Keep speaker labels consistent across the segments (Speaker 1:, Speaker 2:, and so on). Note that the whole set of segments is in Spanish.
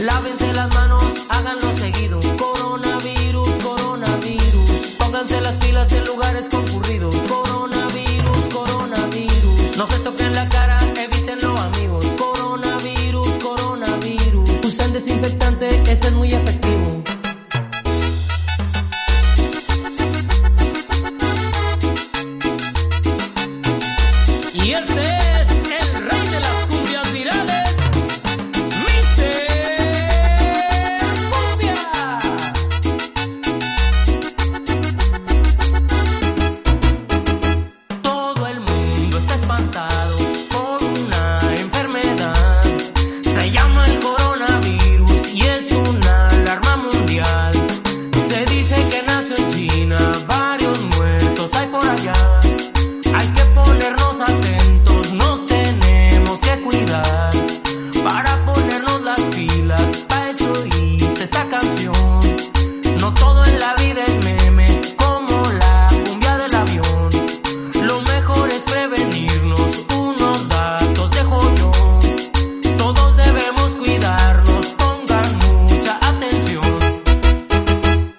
Speaker 1: Lávense las manos, háganlo seguido. Coronavirus, coronavirus. Pónganse las pilas en lugares concurridos. Coronavirus, coronavirus. No se toquen la cara, evítenlo, amigos. Coronavirus, coronavirus. Usen desinfectante, ese es muy efectivo. Y este es el rey de las cumbias virales, Mister Cumbia. Todo el mundo está espantado por una enfermedad. Se llama el coronavirus y es una alarma mundial. Se dice que nació en China, varios muertos hay por allá. Hay que ponernos atentos, nos tenemos que cuidar. Para ponernos las pilas, para eso hice esta canción. No todo en la vida es meme, como la cumbia del avión. Lo mejor es prevenirnos, unos datos dejo yo. Todos debemos cuidarnos, pongan mucha atención.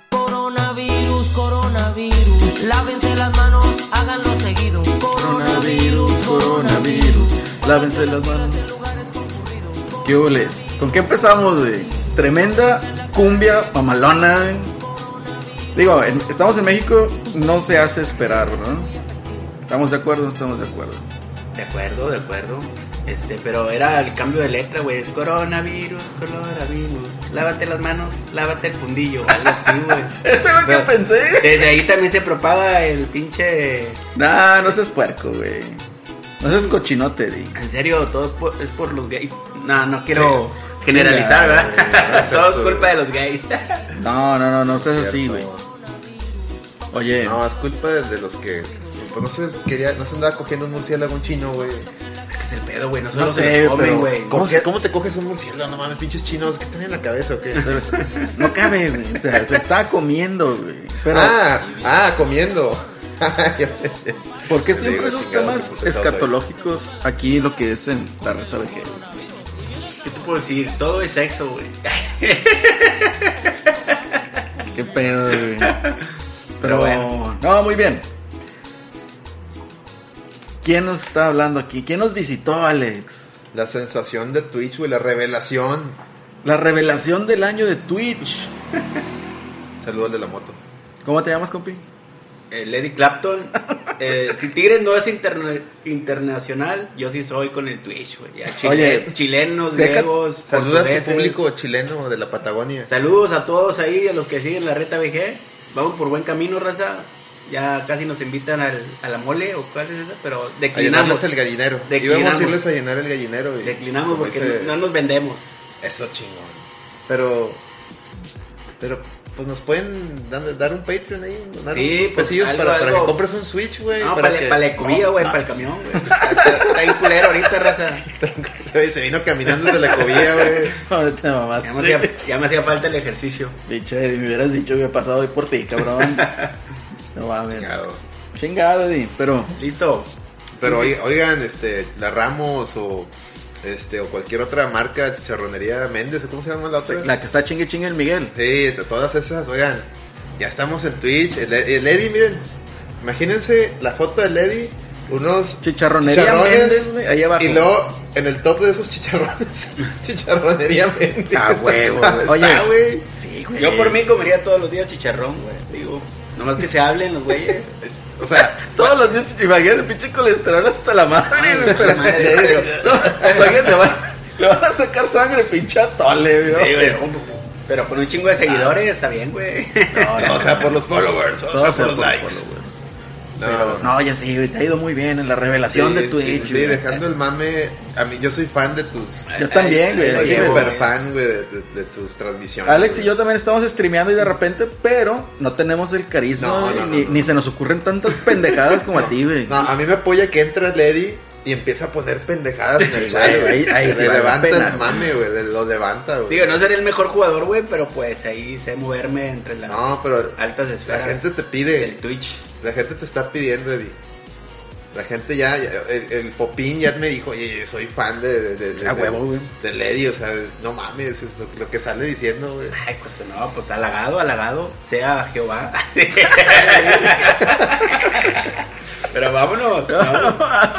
Speaker 1: Coronavirus, coronavirus, lávense las manos, háganlo seguido.
Speaker 2: Coronavirus, coronavirus, lávense las manos. ¿Qué oles? ¿Con qué empezamos, güey? Tremenda cumbia mamalona. güey. Digo, en- estamos en México, no se hace esperar, ¿no? ¿Estamos de acuerdo o no estamos de acuerdo?
Speaker 3: De acuerdo, de acuerdo. Este, pero era el cambio de letra, güey. Es coronavirus, coronavirus. Lávate las manos, lávate el fundillo, o algo así, güey.
Speaker 2: Este es lo que
Speaker 3: Pero
Speaker 2: pensé.
Speaker 3: Desde ahí también se propaga el pinche.
Speaker 2: Nah, no seas puerco, güey. No seas cochinote, di.
Speaker 3: En serio, todo es por, es por los gays. No, no quiero generalizar,
Speaker 4: Ya, ya,
Speaker 3: ¿verdad?
Speaker 4: ya,
Speaker 3: todo es
Speaker 4: eso,
Speaker 3: culpa de los gays.
Speaker 2: No, no, no, no seas así, güey. Oye,
Speaker 4: No, es culpa de, de los que. Pues no se, quería, no se andaba cogiendo un murciélago un chino, güey.
Speaker 3: Es que es el pedo, güey. No solo
Speaker 4: No
Speaker 3: se
Speaker 2: sé,
Speaker 3: los comen,
Speaker 2: pero-
Speaker 3: güey.
Speaker 4: ¿Cómo,
Speaker 2: ¿Por qué?
Speaker 4: se- ¿Cómo te coges un murciélago? No mames, pinches chinos. ¿Qué tienen en la cabeza o qué?
Speaker 2: no cabe, güey. O sea, se está comiendo, güey. Pero,
Speaker 4: ah, ah, comiendo.
Speaker 2: ¿por qué
Speaker 4: te
Speaker 2: siempre
Speaker 4: digo,
Speaker 2: esos
Speaker 4: chingado,
Speaker 2: temas
Speaker 4: que por sentado soy.
Speaker 2: escatológicos aquí lo que es en la reta de que-
Speaker 3: ¿Qué te puedo decir? Todo es sexo, güey.
Speaker 2: Qué pedo, güey. Pero,
Speaker 3: Pero bueno.
Speaker 2: no, muy bien. ¿Quién nos está hablando aquí? ¿Quién nos visitó, Alex?
Speaker 4: La sensación de Twitch, güey, la revelación.
Speaker 2: La revelación del año de Twitch.
Speaker 4: Saludos al de la moto.
Speaker 2: ¿Cómo te llamas, compi?
Speaker 3: Eh, Lady Clapton. Eh, si Tigres no es interna- internacional, yo sí soy con el Twitch, güey. Ya, chile-
Speaker 2: Oye,
Speaker 3: chilenos,
Speaker 2: deja-
Speaker 3: griegos,
Speaker 4: Saludos a tu
Speaker 3: portugueses.
Speaker 4: público chileno de la Patagonia.
Speaker 3: Saludos a todos ahí, a los que siguen la reta VG. Vamos por buen camino, raza. Ya casi nos invitan al, a la mole o cuál es esa, pero
Speaker 4: A llenarles
Speaker 3: declinamos.
Speaker 4: el gallinero.
Speaker 3: Declinamos.
Speaker 4: Íbamos a irles a llenar el gallinero. y-
Speaker 3: Declinamos
Speaker 4: como
Speaker 3: porque
Speaker 4: dice-
Speaker 3: no, no nos vendemos.
Speaker 4: Eso chingón. Pero. Pero, pues nos pueden dan- dar un Patreon ahí, donar
Speaker 3: Sí,
Speaker 4: unos
Speaker 3: pues,
Speaker 4: pesillos
Speaker 3: algo,
Speaker 4: para, para
Speaker 3: algo.
Speaker 4: que compres un Switch, güey.
Speaker 3: No,
Speaker 4: para
Speaker 3: para,
Speaker 4: que-
Speaker 3: la- para la comida, güey, para el camión, güey. Está está bien culero ahorita, raza.
Speaker 4: Güey, Se vino caminando de la cobija, güey.
Speaker 2: Ahorita
Speaker 3: Ya me,
Speaker 2: mamaste.
Speaker 3: hacía, ya me hacía falta el ejercicio.
Speaker 2: Biche, me hubieras dicho que he pasado hoy por ti, cabrón. No mames.
Speaker 4: Chingado.
Speaker 2: Chingado, di. Pero,
Speaker 3: Listo.
Speaker 4: Pero oiga- oigan, este, la Ramos o este o cualquier otra marca, chicharronería Méndez, ¿cómo se llama la otra?
Speaker 2: la que está chingue chingue el Miguel.
Speaker 4: Sí, de todas esas, oigan, ya estamos en Twitch. El, el Eddie, miren, imagínense la foto del Eddie, unos
Speaker 2: Chicharronería
Speaker 4: chicharrones,
Speaker 2: Méndez, güey, ahí abajo.
Speaker 4: Y luego en el top de esos chicharrones, chicharronería Méndez.
Speaker 2: Ah, huevo, güey.
Speaker 4: Oye,
Speaker 2: Oye.
Speaker 4: güey.
Speaker 2: Sí,
Speaker 3: Yo
Speaker 4: Eh.
Speaker 3: por mí comería todos los días chicharrón, güey. Digo, nomás que se hablen los güeyes.
Speaker 4: O sea,
Speaker 2: Todos los días, imagínate, pinche colesterol hasta la madre, güey. Pero,
Speaker 3: madre, pero-
Speaker 2: no, imagínate, le van, le van a sacar sangre, pinche atole,
Speaker 3: Sí,
Speaker 2: güey.
Speaker 3: güey. Pero con un chingo de seguidores está bien, güey.
Speaker 2: No,
Speaker 4: o sea, por los followers, o
Speaker 2: todo
Speaker 4: sea,
Speaker 2: sea
Speaker 4: por los
Speaker 2: por-
Speaker 4: likes.
Speaker 2: por lo-
Speaker 4: No,
Speaker 2: No, ya sí, güey, te ha ido muy bien en la revelación de Twitch.
Speaker 4: Sí,
Speaker 2: güey.
Speaker 4: dejando el mame. A mí, yo soy fan de tus.
Speaker 2: Yo también, güey.
Speaker 4: Soy
Speaker 2: sí,
Speaker 3: sí,
Speaker 4: súper
Speaker 3: güey.
Speaker 4: fan, güey, de, de- de tus transmisiones.
Speaker 2: Alex y
Speaker 4: güey.
Speaker 2: yo también estamos streameando y de repente, pero no tenemos el carisma
Speaker 4: No,
Speaker 2: güey,
Speaker 4: no, no,
Speaker 2: ni,
Speaker 4: no.
Speaker 2: ni se nos ocurren tantas pendejadas como a ti, güey.
Speaker 4: No, a mí me apoya que entra Lady y empieza a poner pendejadas en el
Speaker 2: Sí,
Speaker 4: chat,
Speaker 2: güey,
Speaker 4: güey.
Speaker 2: ahí- ahí
Speaker 4: Le
Speaker 2: sí vale la
Speaker 4: levanta
Speaker 2: pena,
Speaker 4: el mame, güey. le- Lo levanta, güey.
Speaker 3: Digo, no seré el mejor jugador, güey, pero pues ahí sé moverme entre las
Speaker 4: No, pero
Speaker 3: altas
Speaker 4: la
Speaker 3: esferas
Speaker 4: gente te
Speaker 3: del
Speaker 4: pide.
Speaker 3: Twitch.
Speaker 4: La gente te está pidiendo, Eddie. La gente ya, ya- el, el Popín ya me dijo, oye, soy fan de, de, de-
Speaker 2: A
Speaker 4: de-
Speaker 2: huevo, güey.
Speaker 4: de Lady, o sea, no mames, es lo, lo que sale diciendo, güey.
Speaker 3: Ay, pues no, pues halagado, halagado, sea Jehová. Pero vámonos, vámonos.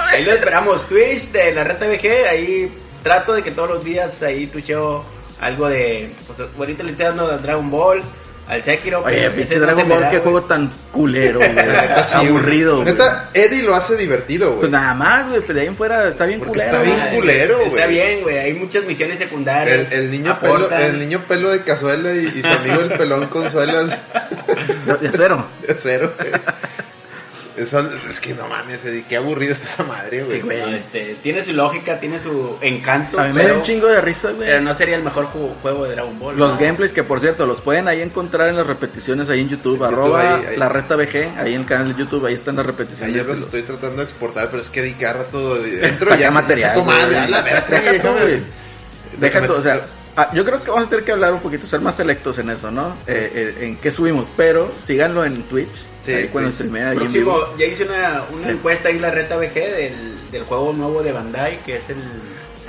Speaker 3: Ahí lo esperamos. Twitch de la Reta VG, ahí trato de que todos los días ahí tucheo algo de. Pues, ahorita le estoy dando a Dragon Ball, al Sekiro.
Speaker 2: Oye,
Speaker 3: pero ese
Speaker 2: pinche
Speaker 3: no
Speaker 2: Dragon
Speaker 3: se me
Speaker 2: Ball,
Speaker 3: da,
Speaker 2: qué
Speaker 3: güey.
Speaker 2: juego tan culero, güey.
Speaker 4: Neta, sí, güey.
Speaker 2: Aburrido, güey.
Speaker 4: Neta, Eddie lo hace divertido, güey.
Speaker 2: Pues nada más, güey, pues de ahí en fuera está bien
Speaker 4: Porque
Speaker 2: culero.
Speaker 4: está bien
Speaker 2: güey.
Speaker 4: culero.
Speaker 3: Está
Speaker 4: güey.
Speaker 3: bien, güey. Hay muchas misiones secundarias.
Speaker 4: El, el niño pelo,
Speaker 3: aportan.
Speaker 4: el niño pelo de cazuela y, y su amigo el pelón con suelas
Speaker 2: De- De cero.
Speaker 4: de acero, güey. Eso- es que no mames, Eddie, qué aburrido está esa madre, güey.
Speaker 2: Sí, güey.
Speaker 3: No, este, tiene su lógica, tiene su encanto.
Speaker 2: A mí me
Speaker 3: pero-
Speaker 2: da un chingo de risa, güey.
Speaker 4: Eh,
Speaker 3: Pero no sería el mejor ju- juego de Dragon Ball.
Speaker 2: Los
Speaker 3: ¿no?
Speaker 2: gameplays que por cierto los pueden ahí encontrar en las repeticiones ahí en YouTube, arroba
Speaker 4: ahí, ahí.
Speaker 2: la reta VG, ahí en el canal de YouTube, ahí están las
Speaker 4: O sea, yo
Speaker 2: repeticiones.
Speaker 4: los
Speaker 2: de los-
Speaker 4: estoy tratando de exportar, pero es que Eddie cada rato dentro
Speaker 2: Saca
Speaker 4: ya
Speaker 2: material,
Speaker 4: saco
Speaker 2: güey.
Speaker 4: madre, a la verga,
Speaker 2: Deja
Speaker 4: déjame-
Speaker 2: tú, güey. Deja
Speaker 4: déjame-
Speaker 2: tú, o sea, ah, yo creo que vamos a tener que hablar un poquito, ser más selectos en eso, ¿no? Eh, eh, en qué subimos, pero síganlo en Twitch,
Speaker 4: Sí,
Speaker 2: ahí cuando
Speaker 4: Twitch.
Speaker 2: streamea ahí en
Speaker 3: Próximo,
Speaker 2: vivo.
Speaker 3: ya hice una, una
Speaker 2: Sí.
Speaker 3: encuesta ahí en la reta BG del, del juego nuevo de Bandai, que es el,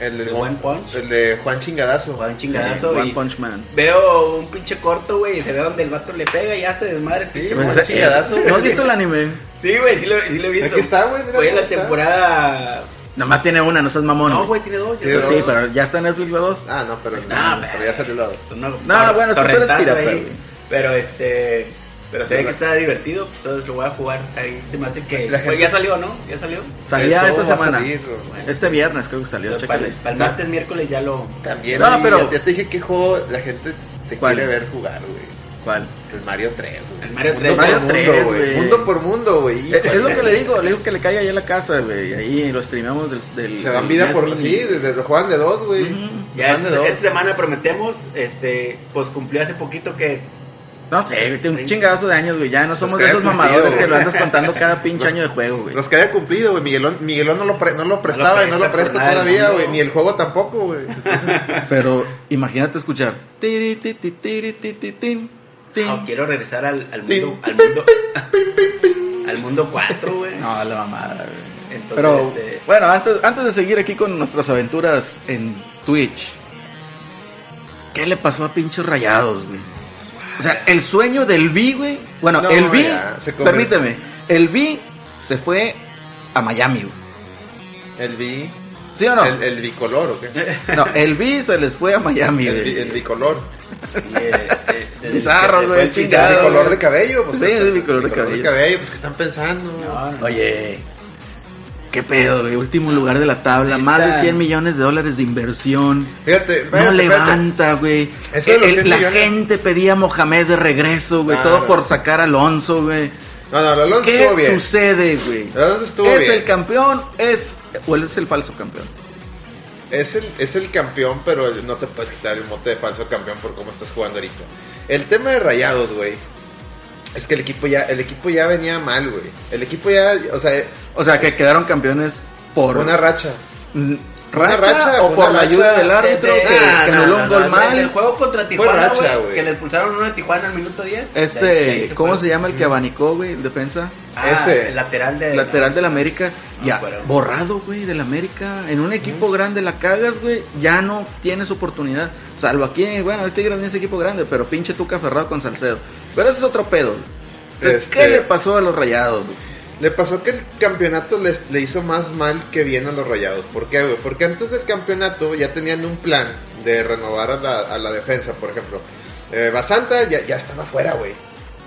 Speaker 4: El,
Speaker 3: el
Speaker 4: el-
Speaker 3: One Punch.
Speaker 4: el de Juan Chingadazo.
Speaker 3: Juan
Speaker 2: Sí,
Speaker 3: Chingadazo.
Speaker 2: One
Speaker 3: y
Speaker 2: Punch Man.
Speaker 3: Veo un pinche corto, güey, y se ve donde el vato le pega y ya se desmadre el pinche
Speaker 4: Sí,
Speaker 3: Juan
Speaker 4: pues,
Speaker 3: Chingadazo.
Speaker 2: eh, ¿No has
Speaker 3: güey.
Speaker 2: visto el anime?
Speaker 3: Sí, güey, sí lo, sí lo he visto.
Speaker 4: Aquí está, güey, mira
Speaker 3: Fue en la
Speaker 4: cómo está.
Speaker 3: temporada...
Speaker 2: Nomás tiene una, no seas mamón.
Speaker 3: No,
Speaker 2: güey.
Speaker 3: güey, tiene dos. ya
Speaker 4: Tiene
Speaker 3: sé.
Speaker 4: dos.
Speaker 2: Sí, pero ya está en Netflix la 2.
Speaker 4: Ah, no, pero,
Speaker 3: Nah,
Speaker 4: no,
Speaker 3: pero-
Speaker 4: pero ya salió el lado.
Speaker 3: No,
Speaker 2: No, bueno, tú eres pirata, güey.
Speaker 3: Pero este. Pero se ve que está divertido, pues, entonces lo voy a jugar. Ahí se me hace que.
Speaker 4: La
Speaker 3: Pues
Speaker 4: gente-
Speaker 3: ya salió, ¿no? Ya salió.
Speaker 2: Salía
Speaker 4: Todo
Speaker 2: esta
Speaker 4: va a
Speaker 2: semana.
Speaker 4: salir, güey.
Speaker 2: Este viernes creo que salió,
Speaker 3: Pero Para
Speaker 2: chécale.
Speaker 3: para el martes, miércoles ya lo.
Speaker 4: También,
Speaker 2: No,
Speaker 4: Eddie,
Speaker 2: pero-
Speaker 4: ya, ya te dije qué juego la gente te
Speaker 2: ¿Cuál?
Speaker 4: quiere ver jugar, güey.
Speaker 2: ¿Cuál?
Speaker 4: El Mario 3, güey.
Speaker 3: El Mario 3,
Speaker 4: mundo
Speaker 2: Mario
Speaker 4: por
Speaker 2: 3,
Speaker 4: mundo,
Speaker 2: güey.
Speaker 4: güey. Mundo por mundo, güey.
Speaker 2: Eh, Es
Speaker 4: Híjole.
Speaker 2: lo que le digo, le digo que le caiga ahí a la casa, güey. y Ahí lo streameamos del. del-
Speaker 4: Se
Speaker 2: del
Speaker 4: dan vida
Speaker 2: NES
Speaker 4: por...
Speaker 2: Mini.
Speaker 4: Sí, de- de- lo juegan de dos, güey.
Speaker 2: Ujú.
Speaker 3: Ya
Speaker 4: Juegan de
Speaker 3: esta,
Speaker 4: dos.
Speaker 3: esta semana prometemos, este, pues cumplió hace poquito que
Speaker 2: No sé, güey, tiene un chingazo de años, güey. Ya no somos
Speaker 4: que
Speaker 2: de esos
Speaker 4: haya
Speaker 2: mamadores
Speaker 4: cumplido,
Speaker 2: que lo
Speaker 4: güey.
Speaker 2: andas contando cada pinche año de juego, güey.
Speaker 4: Los que haya cumplido, güey. Miguelón, Miguelón no lo, pre- no lo prestaba y no lo
Speaker 3: presta por
Speaker 4: presta
Speaker 3: nada del
Speaker 4: todavía,
Speaker 3: mundo.
Speaker 4: güey. Ni el juego tampoco, güey.
Speaker 2: Pero imagínate escuchar. tiri, ti, ti, tiri, ti, ti, tin, tin.
Speaker 3: no, oh, quiero regresar al, al
Speaker 4: Sí.
Speaker 3: mundo, al mundo, al mundo 4, güey.
Speaker 2: No, la mamada, güey.
Speaker 3: Entonces,
Speaker 2: Pero
Speaker 3: este,
Speaker 2: bueno, antes, antes de seguir aquí con nuestras aventuras en Twitch, ¿qué le pasó a pinches rayados, güey? O sea, el sueño del B, güey. Bueno,
Speaker 4: No,
Speaker 2: el B,
Speaker 4: ya, se convirtió.
Speaker 2: permíteme, el B se fue a Miami, güey.
Speaker 4: El bi...
Speaker 2: ¿Sí o no?
Speaker 4: El, el bicolor, ¿o qué?
Speaker 2: No, el B se les fue a Miami,
Speaker 4: El,
Speaker 2: güey.
Speaker 4: bi- el bicolor.
Speaker 3: eh, eh, desde
Speaker 2: Bizarro,
Speaker 3: que se
Speaker 2: güey,
Speaker 3: fue el
Speaker 2: chingado.
Speaker 4: El
Speaker 3: Pizarro,
Speaker 4: bicolor de cabello, pues.
Speaker 2: Sí, es el bicolor de cabello.
Speaker 4: pues, ¿qué están pensando?
Speaker 3: No, no,
Speaker 2: Oye, qué pedo, güey. Último lugar de la tabla,
Speaker 3: Ahí
Speaker 2: más de
Speaker 3: está.
Speaker 2: 100 millones de dólares de inversión.
Speaker 4: Fíjate,
Speaker 2: No
Speaker 4: espérate, espérate.
Speaker 2: levanta, güey.
Speaker 4: Eso de los
Speaker 2: El-
Speaker 4: 100
Speaker 2: la
Speaker 4: millones.
Speaker 2: gente pedía a Mohamed de regreso, güey.
Speaker 4: Claro.
Speaker 2: Todo por sacar a Alonso, güey.
Speaker 4: No, no, el Alonso
Speaker 2: ¿Qué
Speaker 4: estuvo bien.
Speaker 2: sucede, güey?
Speaker 4: El Alonso estuvo
Speaker 2: ¿Es
Speaker 4: bien.
Speaker 2: el campeón? ¿Es o él es el falso campeón?
Speaker 4: Es el, es el campeón, pero el- no te puedes quitar el mote de falso campeón por cómo estás jugando ahorita. El tema de Rayados, güey. Es que el equipo ya, el equipo ya venía mal, güey. El equipo ya, o sea,
Speaker 2: O sea, que quedaron campeones por
Speaker 4: por una racha.
Speaker 2: mm, racha,
Speaker 4: racha,
Speaker 2: o
Speaker 4: una
Speaker 2: por la
Speaker 4: racha
Speaker 2: ayuda del árbitro
Speaker 3: de-
Speaker 2: que,
Speaker 4: Nah,
Speaker 2: que
Speaker 4: nah,
Speaker 2: anuló
Speaker 4: nah,
Speaker 2: un gol
Speaker 4: nah,
Speaker 2: mal.
Speaker 3: El juego contra Tijuana,
Speaker 4: racha,
Speaker 3: güey,
Speaker 4: güey.
Speaker 3: que le expulsaron uno de Tijuana al minuto 10.
Speaker 2: Este, ¿cómo se llama el que abanicó, güey? El defensa
Speaker 3: Ah,
Speaker 4: Ese.
Speaker 3: el lateral de
Speaker 2: lateral del América.
Speaker 3: No,
Speaker 4: Ah,
Speaker 2: Ya,
Speaker 3: pero-
Speaker 2: borrado, güey, del América. En un equipo grande la cagas, güey. Ya no tienes oportunidad. Salvo aquí, bueno, el Tigres ni es equipo grande, pero pinche Tuca Ferrado con Salcedo. Pero ese es otro pedo. Entonces,
Speaker 4: Este-
Speaker 2: ¿Qué le pasó a los rayados, güey?
Speaker 4: Le pasó que el campeonato les, le hizo más mal que bien a los rayados. ¿Por qué, güey? Porque antes del campeonato ya tenían un plan de renovar a la, a la defensa, por ejemplo. Eh, Basanta ya, ya estaba fuera, güey.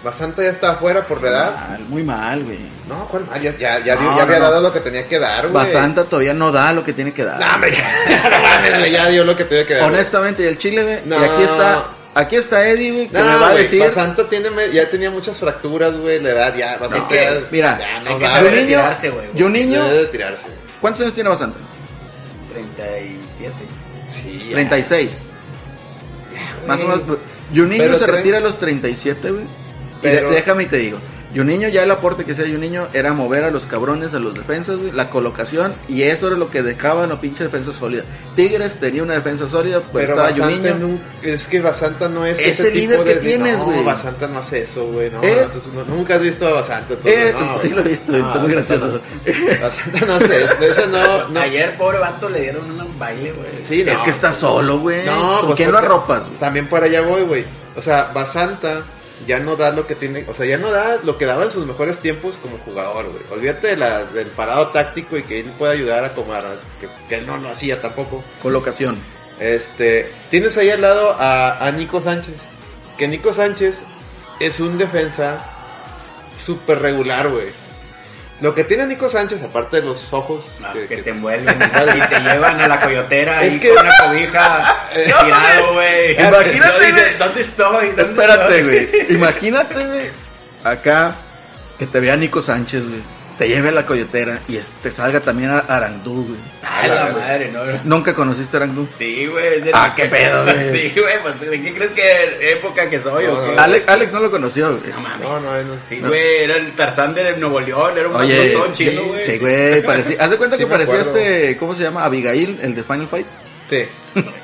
Speaker 4: Basanta ya estaba fuera por la edad.
Speaker 2: Mal, muy mal, güey.
Speaker 4: No, ¿cuál mal? Ya, ya, ya, dio-
Speaker 2: Ah. No,
Speaker 4: ya había
Speaker 2: no, no.
Speaker 4: dado lo que tenía que dar, güey.
Speaker 2: Basanta todavía no da lo que tiene que dar.
Speaker 4: No, hombre, ya, no mames, güey, ya dio lo que tenía que dar. güey.
Speaker 2: Honestamente, y el Chile, güey.
Speaker 4: No.
Speaker 2: Y aquí está, aquí está Eddie, güey, que
Speaker 4: No,
Speaker 2: me va a
Speaker 4: güey,
Speaker 2: decir.
Speaker 4: Basanta tiene, me- ya tenía muchas fracturas, güey, la edad ya. Basanta
Speaker 2: que,
Speaker 4: ya-
Speaker 2: mira,
Speaker 4: ya
Speaker 3: hay
Speaker 4: no
Speaker 3: que
Speaker 4: da,
Speaker 3: saber
Speaker 4: güey.
Speaker 2: Juninho-
Speaker 3: retirarse, güey.
Speaker 2: Juninho,
Speaker 4: Debe de tirarse.
Speaker 2: ¿cuántos años tiene Basanta?
Speaker 3: 37.
Speaker 4: Sí, ya.
Speaker 2: 36. Más o menos. pues, Juninho
Speaker 4: Pero
Speaker 2: se
Speaker 4: tre-
Speaker 2: retira a los 37, güey. Y
Speaker 4: Pero-
Speaker 2: de- déjame y te digo. Juninho, ya el aporte que sea Juninho era mover a los cabrones, a los defensas, güey, la colocación, y eso era lo que dejaba la pinche defensa sólida. Tigres tenía una defensa sólida, pues
Speaker 4: pero
Speaker 2: estaba
Speaker 4: Basanta
Speaker 2: Juninho.
Speaker 4: nun- es que Basanta no es
Speaker 2: Es
Speaker 4: ese
Speaker 2: el líder
Speaker 4: tipo
Speaker 2: que
Speaker 4: de
Speaker 2: tienes, güey.
Speaker 4: No, Basanta no hace eso, güey. No,
Speaker 2: Es-
Speaker 4: no hace eso, no- nunca has visto a Basanta. entonces,
Speaker 2: Eh,
Speaker 4: no,
Speaker 2: sí
Speaker 4: güey.
Speaker 2: lo he visto,
Speaker 4: No,
Speaker 2: está muy
Speaker 4: Basanta
Speaker 2: gracioso.
Speaker 4: no- Basanta no hace eso. Eso no, no.
Speaker 3: Ayer, pobre vato, le dieron un baile, güey.
Speaker 4: Sí, no.
Speaker 2: Es que está solo, güey.
Speaker 4: No,
Speaker 2: ¿Con
Speaker 4: pues,
Speaker 2: quién lo
Speaker 4: porque-
Speaker 2: arropas? güey?
Speaker 4: También para allá voy, güey. O sea, Basanta ya no da lo que tiene, o sea, ya no da lo que daba en sus mejores tiempos como jugador, güey. Olvídate de la- del parado táctico y que él puede ayudar a tomar, que, que él no lo hacía tampoco.
Speaker 2: Colocación.
Speaker 4: Este, tienes ahí al lado a, a Nico Sánchez, que Nico Sánchez es un defensa súper regular, güey. Lo que tiene Nico Sánchez, aparte de los ojos,
Speaker 3: No,
Speaker 4: que-
Speaker 3: que
Speaker 4: que-
Speaker 3: te envuelven y te llevan a la coyotera
Speaker 4: Es
Speaker 3: y
Speaker 4: que-
Speaker 3: con una cobija tirado, güey.
Speaker 2: Imagínate,
Speaker 3: Yo dije,
Speaker 2: güey.
Speaker 3: ¿Dónde estoy? ¿Dónde
Speaker 2: Espérate,
Speaker 3: estoy?"
Speaker 2: güey. Imagínate, güey. Acá que te vea Nico Sánchez, güey. Te lleve a la coyotera y es- te salga también a Arandú, güey.
Speaker 3: A Ah, la madre, no.
Speaker 2: Nunca conociste a Arandú.
Speaker 3: Sí, güey. es de-
Speaker 2: Ah, qué pedo, güey.
Speaker 3: Sí, güey, pues, ¿de qué crees que época que soy
Speaker 4: No,
Speaker 3: o qué?
Speaker 4: no,
Speaker 2: Alex, Alex no lo conoció, güey.
Speaker 3: No mames.
Speaker 4: No, no, él no-
Speaker 3: Sí, güey, era el Tarzán de Nuevo León, era un
Speaker 2: Oye,
Speaker 3: montón
Speaker 2: sí,
Speaker 3: chino, güey.
Speaker 2: sí, güey, parecía, haz de cuenta
Speaker 4: Sí
Speaker 2: que
Speaker 4: me
Speaker 2: parecía
Speaker 4: acuerdo.
Speaker 2: este, ¿cómo se llama? Abigail, el de Final Fight.
Speaker 4: Sí.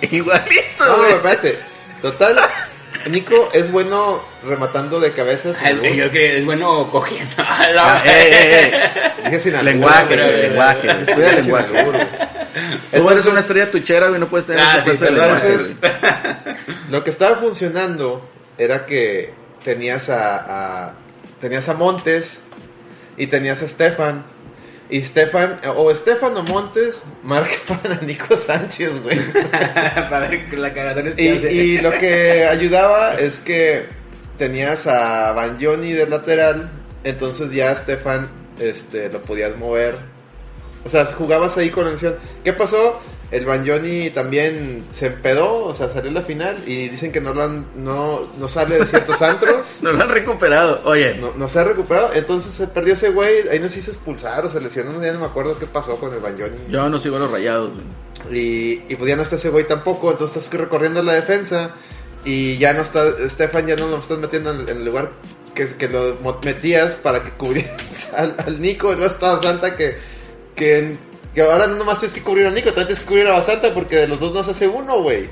Speaker 2: Igualito,
Speaker 4: No,
Speaker 2: güey.
Speaker 4: espérate. Total, Nico es bueno rematando de cabezas.
Speaker 3: Ah, el- Yo que es bueno cogiendo. A la
Speaker 2: Ah, eh, eh,
Speaker 4: Dije sin
Speaker 2: eh.
Speaker 4: albur,
Speaker 2: lenguaje,
Speaker 4: güey.
Speaker 2: güey, lenguaje, güey. cuida el
Speaker 4: Dije sin
Speaker 2: lenguaje.
Speaker 4: albur, güey.
Speaker 2: Tú eres
Speaker 4: Entonces-
Speaker 2: una estrella tuchera, güey, no puedes tener ese
Speaker 3: Ah, sí,
Speaker 2: peso de
Speaker 3: perdón,
Speaker 2: lenguaje,
Speaker 4: Entonces,
Speaker 2: güey.
Speaker 4: lo que estaba funcionando era que tenías a, a- tenías a Montes y tenías a Estefan. Y Estefan, o Estefan o Montes, marcaban a Nico Sánchez, güey.
Speaker 3: Para ver la cagazón
Speaker 4: Y,
Speaker 3: que hace.
Speaker 4: y lo que ayudaba es que tenías a Banjoni del lateral, entonces ya Stefan este, lo podías mover. O sea, jugabas ahí con elección. ¿Qué pasó? El Banjoni también se empedó, o sea, salió a la final y dicen que no lo han- no, no sale de ciertos antros.
Speaker 2: No lo han recuperado. Oye,
Speaker 4: No, no se ha recuperado, entonces se perdió ese güey, ahí nos hizo expulsar o se lesionó, ya no me acuerdo qué pasó con el Banjoni.
Speaker 2: yo no sigo a los rayados, güey.
Speaker 4: Y, y pues ya no está ese güey tampoco, entonces estás recorriendo la defensa y ya no está, Stefan ya no lo estás metiendo en, el- en el lugar que, que lo mo- metías para que cubrieras al, al Nico, no estaba Santa que, que, que ahora no nomás tienes que cubrir a Nico, también tienes que cubrir a Basanta porque de los dos no se hace uno, güey.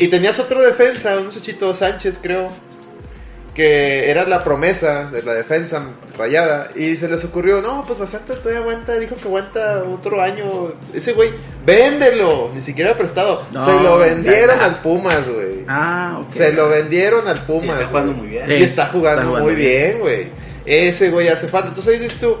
Speaker 4: Y tenías otro defensa, un muchachito Sánchez creo, que era la promesa de la defensa rayada. Y se les ocurrió, no, pues Basanta todavía aguanta, dijo que aguanta otro año. Ese güey, véndelo, ni siquiera prestado.
Speaker 2: No,
Speaker 4: se lo vendieron
Speaker 2: ya.
Speaker 4: al Pumas, güey.
Speaker 2: Ah, ok.
Speaker 4: se lo vendieron al Pumas.
Speaker 3: Y está jugando
Speaker 4: güey.
Speaker 3: muy bien.
Speaker 4: Y está
Speaker 2: Sí,
Speaker 4: jugando,
Speaker 2: está jugando
Speaker 4: muy
Speaker 2: bien.
Speaker 4: bien, güey. Ese güey hace falta. Entonces ahí dices tú,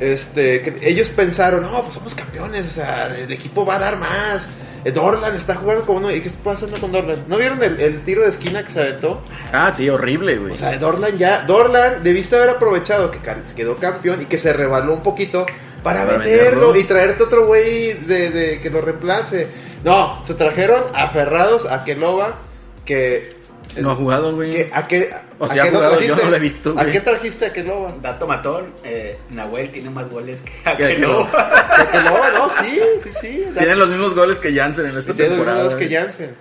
Speaker 4: este, que ellos pensaron, no, pues somos campeones, o sea, el equipo va a dar más. Eh, Dorlan está jugando con uno. ¿Y qué está pasando con Dorlan? ¿No vieron el, el tiro de esquina que se aventó?
Speaker 2: Ah, sí, horrible, güey.
Speaker 4: O sea, Dorlan ya, Dorlan debiste haber aprovechado que cal- quedó campeón y que se rebaló un poquito para,
Speaker 2: Para
Speaker 4: venderlo,
Speaker 2: venderlo.
Speaker 4: y traerte otro güey de, de- que lo reemplace. No, se trajeron aferrados a Keloba que... eh,
Speaker 2: no ha jugado, güey.
Speaker 4: que- ¿A qué,
Speaker 2: O
Speaker 4: a
Speaker 2: sea,
Speaker 4: qué
Speaker 2: ha jugado, yo no lo he visto,
Speaker 4: ¿A
Speaker 2: güey.
Speaker 4: qué trajiste a Keloba?
Speaker 3: Dato matón, eh, Nahuel tiene más goles que
Speaker 2: Que
Speaker 3: Aquelo.
Speaker 4: A Keloba, no, sí, sí, sí. la-
Speaker 2: Tienen los mismos goles que Jansen en esta
Speaker 4: Tiene dos
Speaker 2: temporada. eh.
Speaker 4: goles que
Speaker 2: güey.
Speaker 4: Jansen.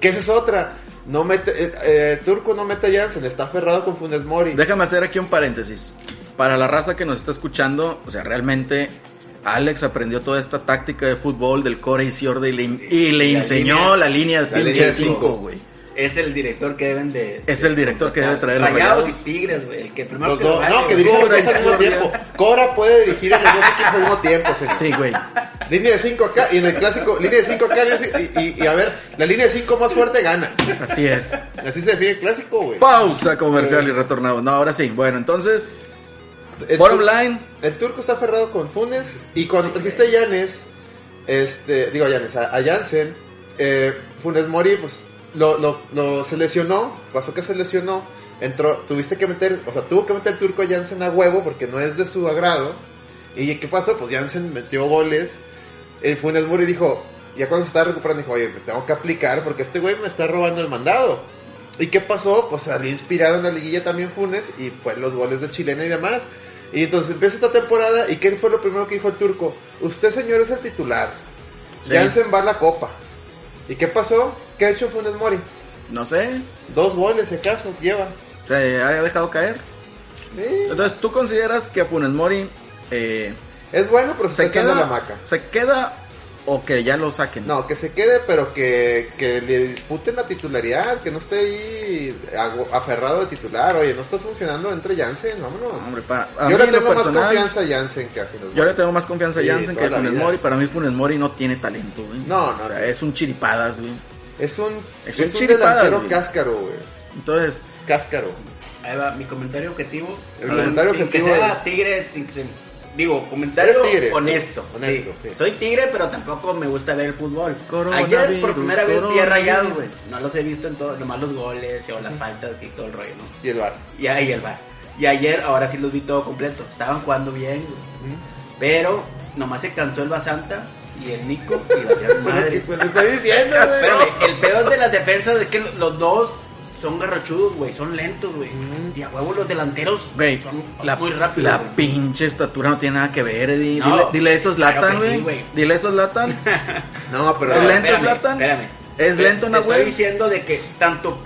Speaker 4: Que esa es otra. No mete, eh, eh, Turco no mete a Jansen, está aferrado con Funes Mori.
Speaker 2: Déjame hacer aquí un paréntesis. Para la raza que nos está escuchando, o sea, realmente Alex aprendió toda esta táctica de fútbol del core izquierdo y le, y le
Speaker 3: La
Speaker 2: enseñó
Speaker 3: línea-
Speaker 2: la línea
Speaker 4: la línea
Speaker 2: pinche
Speaker 4: de cinco.
Speaker 2: 5, güey.
Speaker 3: Es el director que deben de.
Speaker 2: Es el director que debe traer los
Speaker 3: Rayados y
Speaker 2: rayados.
Speaker 3: Tigres, güey. El que primero
Speaker 4: Los
Speaker 3: que lo
Speaker 4: dos,
Speaker 3: baile,
Speaker 4: no, que
Speaker 3: güey.
Speaker 4: dirigen los
Speaker 2: Cobra
Speaker 4: dos
Speaker 2: y
Speaker 4: al mismo
Speaker 2: Gloria.
Speaker 4: tiempo. Cobra puede dirigir a los dos equipos al mismo tiempo, señor.
Speaker 2: Sí, güey.
Speaker 4: Línea de 5 acá y en el clásico, línea de 5 acá línea de cinco- y, y- y a ver, la línea de 5 más fuerte gana.
Speaker 2: Así es.
Speaker 4: Así se define el clásico, güey.
Speaker 2: Pausa comercial y retornamos. No, ahora sí. Bueno, entonces,
Speaker 4: El,
Speaker 2: bottom
Speaker 4: tur-
Speaker 2: line.
Speaker 4: el turco está aferrado con Funes y cuando trajiste a Yanes, este, digo a Yanes, a, a Jansen, eh, Funes Mori, pues lo, lo, lo- se lesionó, pasó que se lesionó, entró, tuviste que meter, o sea, tuvo que meter turco a Jansen a huevo porque no es de su agrado. ¿Y qué pasó? Pues Jansen metió goles. El Funes Mori dijo, ya cuando se estaba recuperando, dijo, oye, me tengo que aplicar porque este güey me está robando el mandado. ¿Y qué pasó? Pues salió inspirado en la liguilla también Funes y pues los goles de Chilena y demás. Y entonces empieza esta temporada y ¿qué fue lo primero que dijo el turco? Usted señor es el titular.
Speaker 2: Sí.
Speaker 4: Jansen va a la copa. ¿Y qué pasó? ¿Qué ha hecho Funes Mori?
Speaker 2: No sé.
Speaker 4: Dos goles, si acaso, lleva.
Speaker 2: Se ha dejado caer.
Speaker 4: Sí.
Speaker 2: Entonces, ¿tú consideras que Funes Mori eh,
Speaker 4: Es bueno, pero se,
Speaker 2: se,
Speaker 4: está echando
Speaker 2: queda,
Speaker 4: la maca.
Speaker 2: se queda o que ya lo saquen?
Speaker 4: No, que se quede, pero que, que le disputen la titularidad, que no esté ahí agu- aferrado de titular. Oye, no estás funcionando, entre Jansen, vámonos.
Speaker 2: Hombre, para, a mí
Speaker 4: Yo le
Speaker 2: en lo
Speaker 4: tengo más
Speaker 2: personal,
Speaker 4: confianza a Jansen que a Funes
Speaker 2: Yo le
Speaker 4: Mori.
Speaker 2: tengo más confianza a
Speaker 4: Sí,
Speaker 2: Jansen que
Speaker 4: toda
Speaker 2: a
Speaker 4: la
Speaker 2: Funes
Speaker 4: vida.
Speaker 2: Mori. Para mí Funes Mori no tiene talento, güey.
Speaker 4: No, no,
Speaker 2: O sea,
Speaker 4: no.
Speaker 2: es un chiripadas, güey.
Speaker 4: Es un,
Speaker 2: Es
Speaker 4: es
Speaker 2: un
Speaker 4: un
Speaker 2: chiripada,
Speaker 4: delantero
Speaker 2: güey.
Speaker 4: cáscaro, güey.
Speaker 2: Entonces,
Speaker 4: Es cáscaro.
Speaker 3: Ahí va, mi comentario objetivo.
Speaker 4: El
Speaker 3: Sin-
Speaker 4: comentario
Speaker 3: sin
Speaker 4: objetivo
Speaker 3: Que
Speaker 4: de-
Speaker 3: sea tigre, sin que se- digo, comentario
Speaker 4: Eres tigre.
Speaker 3: honesto.
Speaker 4: Honesto,
Speaker 3: sí.
Speaker 4: sí.
Speaker 3: Soy tigre, pero tampoco me gusta ver el fútbol.
Speaker 2: Coronavirus,
Speaker 3: Ayer por primera vez vi a Rayados,
Speaker 2: coronavirus.
Speaker 3: güey. No los he visto en todo, nomás los goles o las faltas y todo el rollo, ¿no?
Speaker 4: Y el bar.
Speaker 3: Y ahí el bar. Y ayer, ahora sí los vi todo completo. Estaban jugando bien, güey. Pero nomás se cansó el Basanta y el Nico y la
Speaker 4: ¿Qué
Speaker 3: madre.
Speaker 4: te Pues, estoy diciendo, güey?
Speaker 3: Espérame, el peor de las defensas es que los dos son garrochudos, güey, son lentos, güey.
Speaker 4: Mm.
Speaker 3: Y a huevo los delanteros
Speaker 2: güey,
Speaker 3: son
Speaker 2: la,
Speaker 3: muy rápidos.
Speaker 2: la
Speaker 3: güey.
Speaker 2: pinche estatura no tiene nada que ver, Eddie.
Speaker 3: No,
Speaker 2: dile, dile eso es
Speaker 3: claro
Speaker 2: Latan,
Speaker 3: que sí,
Speaker 2: güey.
Speaker 3: güey.
Speaker 2: dile eso es Latan.
Speaker 4: No, pero.
Speaker 2: ¿Es
Speaker 3: No,
Speaker 2: lento
Speaker 3: espérame,
Speaker 2: Zlatan?
Speaker 3: espérame.
Speaker 2: ¿Es
Speaker 3: Te-
Speaker 2: lento
Speaker 3: te
Speaker 2: Nahuel?
Speaker 3: Estoy diciendo de que tanto,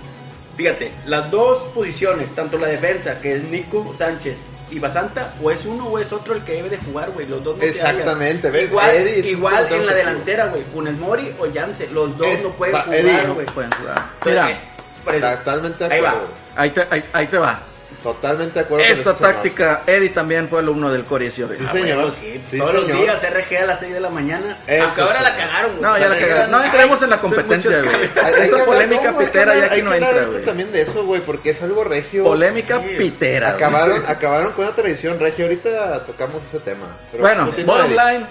Speaker 3: fíjate, las dos posiciones, tanto la defensa, que es Nico Sánchez y Basanta, o es uno o es otro el que debe de jugar, güey. Los dos no se
Speaker 4: Exactamente,
Speaker 3: hallan.
Speaker 4: ¿ves?
Speaker 3: Igual,
Speaker 4: Eddie es un
Speaker 3: igual
Speaker 4: portero
Speaker 3: en la
Speaker 4: efectivo.
Speaker 3: delantera, güey. Funes Mori o Yance, los dos
Speaker 4: Es-
Speaker 3: no pueden
Speaker 4: va,
Speaker 3: jugar,
Speaker 4: Eddie,
Speaker 3: güey.
Speaker 2: Pueden jugar.
Speaker 3: Entonces,
Speaker 2: Mira,
Speaker 3: eh, por eso,
Speaker 4: Totalmente de
Speaker 3: Ahí va.
Speaker 4: acuerdo. güey.
Speaker 2: ahí te, ahí, ahí te va.
Speaker 4: Totalmente de acuerdo.
Speaker 2: Esta
Speaker 4: con este señor.
Speaker 2: táctica, Eddie también fue alumno del Corea
Speaker 4: Sí,
Speaker 3: Ah,
Speaker 4: señor.
Speaker 3: bueno, sí,
Speaker 4: Sí,
Speaker 3: todos los
Speaker 4: señor.
Speaker 3: días RG a las 6 de la mañana.
Speaker 4: Eso,
Speaker 3: Aunque ahora la
Speaker 4: señor.
Speaker 3: cagaron, güey.
Speaker 2: No, ya la cagaron. No entremos en la competencia, güey.
Speaker 4: Hay- hay que
Speaker 2: Esa
Speaker 4: hablar-
Speaker 2: polémica
Speaker 4: no, hay que
Speaker 2: pitera
Speaker 4: hablar-
Speaker 2: ya aquí
Speaker 4: hay
Speaker 2: no
Speaker 4: que hablar
Speaker 2: entra,
Speaker 4: ahorita
Speaker 2: güey.
Speaker 4: también de eso, güey, porque es algo regio.
Speaker 2: Polémica
Speaker 3: Sí.
Speaker 2: pitera. güey.
Speaker 4: Acabaron, acabaron con una tradición regia. Ahorita tocamos ese tema. Pero
Speaker 2: Bueno,
Speaker 4: continúa,
Speaker 2: bottom
Speaker 4: Eric.
Speaker 2: line,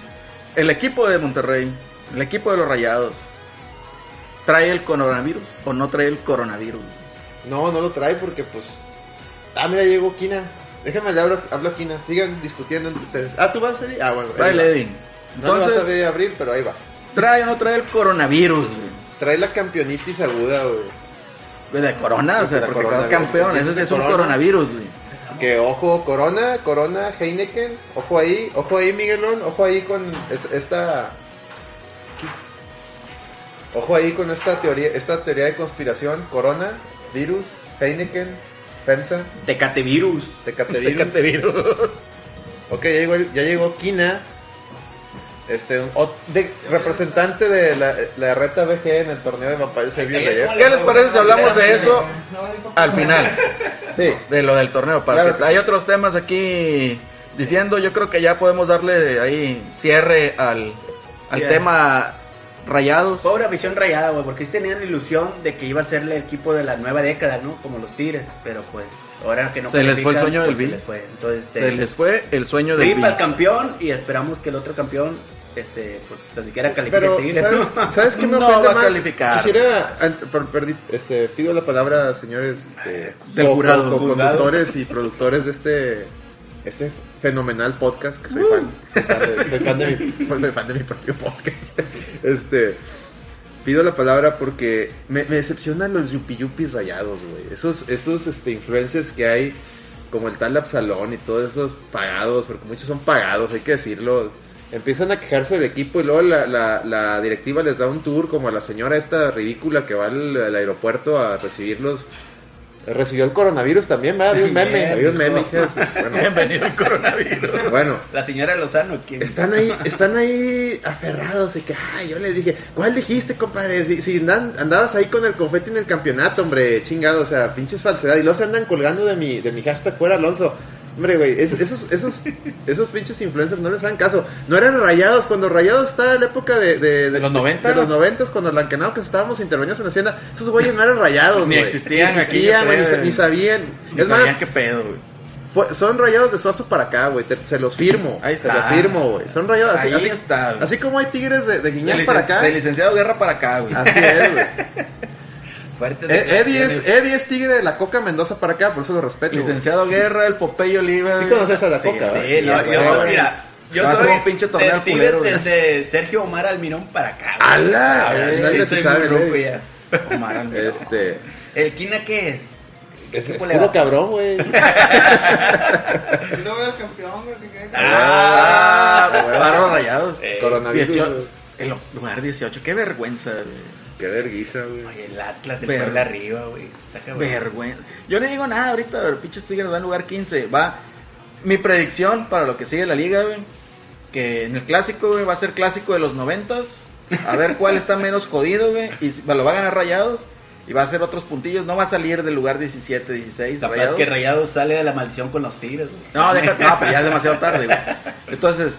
Speaker 2: el equipo de Monterrey, el equipo de los Rayados, ¿trae el coronavirus o no trae el coronavirus?
Speaker 4: No, no lo trae porque, pues. Ah, mira, llegó Kina. Déjame le hablo, hablo a Kina. Sigan discutiendo entre ustedes. Ah, tú vas a Ah, bueno. ahí va.
Speaker 2: Trae Eddie.
Speaker 4: No lo vas a
Speaker 2: Entonces,
Speaker 4: ver abrir, pero ahí va.
Speaker 2: ¿trae o no trae el coronavirus? güey?
Speaker 4: Trae la campeonitis aguda, güey.
Speaker 2: De corona, o sea,
Speaker 4: De
Speaker 2: porque quedó
Speaker 4: coronavirus.
Speaker 2: campeón. Ese sí es un
Speaker 4: Corona.
Speaker 2: coronavirus, güey.
Speaker 4: Que ojo, Corona, Corona, Heineken. Ojo ahí, ojo ahí, Miguelón. Ojo ahí con es- esta. Ojo ahí con esta teoría, esta teoría de conspiración. Corona, virus, Heineken, FEMSA,
Speaker 3: Tecatevirus.
Speaker 4: Tecatevirus.
Speaker 2: Coronavirus.
Speaker 4: Ok, ya llegó, ya llegó Kina. Este, un- o- de- representante de la, la reta BG en el torneo de Vampires Survivors de ayer.
Speaker 2: ¿Qué les parece si hablamos de eso al final?
Speaker 4: Sí.
Speaker 2: De lo del torneo, para
Speaker 4: Claro
Speaker 2: que-
Speaker 4: que
Speaker 2: hay
Speaker 4: sí.
Speaker 2: otros temas aquí diciendo, yo creo que ya podemos darle ahí cierre al, al
Speaker 3: Bien.
Speaker 2: tema rayados.
Speaker 3: Pobre afición rayada, güey, porque sí tenían la ilusión de que iba a ser el equipo de la nueva década, ¿no? Como los Tigres, pero pues ahora que no
Speaker 2: Se les fue el
Speaker 3: califican,
Speaker 2: sueño del
Speaker 3: pues, se
Speaker 2: Bill.
Speaker 3: les fue. Entonces, este,
Speaker 2: Se les fue el sueño del
Speaker 3: sí, para el
Speaker 2: Bill.
Speaker 3: campeón y esperamos que el otro campeón, este, pues tan siquiera califique
Speaker 4: Pero,
Speaker 3: a Tigres,
Speaker 4: ¿sabes,
Speaker 3: ¿no?
Speaker 4: ¿sabes qué me
Speaker 2: No
Speaker 4: ofende
Speaker 2: va a
Speaker 4: más?
Speaker 2: calificar.
Speaker 4: Quisiera, ant- per- perdí- este, pido la palabra, señores, este,
Speaker 2: Del
Speaker 4: co-
Speaker 2: jurado.
Speaker 4: co- co-
Speaker 3: Jurado.
Speaker 4: conductores y productores de este, este fenomenal podcast, que soy
Speaker 2: Uh.
Speaker 4: fan, soy fan de, soy fan de mi, pues, soy fan de mi propio podcast. Este, pido la palabra porque me, me decepcionan los yupi yupis rayados, güey. Esos, esos este, influencers que hay, como el tal Absalón y todos esos pagados, porque muchos son pagados, hay que decirlo. Empiezan a quejarse del equipo y luego la, la- la directiva les da un tour como a la señora esta ridícula que va al, al aeropuerto a recibirlos. Recibió el coronavirus también, ¿verdad? Había un meme,
Speaker 3: Bien,
Speaker 4: había un meme,
Speaker 3: hijo.
Speaker 4: hija de su- Bueno,
Speaker 2: Bienvenido al coronavirus.
Speaker 4: bueno,
Speaker 3: La señora Lozano, ¿quién?
Speaker 4: están ahí, están ahí aferrados de que, ay, yo les dije, ¿cuál dijiste, compadre? Si, si andan- andabas ahí con el confeti en el campeonato, hombre, chingado, o sea, pinches falsedad. Y los andan colgando de mi, de mi hashtag fuera Alonso. Hombre, güey, es- esos, esos, esos pinches influencers no les dan caso. No eran rayados, cuando rayados estaba en la época de, de,
Speaker 2: ¿De los
Speaker 4: noventas.
Speaker 2: 90s?
Speaker 4: De los noventas, cuando Lancanao que estábamos intervenidos en Hacienda, esos güeyes no eran rayados,
Speaker 2: Ni
Speaker 4: güey.
Speaker 2: existían
Speaker 4: Ni
Speaker 2: aquí,
Speaker 4: existían,
Speaker 2: yo
Speaker 4: güey, ni,
Speaker 2: creo.
Speaker 4: sa- ni sabían. es más,
Speaker 2: qué pedo, güey.
Speaker 4: fue- son rayados de Suazo para acá, güey. te- Se los firmo.
Speaker 2: Ahí está.
Speaker 4: Se los firmo, güey. Son rayados así.
Speaker 2: Ahí
Speaker 4: así,
Speaker 2: está, güey.
Speaker 4: así como hay tigres de, de
Speaker 2: Del
Speaker 4: Guiñac
Speaker 2: licen-
Speaker 4: para acá. Ah,
Speaker 2: del licenciado Guerra para acá, güey.
Speaker 4: Así es, güey.
Speaker 3: Fuerte
Speaker 4: Eh, Eddie
Speaker 3: declaraciones.
Speaker 4: es, Eddie es tigre de la Coca Mendoza para acá, por eso lo respeto. güey.
Speaker 2: licenciado Guerra, el Popeye Oliva.
Speaker 4: Sí
Speaker 2: güey.
Speaker 4: conoces a la
Speaker 2: Sí,
Speaker 4: Coca,
Speaker 2: sí,
Speaker 4: ¿verdad?
Speaker 3: no,
Speaker 2: güey.
Speaker 3: yo
Speaker 4: Ah,
Speaker 3: soy-
Speaker 4: bueno.
Speaker 3: mira, yo
Speaker 2: Vas a
Speaker 3: soy
Speaker 2: un pinche torneo
Speaker 3: del
Speaker 2: al culero,
Speaker 3: Tigres
Speaker 2: güey.
Speaker 3: desde Sergio Omar Almirón para acá. güey.
Speaker 4: ¡Hala!
Speaker 3: Ah,
Speaker 4: Nadie
Speaker 3: güey,
Speaker 4: se
Speaker 3: soy muy
Speaker 4: sabe,
Speaker 3: ruco
Speaker 2: eh.
Speaker 4: güey.
Speaker 3: ya.
Speaker 2: Omar Almirón.
Speaker 4: Este.
Speaker 3: ¿El Quina qué es?
Speaker 4: Es, es
Speaker 3: le va?
Speaker 4: puro cabrón, güey.
Speaker 5: No veo al campeón, güey. que quede
Speaker 2: Ah,
Speaker 4: Ah, güey.
Speaker 2: Barba rayados.
Speaker 3: Eh,
Speaker 4: Coronavirus.
Speaker 2: 18, el lugar 18, qué vergüenza. güey.
Speaker 4: Qué verguisa, güey.
Speaker 3: Oye, el Atlas, el
Speaker 2: Ver-
Speaker 3: Puebla arriba, güey. Está cabrón.
Speaker 2: Vergüenza. Yo no digo nada ahorita, pero pinches Tigres va en lugar 15. Va. Mi predicción para lo que sigue la liga, güey, que en el clásico, güey, va a ser clásico de los 90. A ver cuál está menos jodido, güey. Y si- lo va a ganar Rayados. Y va a hacer otros puntillos. No va a salir del lugar 17, 16.
Speaker 3: Capaz
Speaker 2: Rayados.
Speaker 3: que Rayado sale de la maldición con los Tigres, güey.
Speaker 2: No, deja, no, pero ya es demasiado tarde, güey. Entonces,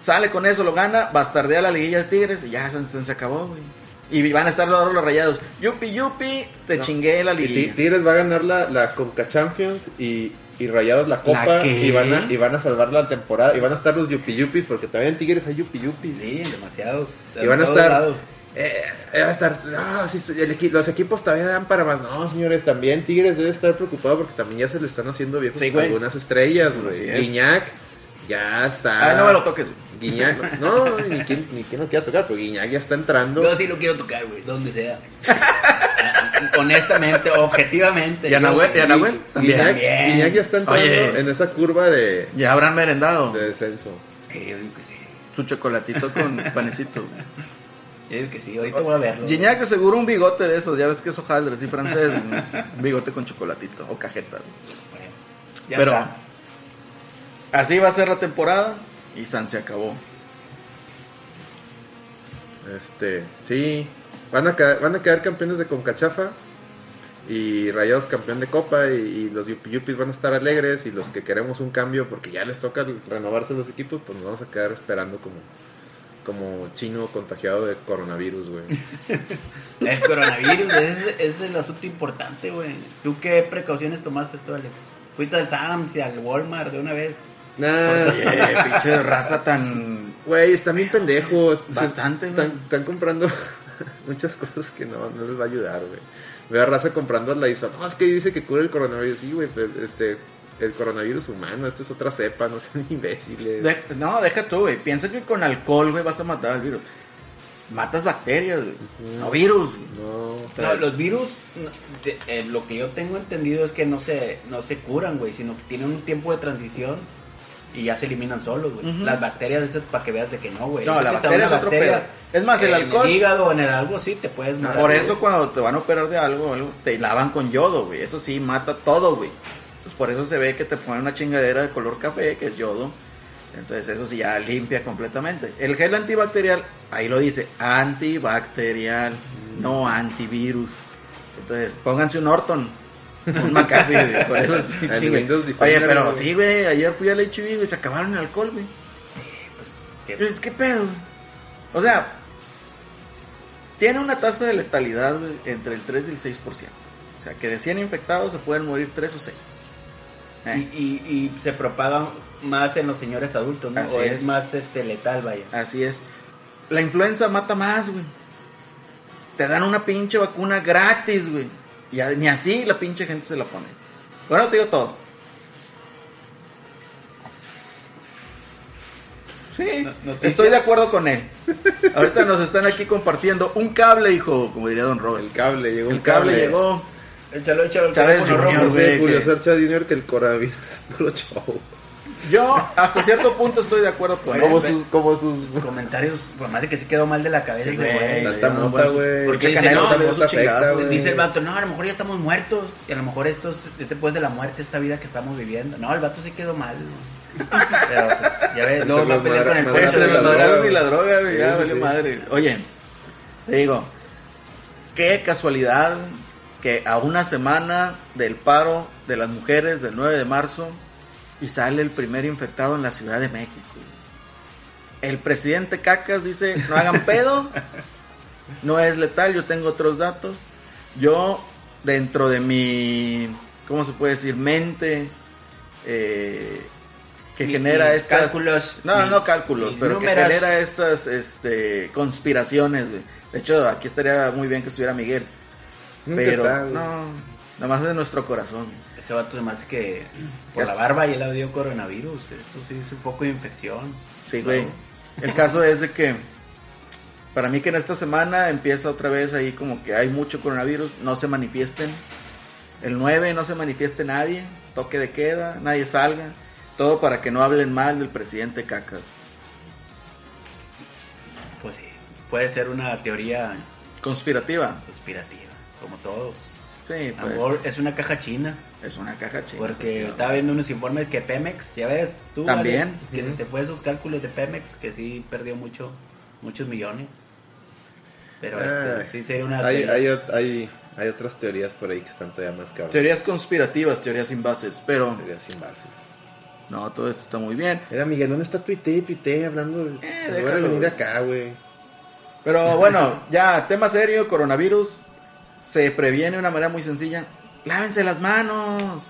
Speaker 2: sale con eso, lo gana, bastardea la liguilla de Tigres y ya se, se acabó, güey. Y van a estar ahora los rayados. Yupi, yupi, te
Speaker 4: No.
Speaker 2: chingué la
Speaker 4: Y Ti-
Speaker 2: liguilla.
Speaker 4: Tigres va a ganar la, la Conca Champions y, y Rayados la Copa
Speaker 2: ¿La qué?
Speaker 4: y, van a, y van a salvar la temporada y van a estar los Yupi Yupis porque también en Tigres hay Yupi Yupis.
Speaker 3: Sí, demasiados.
Speaker 4: Y van a
Speaker 3: De todos
Speaker 4: estar-
Speaker 3: lados.
Speaker 4: Eh, eh, va a estar, no, sí, sí, el equi- los equipos todavía dan para más. No, señores, también Tigres debe estar preocupado porque también ya se le están haciendo viejos
Speaker 2: Sí, güey.
Speaker 4: algunas estrellas, güey.
Speaker 2: Así es.
Speaker 4: Guiñac ya está.
Speaker 2: Ay, no me lo toques. güey.
Speaker 4: Guiñac, no, ni quién, ni quién lo quiera tocar, pero Guiñac ya está entrando.
Speaker 3: Yo sí lo quiero tocar, güey, donde sea. Ah, Honestamente, objetivamente.
Speaker 2: Y a
Speaker 3: yo-
Speaker 2: Nahuel, y a Nahuel también.
Speaker 4: Guiñac,
Speaker 3: También.
Speaker 4: Guiñac ya está entrando
Speaker 2: Oye.
Speaker 4: en esa curva de,
Speaker 2: Ya habrán merendado
Speaker 4: de descenso.
Speaker 3: Sí, yo digo que sí.
Speaker 2: su chocolatito con panecito. güey.
Speaker 3: Yo digo que sí, ahorita voy a verlo.
Speaker 2: Gignac seguro un bigote de esos, ya ves que es hojaldre, sí, francés. Un bigote con chocolatito o cajeta. güey.
Speaker 3: Bueno, ya
Speaker 2: Pero
Speaker 3: está.
Speaker 2: así va a ser la temporada y San se acabó.
Speaker 4: Este, sí, van a quedar, van a quedar campeones de Concachafa y Rayados campeón de Copa y, y los Yupi Yupis van a estar alegres y los que queremos un cambio porque ya les toca renovarse los equipos, pues nos vamos a quedar esperando como como chino contagiado de coronavirus, güey.
Speaker 3: El coronavirus es, es el asunto importante, güey. ¿Tú qué precauciones tomaste tú, Alex? Fuiste al Sam's y al Walmart de una vez.
Speaker 4: Nah,
Speaker 2: Oye, pinche raza tan
Speaker 4: güey, están bien pendejos. Se-
Speaker 2: Bastante, güey.
Speaker 4: están, están comprando muchas cosas que no, no les va a ayudar, güey. Veo a raza comprando la ISO. No, es que dice que cura el coronavirus. Sí, güey, pero, este, el coronavirus humano, esta es otra cepa, no sean imbéciles.
Speaker 2: De- no, deja tú, güey. Piensa que con alcohol, güey, vas a matar al virus. Matas bacterias, güey. No virus. güey.
Speaker 4: No.
Speaker 3: No, los virus, no, de- eh, lo que yo tengo entendido es que no se, no se curan, güey, sino que tienen un tiempo de transición y ya se eliminan solos, güey.
Speaker 2: Ujú.
Speaker 3: Las bacterias esas para que veas de que no, güey.
Speaker 2: No,
Speaker 3: Esas
Speaker 2: la
Speaker 3: que te
Speaker 2: bacteria
Speaker 3: da una
Speaker 2: es otro pedo. Es más, el
Speaker 3: en
Speaker 2: alcohol- Ah,
Speaker 3: el hígado, en el algo, sí, te puedes matar,
Speaker 2: Por
Speaker 3: güey.
Speaker 2: eso cuando te van a operar de algo, algo, te lavan con yodo, güey. Eso sí, mata todo, güey. Pues por eso se ve que te ponen una chingadera de color café, que es yodo. Entonces eso sí ya limpia completamente. El gel antibacterial, ahí lo dice, antibacterial, no antivirus. Entonces, pónganse un Orton. Un McAfee, güey, por eso sí,
Speaker 4: El
Speaker 2: chinguen.
Speaker 4: Windows
Speaker 2: Oye,
Speaker 4: Defender,
Speaker 2: pero
Speaker 4: güey.
Speaker 2: sí, güey, ayer fui al HIV, güey, se acabaron el alcohol, güey.
Speaker 3: Que-
Speaker 2: Pues, ¿Qué pedo? O sea, tiene una tasa de letalidad güey, entre el 3 y el 6%. O sea, que de 100 infectados se pueden morir 3 o 6.
Speaker 3: y,
Speaker 2: eh.
Speaker 3: y- y se propagan más en los señores adultos, ¿no?
Speaker 2: Así
Speaker 3: o es,
Speaker 2: es.
Speaker 3: más este letal, vaya.
Speaker 2: Así es. La influenza mata más, güey. Te dan una pinche vacuna gratis, güey. Y a- ni así la pinche gente se la pone. Bueno, te digo todo. Sí,
Speaker 3: No- noticia.
Speaker 2: estoy de acuerdo con él. Ahorita nos están aquí compartiendo un cable, hijo, como diría Don Robert.
Speaker 4: El cable, llegó
Speaker 2: El cable llegó.
Speaker 3: Échalo, échalo, el
Speaker 2: Chávez
Speaker 3: teléfono
Speaker 2: Junior,
Speaker 3: rojo.
Speaker 2: güey.
Speaker 4: Dice Julio
Speaker 2: que-
Speaker 4: Sarcha Junior que el coronavirus es puro show.
Speaker 2: Yo hasta cierto punto estoy de acuerdo con
Speaker 4: Como
Speaker 2: él.
Speaker 4: sus, como sus
Speaker 3: Sus comentarios, por más de que sí quedó mal de la cabeza,
Speaker 2: Sí,
Speaker 3: güey.
Speaker 2: güey.
Speaker 4: Tanta
Speaker 2: yo no,
Speaker 4: mota,
Speaker 2: pues,
Speaker 4: güey.
Speaker 2: porque
Speaker 3: dice,
Speaker 2: Canelo
Speaker 3: no,
Speaker 2: sacó
Speaker 4: no
Speaker 2: su
Speaker 4: te afecta,
Speaker 2: chingadazo,
Speaker 4: güey.
Speaker 3: Dice el vato, no, a lo mejor ya estamos muertos. Y a lo mejor esto es después de la muerte, esta vida que estamos viviendo. No, el vato sí quedó mal. güey. Pero, pues, ya ves, luego va a pelear con el
Speaker 4: Entre
Speaker 2: Pues,
Speaker 4: Madrazos
Speaker 2: de
Speaker 4: y la
Speaker 2: los
Speaker 3: pueblo.
Speaker 4: droga,
Speaker 2: madrazos y
Speaker 4: güey.
Speaker 2: la droga, güey, ya
Speaker 4: Sí,
Speaker 2: valió
Speaker 4: sí.
Speaker 2: madre. Oye, te digo, qué casualidad que a una semana del paro de las mujeres del 9 de marzo y sale el primer infectado en la Ciudad de México. El presidente Cacas dice, no hagan pedo, no es letal, yo tengo otros datos. Yo, dentro de mi, ¿cómo se puede decir? Mente eh, que
Speaker 3: Mi-
Speaker 2: genera
Speaker 3: mis
Speaker 2: estas...
Speaker 3: cálculos,
Speaker 2: No, no,
Speaker 3: mis-
Speaker 2: no cálculos,
Speaker 3: mis
Speaker 2: pero que
Speaker 3: números.
Speaker 2: genera estas este, conspiraciones, güey. De hecho, aquí estaría muy bien que estuviera Miguel.
Speaker 4: Nunca
Speaker 2: pero
Speaker 4: está, güey.
Speaker 2: no, nada más de nuestro corazón.
Speaker 3: Ese vato además que por
Speaker 2: Ya
Speaker 3: la barba y él dio coronavirus. Eso sí es un poco de infección.
Speaker 2: Sí,
Speaker 3: ¿No?
Speaker 2: güey. El caso es de que para mí que en esta semana empieza otra vez ahí como que hay mucho coronavirus, no se manifiesten. El 9 no se manifieste nadie, toque de queda, nadie salga. Todo para que no hablen mal del presidente Cacas.
Speaker 3: Pues sí, puede ser una teoría
Speaker 2: Conspirativa.
Speaker 3: Conspirativa, como todos.
Speaker 2: Sí, pues.
Speaker 3: Amor, es una caja china.
Speaker 2: Es una caja china.
Speaker 3: Porque estaba viendo unos informes que Pemex, ya ves, tú
Speaker 2: También.
Speaker 3: Alex, que
Speaker 4: Ujú.
Speaker 3: te puedes sus cálculos de Pemex, que sí perdió mucho, muchos millones. Pero este,
Speaker 4: Ay.
Speaker 3: sí sería una.
Speaker 4: Hay,
Speaker 3: teoría.
Speaker 4: hay, ot- hay, hay otras teorías por ahí que están todavía más cabronas.
Speaker 2: Teorías conspirativas, teorías sin bases, pero
Speaker 4: Teorías sin bases.
Speaker 2: no, todo esto está muy bien.
Speaker 4: Era Miguel, ¿dónde está Tuite y Tuite hablando de...
Speaker 2: Eh,
Speaker 4: Me voy a
Speaker 2: déjalo,
Speaker 4: venir
Speaker 2: güey.
Speaker 4: acá, güey.
Speaker 2: Pero bueno, ya, tema serio, coronavirus. Se previene de una manera muy sencilla. Lávense las manos.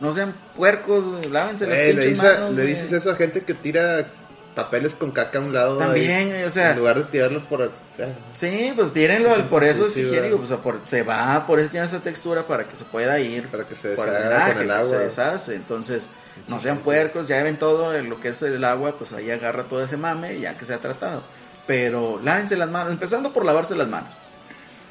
Speaker 2: No sean puercos, lávense las
Speaker 4: Güey, le,
Speaker 2: pinches
Speaker 4: dice-
Speaker 2: manos,
Speaker 4: le
Speaker 2: güey.
Speaker 4: dices eso a gente que tira papeles con caca a un lado.
Speaker 2: También,
Speaker 4: ahí,
Speaker 2: o sea-
Speaker 4: En lugar de tirarlo por... acá. Ah,
Speaker 2: Sí, pues tírenlo, por eso es
Speaker 4: Sí, sí,
Speaker 2: higiénico,
Speaker 4: ¿verdad?
Speaker 2: pues, por- se va, por eso tiene esa textura para que se pueda ir.
Speaker 4: Para que se
Speaker 2: por
Speaker 4: deshaga
Speaker 2: drenaje,
Speaker 4: con el
Speaker 2: que Se
Speaker 4: agua.
Speaker 2: deshace, entonces no
Speaker 4: Sí,
Speaker 2: sean
Speaker 4: sí.
Speaker 2: puercos, ya ven todo en lo que es el agua, pues ahí agarra todo ese mame ya que se ha tratado. Pero lávense las manos, empezando por lavarse las manos.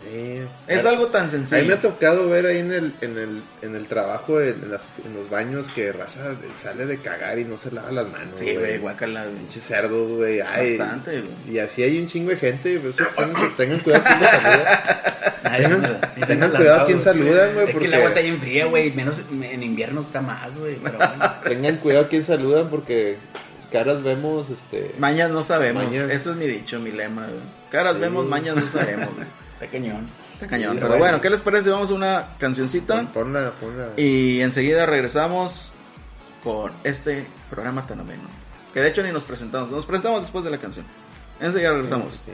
Speaker 4: Sí.
Speaker 2: Es
Speaker 4: A-
Speaker 2: algo tan
Speaker 4: A mí me
Speaker 2: sencillo.
Speaker 4: ha tocado ver ahí en el, en el, en el trabajo, en, en las- en los baños, que raza sale de cagar y no se lava las manos.
Speaker 2: Sí, güey, guácala, güey.
Speaker 4: Pinche cerdos, güey. Ay,
Speaker 2: Bastante, güey.
Speaker 4: Y así hay un chingo de gente, por eso tengan, tengan cuidado quién los saluda.
Speaker 3: Ay,
Speaker 4: Tengan-
Speaker 3: no, ni
Speaker 4: tengan
Speaker 3: tengan
Speaker 4: cuidado
Speaker 3: lanzado,
Speaker 4: quién saludan, güey,
Speaker 3: Es
Speaker 4: porque-
Speaker 3: que el agua está bien fría, güey. Menos en invierno está más, güey. Pero bueno.
Speaker 4: Tengan cuidado quién saludan porque caras vemos, este...
Speaker 2: Mañas no sabemos,
Speaker 4: Mañas.
Speaker 2: eso es mi dicho, mi lema. güey. Caras
Speaker 4: Sí.
Speaker 2: vemos, mañas no sabemos. güey.
Speaker 3: Está cañón.
Speaker 2: Está cañón.
Speaker 4: Sí,
Speaker 2: Pero
Speaker 4: bueno.
Speaker 2: bueno, ¿qué les parece? Vamos a una cancioncita.
Speaker 4: Pon- Ponla, ponla.
Speaker 2: Y enseguida regresamos con este programa tan ameno. Que de hecho ni nos presentamos, nos presentamos después de la canción. Enseguida regresamos.
Speaker 4: Sí, sí.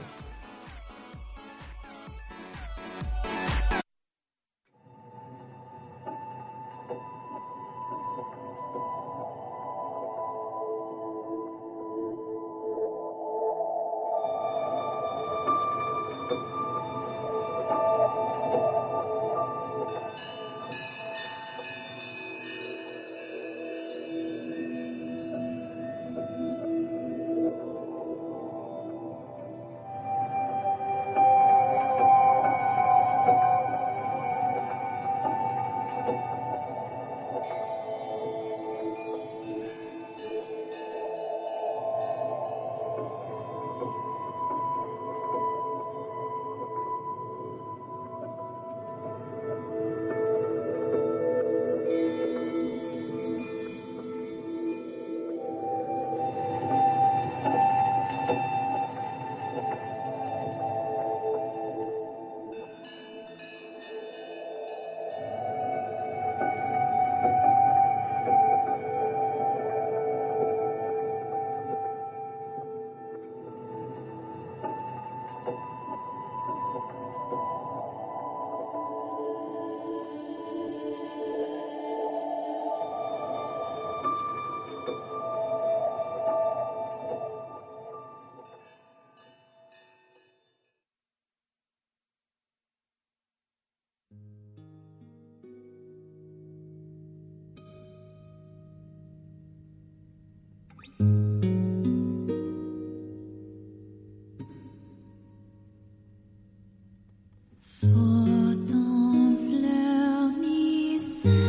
Speaker 5: Faut en fleurnisser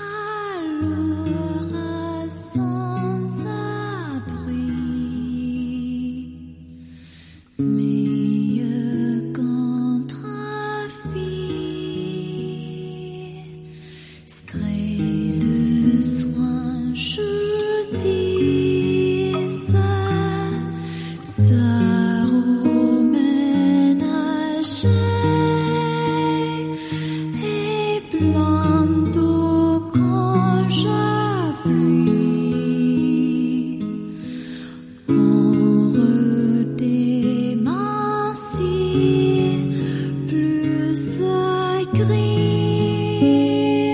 Speaker 5: à l'heure sans abri, meilleur qu'un trafic. Strele soin justiça sa ménage et blando quand j'afflue pour des plus gris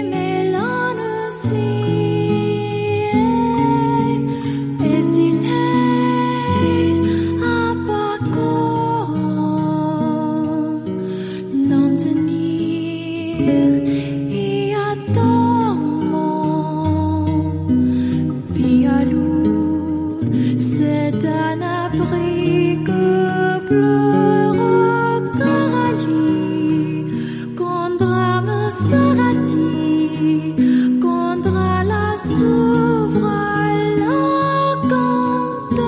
Speaker 5: mélanocie et s'il est à Paco l'entenir et attendons Via Lou, c'est un abri que pleure Coralie. Qu'on drame sera dit, contre la s'ouvre la cantante.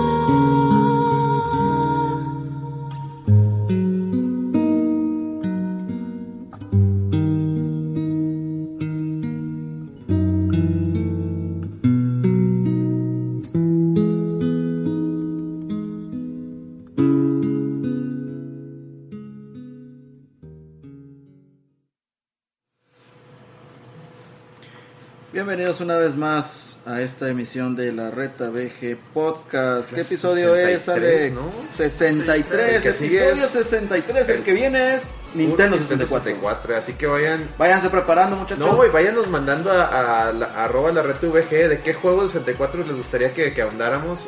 Speaker 2: bienvenidos una vez más a esta emisión de la Reta BG Podcast. ¿Qué
Speaker 4: Es
Speaker 2: episodio
Speaker 4: 63,
Speaker 2: es, Alex?
Speaker 4: ¿no?
Speaker 2: 63,
Speaker 4: El que sigue
Speaker 2: episodio
Speaker 4: es-
Speaker 2: 63. El,
Speaker 4: el-
Speaker 2: que viene es Nintendo 64.
Speaker 4: 64, Así que vayan
Speaker 2: Váyanse preparando, muchachos.
Speaker 4: No, güey, váyanos mandando a, a, la- a arroba la red VG de qué juego de 64 les gustaría que, que ahondáramos.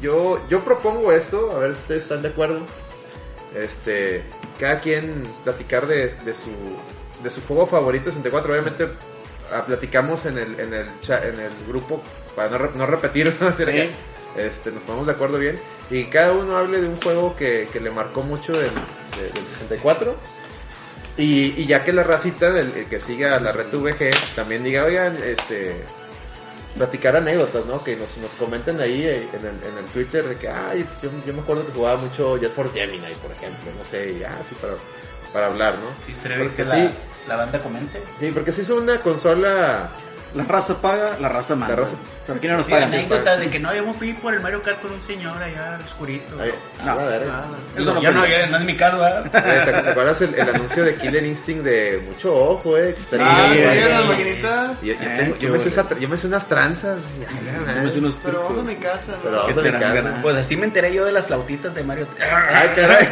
Speaker 4: Yo, yo propongo esto, a ver si ustedes están de acuerdo. Este, cada quien platicar de, de su de su juego favorito de 64. Obviamente ah, platicamos en el, en el, cha- en el grupo para no, re- no repetir, ¿no? Así de que, este, nos ponemos de acuerdo bien. Y cada uno hable de un juego que, que le marcó mucho del, de- del 64. Y, y ya que la racita del el que siga a la red VG también diga, oigan, este platicar anécdotas, ¿no? Que nos, nos comenten ahí eh, en el, en el Twitter de que, ay, pues yo, yo me acuerdo que jugaba mucho Jet for Gemini, por ejemplo, no sé, y así para, para hablar, ¿no?
Speaker 3: Sí, estaría bien
Speaker 4: Porque
Speaker 3: que la,
Speaker 4: sí.
Speaker 3: la banda comente.
Speaker 4: Sí, porque si es una consola,
Speaker 2: La raza paga, la raza manda.
Speaker 4: La raza-
Speaker 2: Pero aquí no nos
Speaker 3: Sí,
Speaker 2: pagan.
Speaker 4: pues.
Speaker 3: anécdotas de que no, yo me fui por el Mario Kart con un señor allá oscurito.
Speaker 4: ay,
Speaker 2: No.
Speaker 4: a ver, eh.
Speaker 3: Ah,
Speaker 2: Eso
Speaker 3: no,
Speaker 2: no
Speaker 3: yo no,
Speaker 2: cuenta.
Speaker 3: yo- no es mi caso, ¿verdad?
Speaker 4: Eh, ¿Te te acuerdas el, el anuncio de Killer Instinct de mucho ojo, eh? Que estaría-
Speaker 2: Ah, sí,
Speaker 3: pues,
Speaker 4: eh,
Speaker 2: era
Speaker 6: la
Speaker 2: eh,
Speaker 6: maquinita.
Speaker 4: Yo, yo
Speaker 2: Eh,
Speaker 4: tengo-
Speaker 2: qué
Speaker 4: yo me sé
Speaker 2: bueno.
Speaker 4: esa tra- yo me sé unas tranzas. y, ay, la madre.
Speaker 2: Me hice unos
Speaker 6: Pero vamos a
Speaker 2: trucos.
Speaker 6: mi casa,
Speaker 4: Pero
Speaker 6: ¿no?
Speaker 4: vamos a
Speaker 2: ¿Qué
Speaker 4: mi
Speaker 2: te harán
Speaker 4: casa.
Speaker 2: ganar?
Speaker 3: Pues así me enteré yo de las flautitas de Mario
Speaker 4: Ay, caray.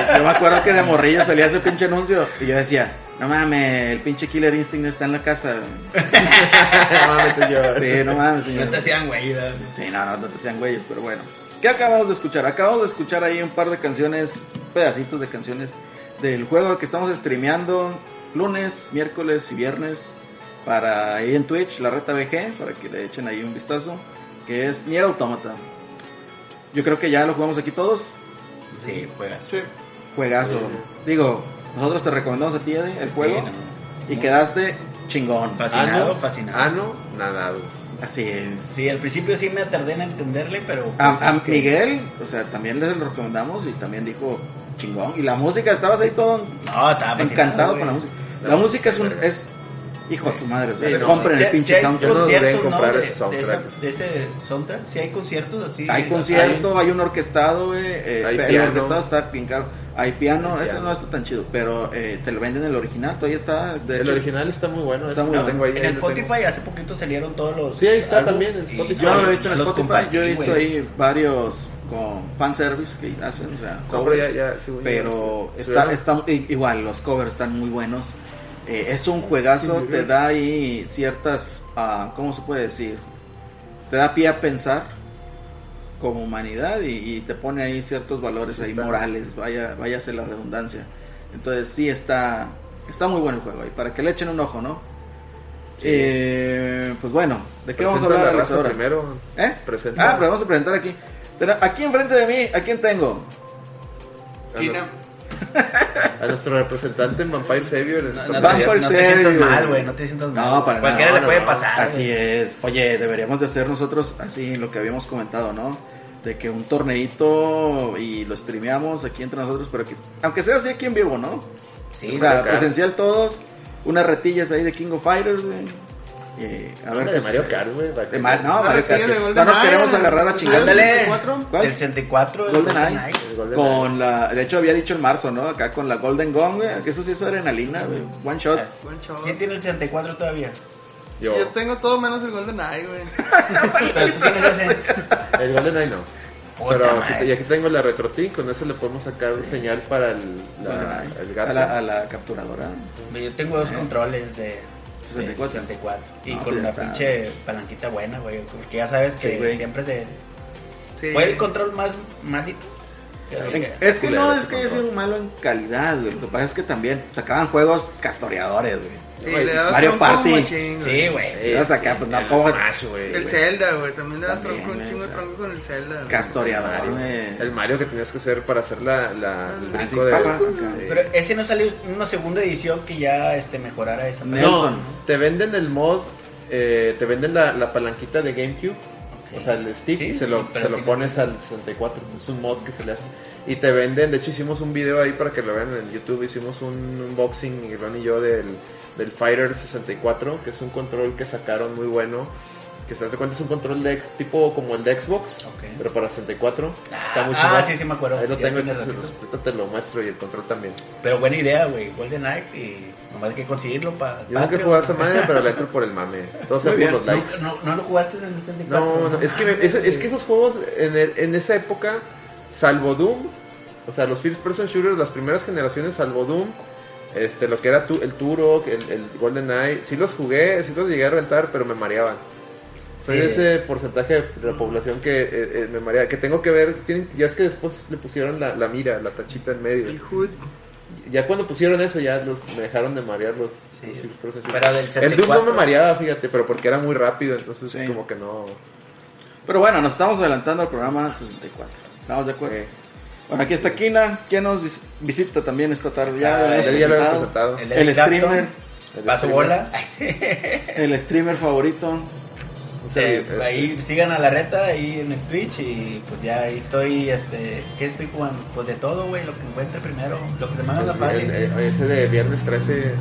Speaker 2: Eh, yo me acuerdo que de morrillo salía ese pinche anuncio y yo decía, no mames, el pinche Killer Instinct no está en la casa.
Speaker 4: No mames, señor.
Speaker 2: Sí, no mames,
Speaker 3: No
Speaker 2: señor.
Speaker 3: te hacían güey, ¿verdad?
Speaker 2: Sí, no, no, no te sean güeyes, pero bueno. ¿Qué acabamos de escuchar? Acabamos de escuchar ahí un par de canciones, pedacitos de canciones del juego que estamos streameando lunes, miércoles y viernes para ahí en Twitch, la reta BG, para que le echen ahí un vistazo, que es Nier Automata. Yo creo que ya lo jugamos aquí todos.
Speaker 3: Sí, juegas.
Speaker 6: Sí.
Speaker 2: Juegazo. Digo, nosotros te recomendamos a ti Eddie, el juego
Speaker 3: Sí,
Speaker 2: y quedaste chingón.
Speaker 3: Fascinado,
Speaker 4: Ah, no.
Speaker 3: fascinado.
Speaker 4: Ah, no, nadado.
Speaker 2: Así es.
Speaker 3: Sí, al principio sí me tardé en entenderle, pero. pues,
Speaker 2: A, a
Speaker 3: Ok.
Speaker 2: Miguel, o sea, también les lo recomendamos y también dijo chingón. Y la música, estabas ahí todo
Speaker 3: No, estaba fascinado,
Speaker 2: encantado
Speaker 3: güey.
Speaker 2: con la música.
Speaker 4: La
Speaker 2: La, música
Speaker 4: música
Speaker 2: es
Speaker 4: es
Speaker 2: un.
Speaker 4: verga.
Speaker 2: Es, hijo de su madre, o sea,
Speaker 4: Sí, no,
Speaker 2: compren
Speaker 3: sí,
Speaker 2: el
Speaker 3: sí,
Speaker 2: pinche
Speaker 3: sí hay
Speaker 2: soundtrack.
Speaker 4: Yo no dudé en
Speaker 3: conciertos,
Speaker 4: comprar
Speaker 3: De-
Speaker 4: ese
Speaker 3: de
Speaker 4: soundtrack.
Speaker 3: esa- De, ese soundtrack, sí hay conciertos así.
Speaker 2: Hay concierto, hay un orquestado, güey, eh,
Speaker 4: Hay
Speaker 2: pero
Speaker 4: piano.
Speaker 2: el orquestado está bien caro. Hay piano,
Speaker 4: Hay
Speaker 2: ese
Speaker 4: piano.
Speaker 2: no está tan chido, pero eh, te lo venden el original, todavía está. De
Speaker 4: El
Speaker 2: hecho,
Speaker 4: original está muy bueno.
Speaker 2: Está
Speaker 4: ese
Speaker 2: muy
Speaker 4: lo
Speaker 2: bueno.
Speaker 4: tengo ahí,
Speaker 3: En
Speaker 4: ahí
Speaker 3: el
Speaker 4: lo tengo.
Speaker 3: Spotify hace poquito salieron todos los.
Speaker 4: Sí, ahí está
Speaker 3: álbumes
Speaker 4: también, en
Speaker 3: y
Speaker 4: Spotify.
Speaker 2: Yo no lo he visto en
Speaker 3: los
Speaker 2: Spotify,
Speaker 3: compartí,
Speaker 2: yo he visto
Speaker 3: güey.
Speaker 2: ahí varios con fanservice que hacen, o sea,
Speaker 4: No, pero
Speaker 2: covers.
Speaker 4: ya, ya, sí, güey,
Speaker 2: Pero
Speaker 4: ya,
Speaker 2: está,
Speaker 4: sí,
Speaker 2: está- i- igual, los covers están muy buenos. Eh, es un juegazo, te da ahí ciertas, ah, ¿cómo se puede decir? Te da pie a pensar como humanidad y, y te pone ahí ciertos valores ahí
Speaker 4: Está.
Speaker 2: morales, vaya, vaya a ser la redundancia. Entonces sí está, está muy bueno el juego y para que le echen un ojo, ¿no?
Speaker 4: Sí.
Speaker 2: Eh, pues bueno, ¿de qué vamos a
Speaker 4: Presenta
Speaker 2: hablar
Speaker 4: la
Speaker 2: Alex,
Speaker 4: raza
Speaker 2: ahora?
Speaker 4: primero.
Speaker 2: ¿Eh?
Speaker 4: Presenta.
Speaker 2: Ah, pero vamos a presentar aquí. Pero aquí enfrente de mí, ¿a quién tengo?
Speaker 4: A
Speaker 6: Quina.
Speaker 4: nos- A nuestro representante en Vampire Savior. en
Speaker 3: No,
Speaker 4: esta
Speaker 3: no,
Speaker 2: Van
Speaker 3: te-
Speaker 4: playa.
Speaker 2: por
Speaker 3: no te sientas
Speaker 2: serio.
Speaker 3: mal, güey, no te sientas mal.
Speaker 2: No, para
Speaker 3: Cualquiera
Speaker 2: nada,
Speaker 3: le puede
Speaker 4: no, no.
Speaker 3: pasar.
Speaker 2: Así
Speaker 3: güey.
Speaker 2: es. Oye, deberíamos de hacer nosotros así lo que habíamos comentado, ¿no? De que un torneito y lo streameamos aquí entre nosotros, pero que aunque sea así aquí en vivo, ¿no?
Speaker 3: Sí,
Speaker 2: o sea,
Speaker 4: Mario Kart.
Speaker 2: presencial todos, unas retillas ahí de King of Fighters, güey. Y, a ver, pues,
Speaker 4: Hombre,
Speaker 2: qué
Speaker 4: de Mario
Speaker 2: sucede.
Speaker 4: Kart, güey. para que-
Speaker 2: De Mar- no,
Speaker 6: Ah,
Speaker 2: Mario Kart.
Speaker 6: retillas de
Speaker 2: No nos
Speaker 6: GoldenEye,
Speaker 2: queremos
Speaker 6: de-
Speaker 2: agarrar a
Speaker 6: de-
Speaker 2: chingadas.
Speaker 6: de-
Speaker 3: Ándale.
Speaker 6: 64.
Speaker 2: ¿Cuál?
Speaker 3: El 64. el
Speaker 2: GoldenEye.
Speaker 4: El Golden Eye.
Speaker 2: Con la, de hecho había dicho en marzo, ¿no? Acá con la Golden Gun, güey, que eso sí es adrenalina, güey. One shot.
Speaker 4: Eh,
Speaker 6: Buen
Speaker 3: ¿Quién
Speaker 6: chaval.
Speaker 3: tiene el 64 todavía?
Speaker 4: Yo.
Speaker 6: Yo tengo todo menos el Golden Eye, güey.
Speaker 3: Pero tú tienes ese.
Speaker 4: El Golden Eye no.
Speaker 3: Puta
Speaker 4: Pero aquí,
Speaker 3: madre.
Speaker 4: te- y aquí tengo la Retro T, con eso le podemos sacar señal para el, la,
Speaker 2: GoldenEye.
Speaker 4: el
Speaker 2: a, la, a
Speaker 4: gato.
Speaker 2: la capturadora.
Speaker 3: Yo tengo dos controles de. de
Speaker 2: 64.
Speaker 3: 64. Y
Speaker 2: No,
Speaker 3: con
Speaker 2: pues ya
Speaker 3: una
Speaker 2: está.
Speaker 3: pinche palanquita buena, güey. Porque ya sabes que
Speaker 2: Sí, güey.
Speaker 3: siempre se.
Speaker 6: Sí.
Speaker 3: Fue el control más malito. Pero
Speaker 2: En-
Speaker 3: que-
Speaker 2: es que
Speaker 4: culero
Speaker 2: no,
Speaker 4: ese
Speaker 2: es que yo soy
Speaker 4: control.
Speaker 2: un malo en calidad, güey. Lo que pasa es que también sacaban juegos castoreadores, güey.
Speaker 6: Sí, le dabas
Speaker 2: Mario
Speaker 6: tronco
Speaker 2: Party.
Speaker 6: machín, güey.
Speaker 3: Sí, güey.
Speaker 2: Ibas acá, pues no, ¿cómo?
Speaker 4: Smash, güey.
Speaker 6: El Zelda, güey. También le das
Speaker 2: También,
Speaker 6: tronco, un
Speaker 2: güey,
Speaker 6: chingo de
Speaker 2: o sea.
Speaker 6: tronco con el Zelda. güey.
Speaker 2: Castoreador,
Speaker 4: Mario.
Speaker 2: güey.
Speaker 4: El Mario que tenías que hacer para hacer la, la, el
Speaker 2: Ah,
Speaker 4: brinco
Speaker 2: sí,
Speaker 4: de.
Speaker 2: papá, acá.
Speaker 4: Sí.
Speaker 3: Pero ese no salió en una segunda edición que ya este, mejorara esa.
Speaker 2: No.
Speaker 4: No,
Speaker 2: Nelson.
Speaker 4: te venden el mod, eh, te venden la, la palanquita de GameCube,
Speaker 3: Ok.
Speaker 4: o sea, el stick,
Speaker 3: Sí,
Speaker 4: y se lo,
Speaker 3: pero
Speaker 4: se lo
Speaker 3: tiene-
Speaker 4: pones al 64. Es un mod que se le hace. Y te venden, de hecho, hicimos un video ahí para que lo vean en YouTube. Hicimos un unboxing, Iván y yo, del, del Fighter 64, que es un control que sacaron muy bueno. que Que se hace cuenta es un control de ex- tipo como el de Xbox,
Speaker 3: Ok.
Speaker 4: pero para 64. está mucho
Speaker 3: ah,
Speaker 4: más.
Speaker 3: sí, sí me acuerdo.
Speaker 4: Ahí lo
Speaker 3: Ya
Speaker 4: tengo,
Speaker 3: tiene
Speaker 4: entonces,
Speaker 3: ratito.
Speaker 4: ahorita te lo muestro y el control también.
Speaker 3: Pero buena idea, güey. Golden Knight y nomás hay que conseguirlo para.
Speaker 4: Yo nunca he jugado a esa madre, pero le entro por el mame. Todos
Speaker 2: Muy
Speaker 4: por
Speaker 2: bien.
Speaker 4: los likes.
Speaker 3: No, no lo jugaste en el 64.
Speaker 4: No, no, es que, me- es, es que esos juegos en, el- en esa época, salvo Doom, o sea, los first person shooters, las primeras generaciones, salvo Doom, este, lo que era tu- el Turok, el, el Golden Eye, sí los jugué, sí los llegué a rentar, pero me mareaban. Soy
Speaker 3: Sí.
Speaker 4: de ese porcentaje de la población que eh, eh, me marea, que tengo que ver, tienen- ya es que después le pusieron la, la mira, la tachita en medio.
Speaker 6: El HUD.
Speaker 4: Ya cuando pusieron eso, ya los, me dejaron de marear los,
Speaker 3: Sí.
Speaker 4: los first person shooters.
Speaker 3: Pero del
Speaker 4: El Doom no me
Speaker 3: 74.
Speaker 4: mareaba, fíjate, pero porque era muy rápido, entonces
Speaker 2: Sí.
Speaker 4: como que no...
Speaker 2: Pero bueno, nos estamos adelantando al programa 64. ¿Estamos de acuerdo?
Speaker 4: eh.
Speaker 2: Bueno, aquí está Kina, que nos vis- visita también esta tarde.
Speaker 3: Ah,
Speaker 2: Ya, lo hemos
Speaker 3: ya-
Speaker 4: ya lo hemos
Speaker 2: presentado.
Speaker 4: presentado.
Speaker 2: El,
Speaker 3: Eric Clapton,
Speaker 2: streamer,
Speaker 4: El
Speaker 3: Va su
Speaker 4: streamer.
Speaker 3: bola.
Speaker 2: el streamer favorito.
Speaker 4: Un
Speaker 3: Sí,
Speaker 4: servidor, este.
Speaker 3: ahí sigan a la reta ahí en el Twitch y pues ya ahí estoy, este, ¿qué estoy jugando? Pues de todo, güey, lo que encuentre primero, lo que se
Speaker 4: Pues,
Speaker 3: me haga la
Speaker 4: El-
Speaker 3: fácil.
Speaker 4: el- eh, ese de viernes 13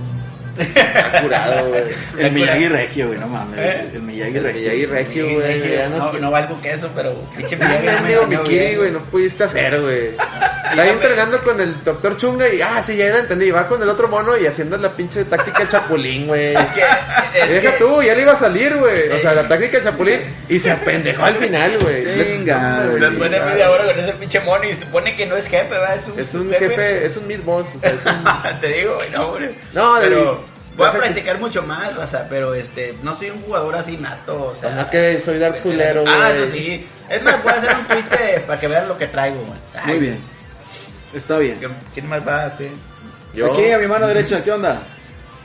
Speaker 4: está curado, güey.
Speaker 2: El Miyagi Regio, güey, no mames.
Speaker 3: ¿Eh?
Speaker 2: El Miyagi
Speaker 4: El
Speaker 2: Regio.
Speaker 4: Miyagi Regio,
Speaker 3: Sí,
Speaker 4: güey.
Speaker 3: güey,
Speaker 4: ya
Speaker 3: No,
Speaker 4: No,
Speaker 3: no valgo queso, pero pinche Miyagi
Speaker 4: Ya,
Speaker 3: me
Speaker 4: amigo
Speaker 3: engañó
Speaker 4: Mikiri,
Speaker 3: bien,
Speaker 4: güey, no pudiste hacer, güey. Está ahí
Speaker 3: Dígame.
Speaker 4: entrenando con el doctor Chunga y, ah, sí, ya la entendí. Y Va con el otro mono y haciendo la pinche táctica del chapulín, güey.
Speaker 3: Que- es
Speaker 4: Deja
Speaker 3: que-
Speaker 4: tú, ya le iba a salir, güey. O sea, la táctica del chapulín y se apendejó al final, güey.
Speaker 2: Chinga,
Speaker 4: Le-
Speaker 2: güey.
Speaker 3: Después de media hora con ese pinche mono y supone que no es jefe, ¿verdad? Es un,
Speaker 4: Es un jefe, es un mid boss, o sea, es un...
Speaker 3: Te digo, güey, no, güey.
Speaker 4: No, David,
Speaker 3: pero voy a
Speaker 4: deja que-
Speaker 3: practicar mucho más, o sea, pero este, no soy un jugador así nato, o sea.
Speaker 4: No que soy Dark Zulero, güey.
Speaker 3: Ah, eso sí. Es más, voy a hacer un tweet para que vean lo que traigo, güey. Ay,
Speaker 2: Muy bien. Está bien.
Speaker 3: ¿Quién más va? Sí.
Speaker 4: Yo,
Speaker 2: Aquí a mi mano derecha, ¿qué onda?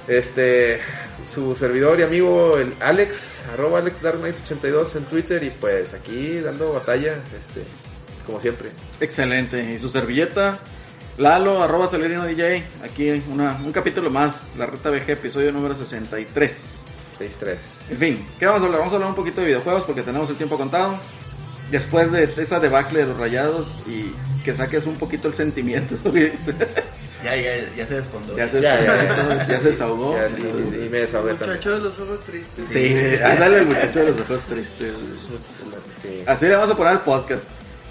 Speaker 4: este, su servidor y amigo, el Alex, arroba AlexDarkKnight82 en Twitter y pues aquí dando batalla, este, como siempre.
Speaker 2: Excelente. Y su servilleta, Lalo, arroba Salerino DJ. Aquí una, un capítulo más, la reta BG, episodio número 63.
Speaker 4: 6-3.
Speaker 2: En fin, ¿qué vamos a hablar? Vamos a hablar un poquito de videojuegos porque tenemos el tiempo contado. Después de esa debacle de los rayados y que saques un poquito el sentimiento. güey.
Speaker 3: Ya, ya, ya se desfondó.
Speaker 2: ya, se,
Speaker 4: Ya, ya.
Speaker 2: ya se desahogó.
Speaker 4: Ya, y, y- y me desahogué también.
Speaker 6: Muchacho de los ojos tristes.
Speaker 2: Sí, ándale el muchacho de los ojos tristes.
Speaker 4: Sí,
Speaker 2: Así le vamos a poner al podcast.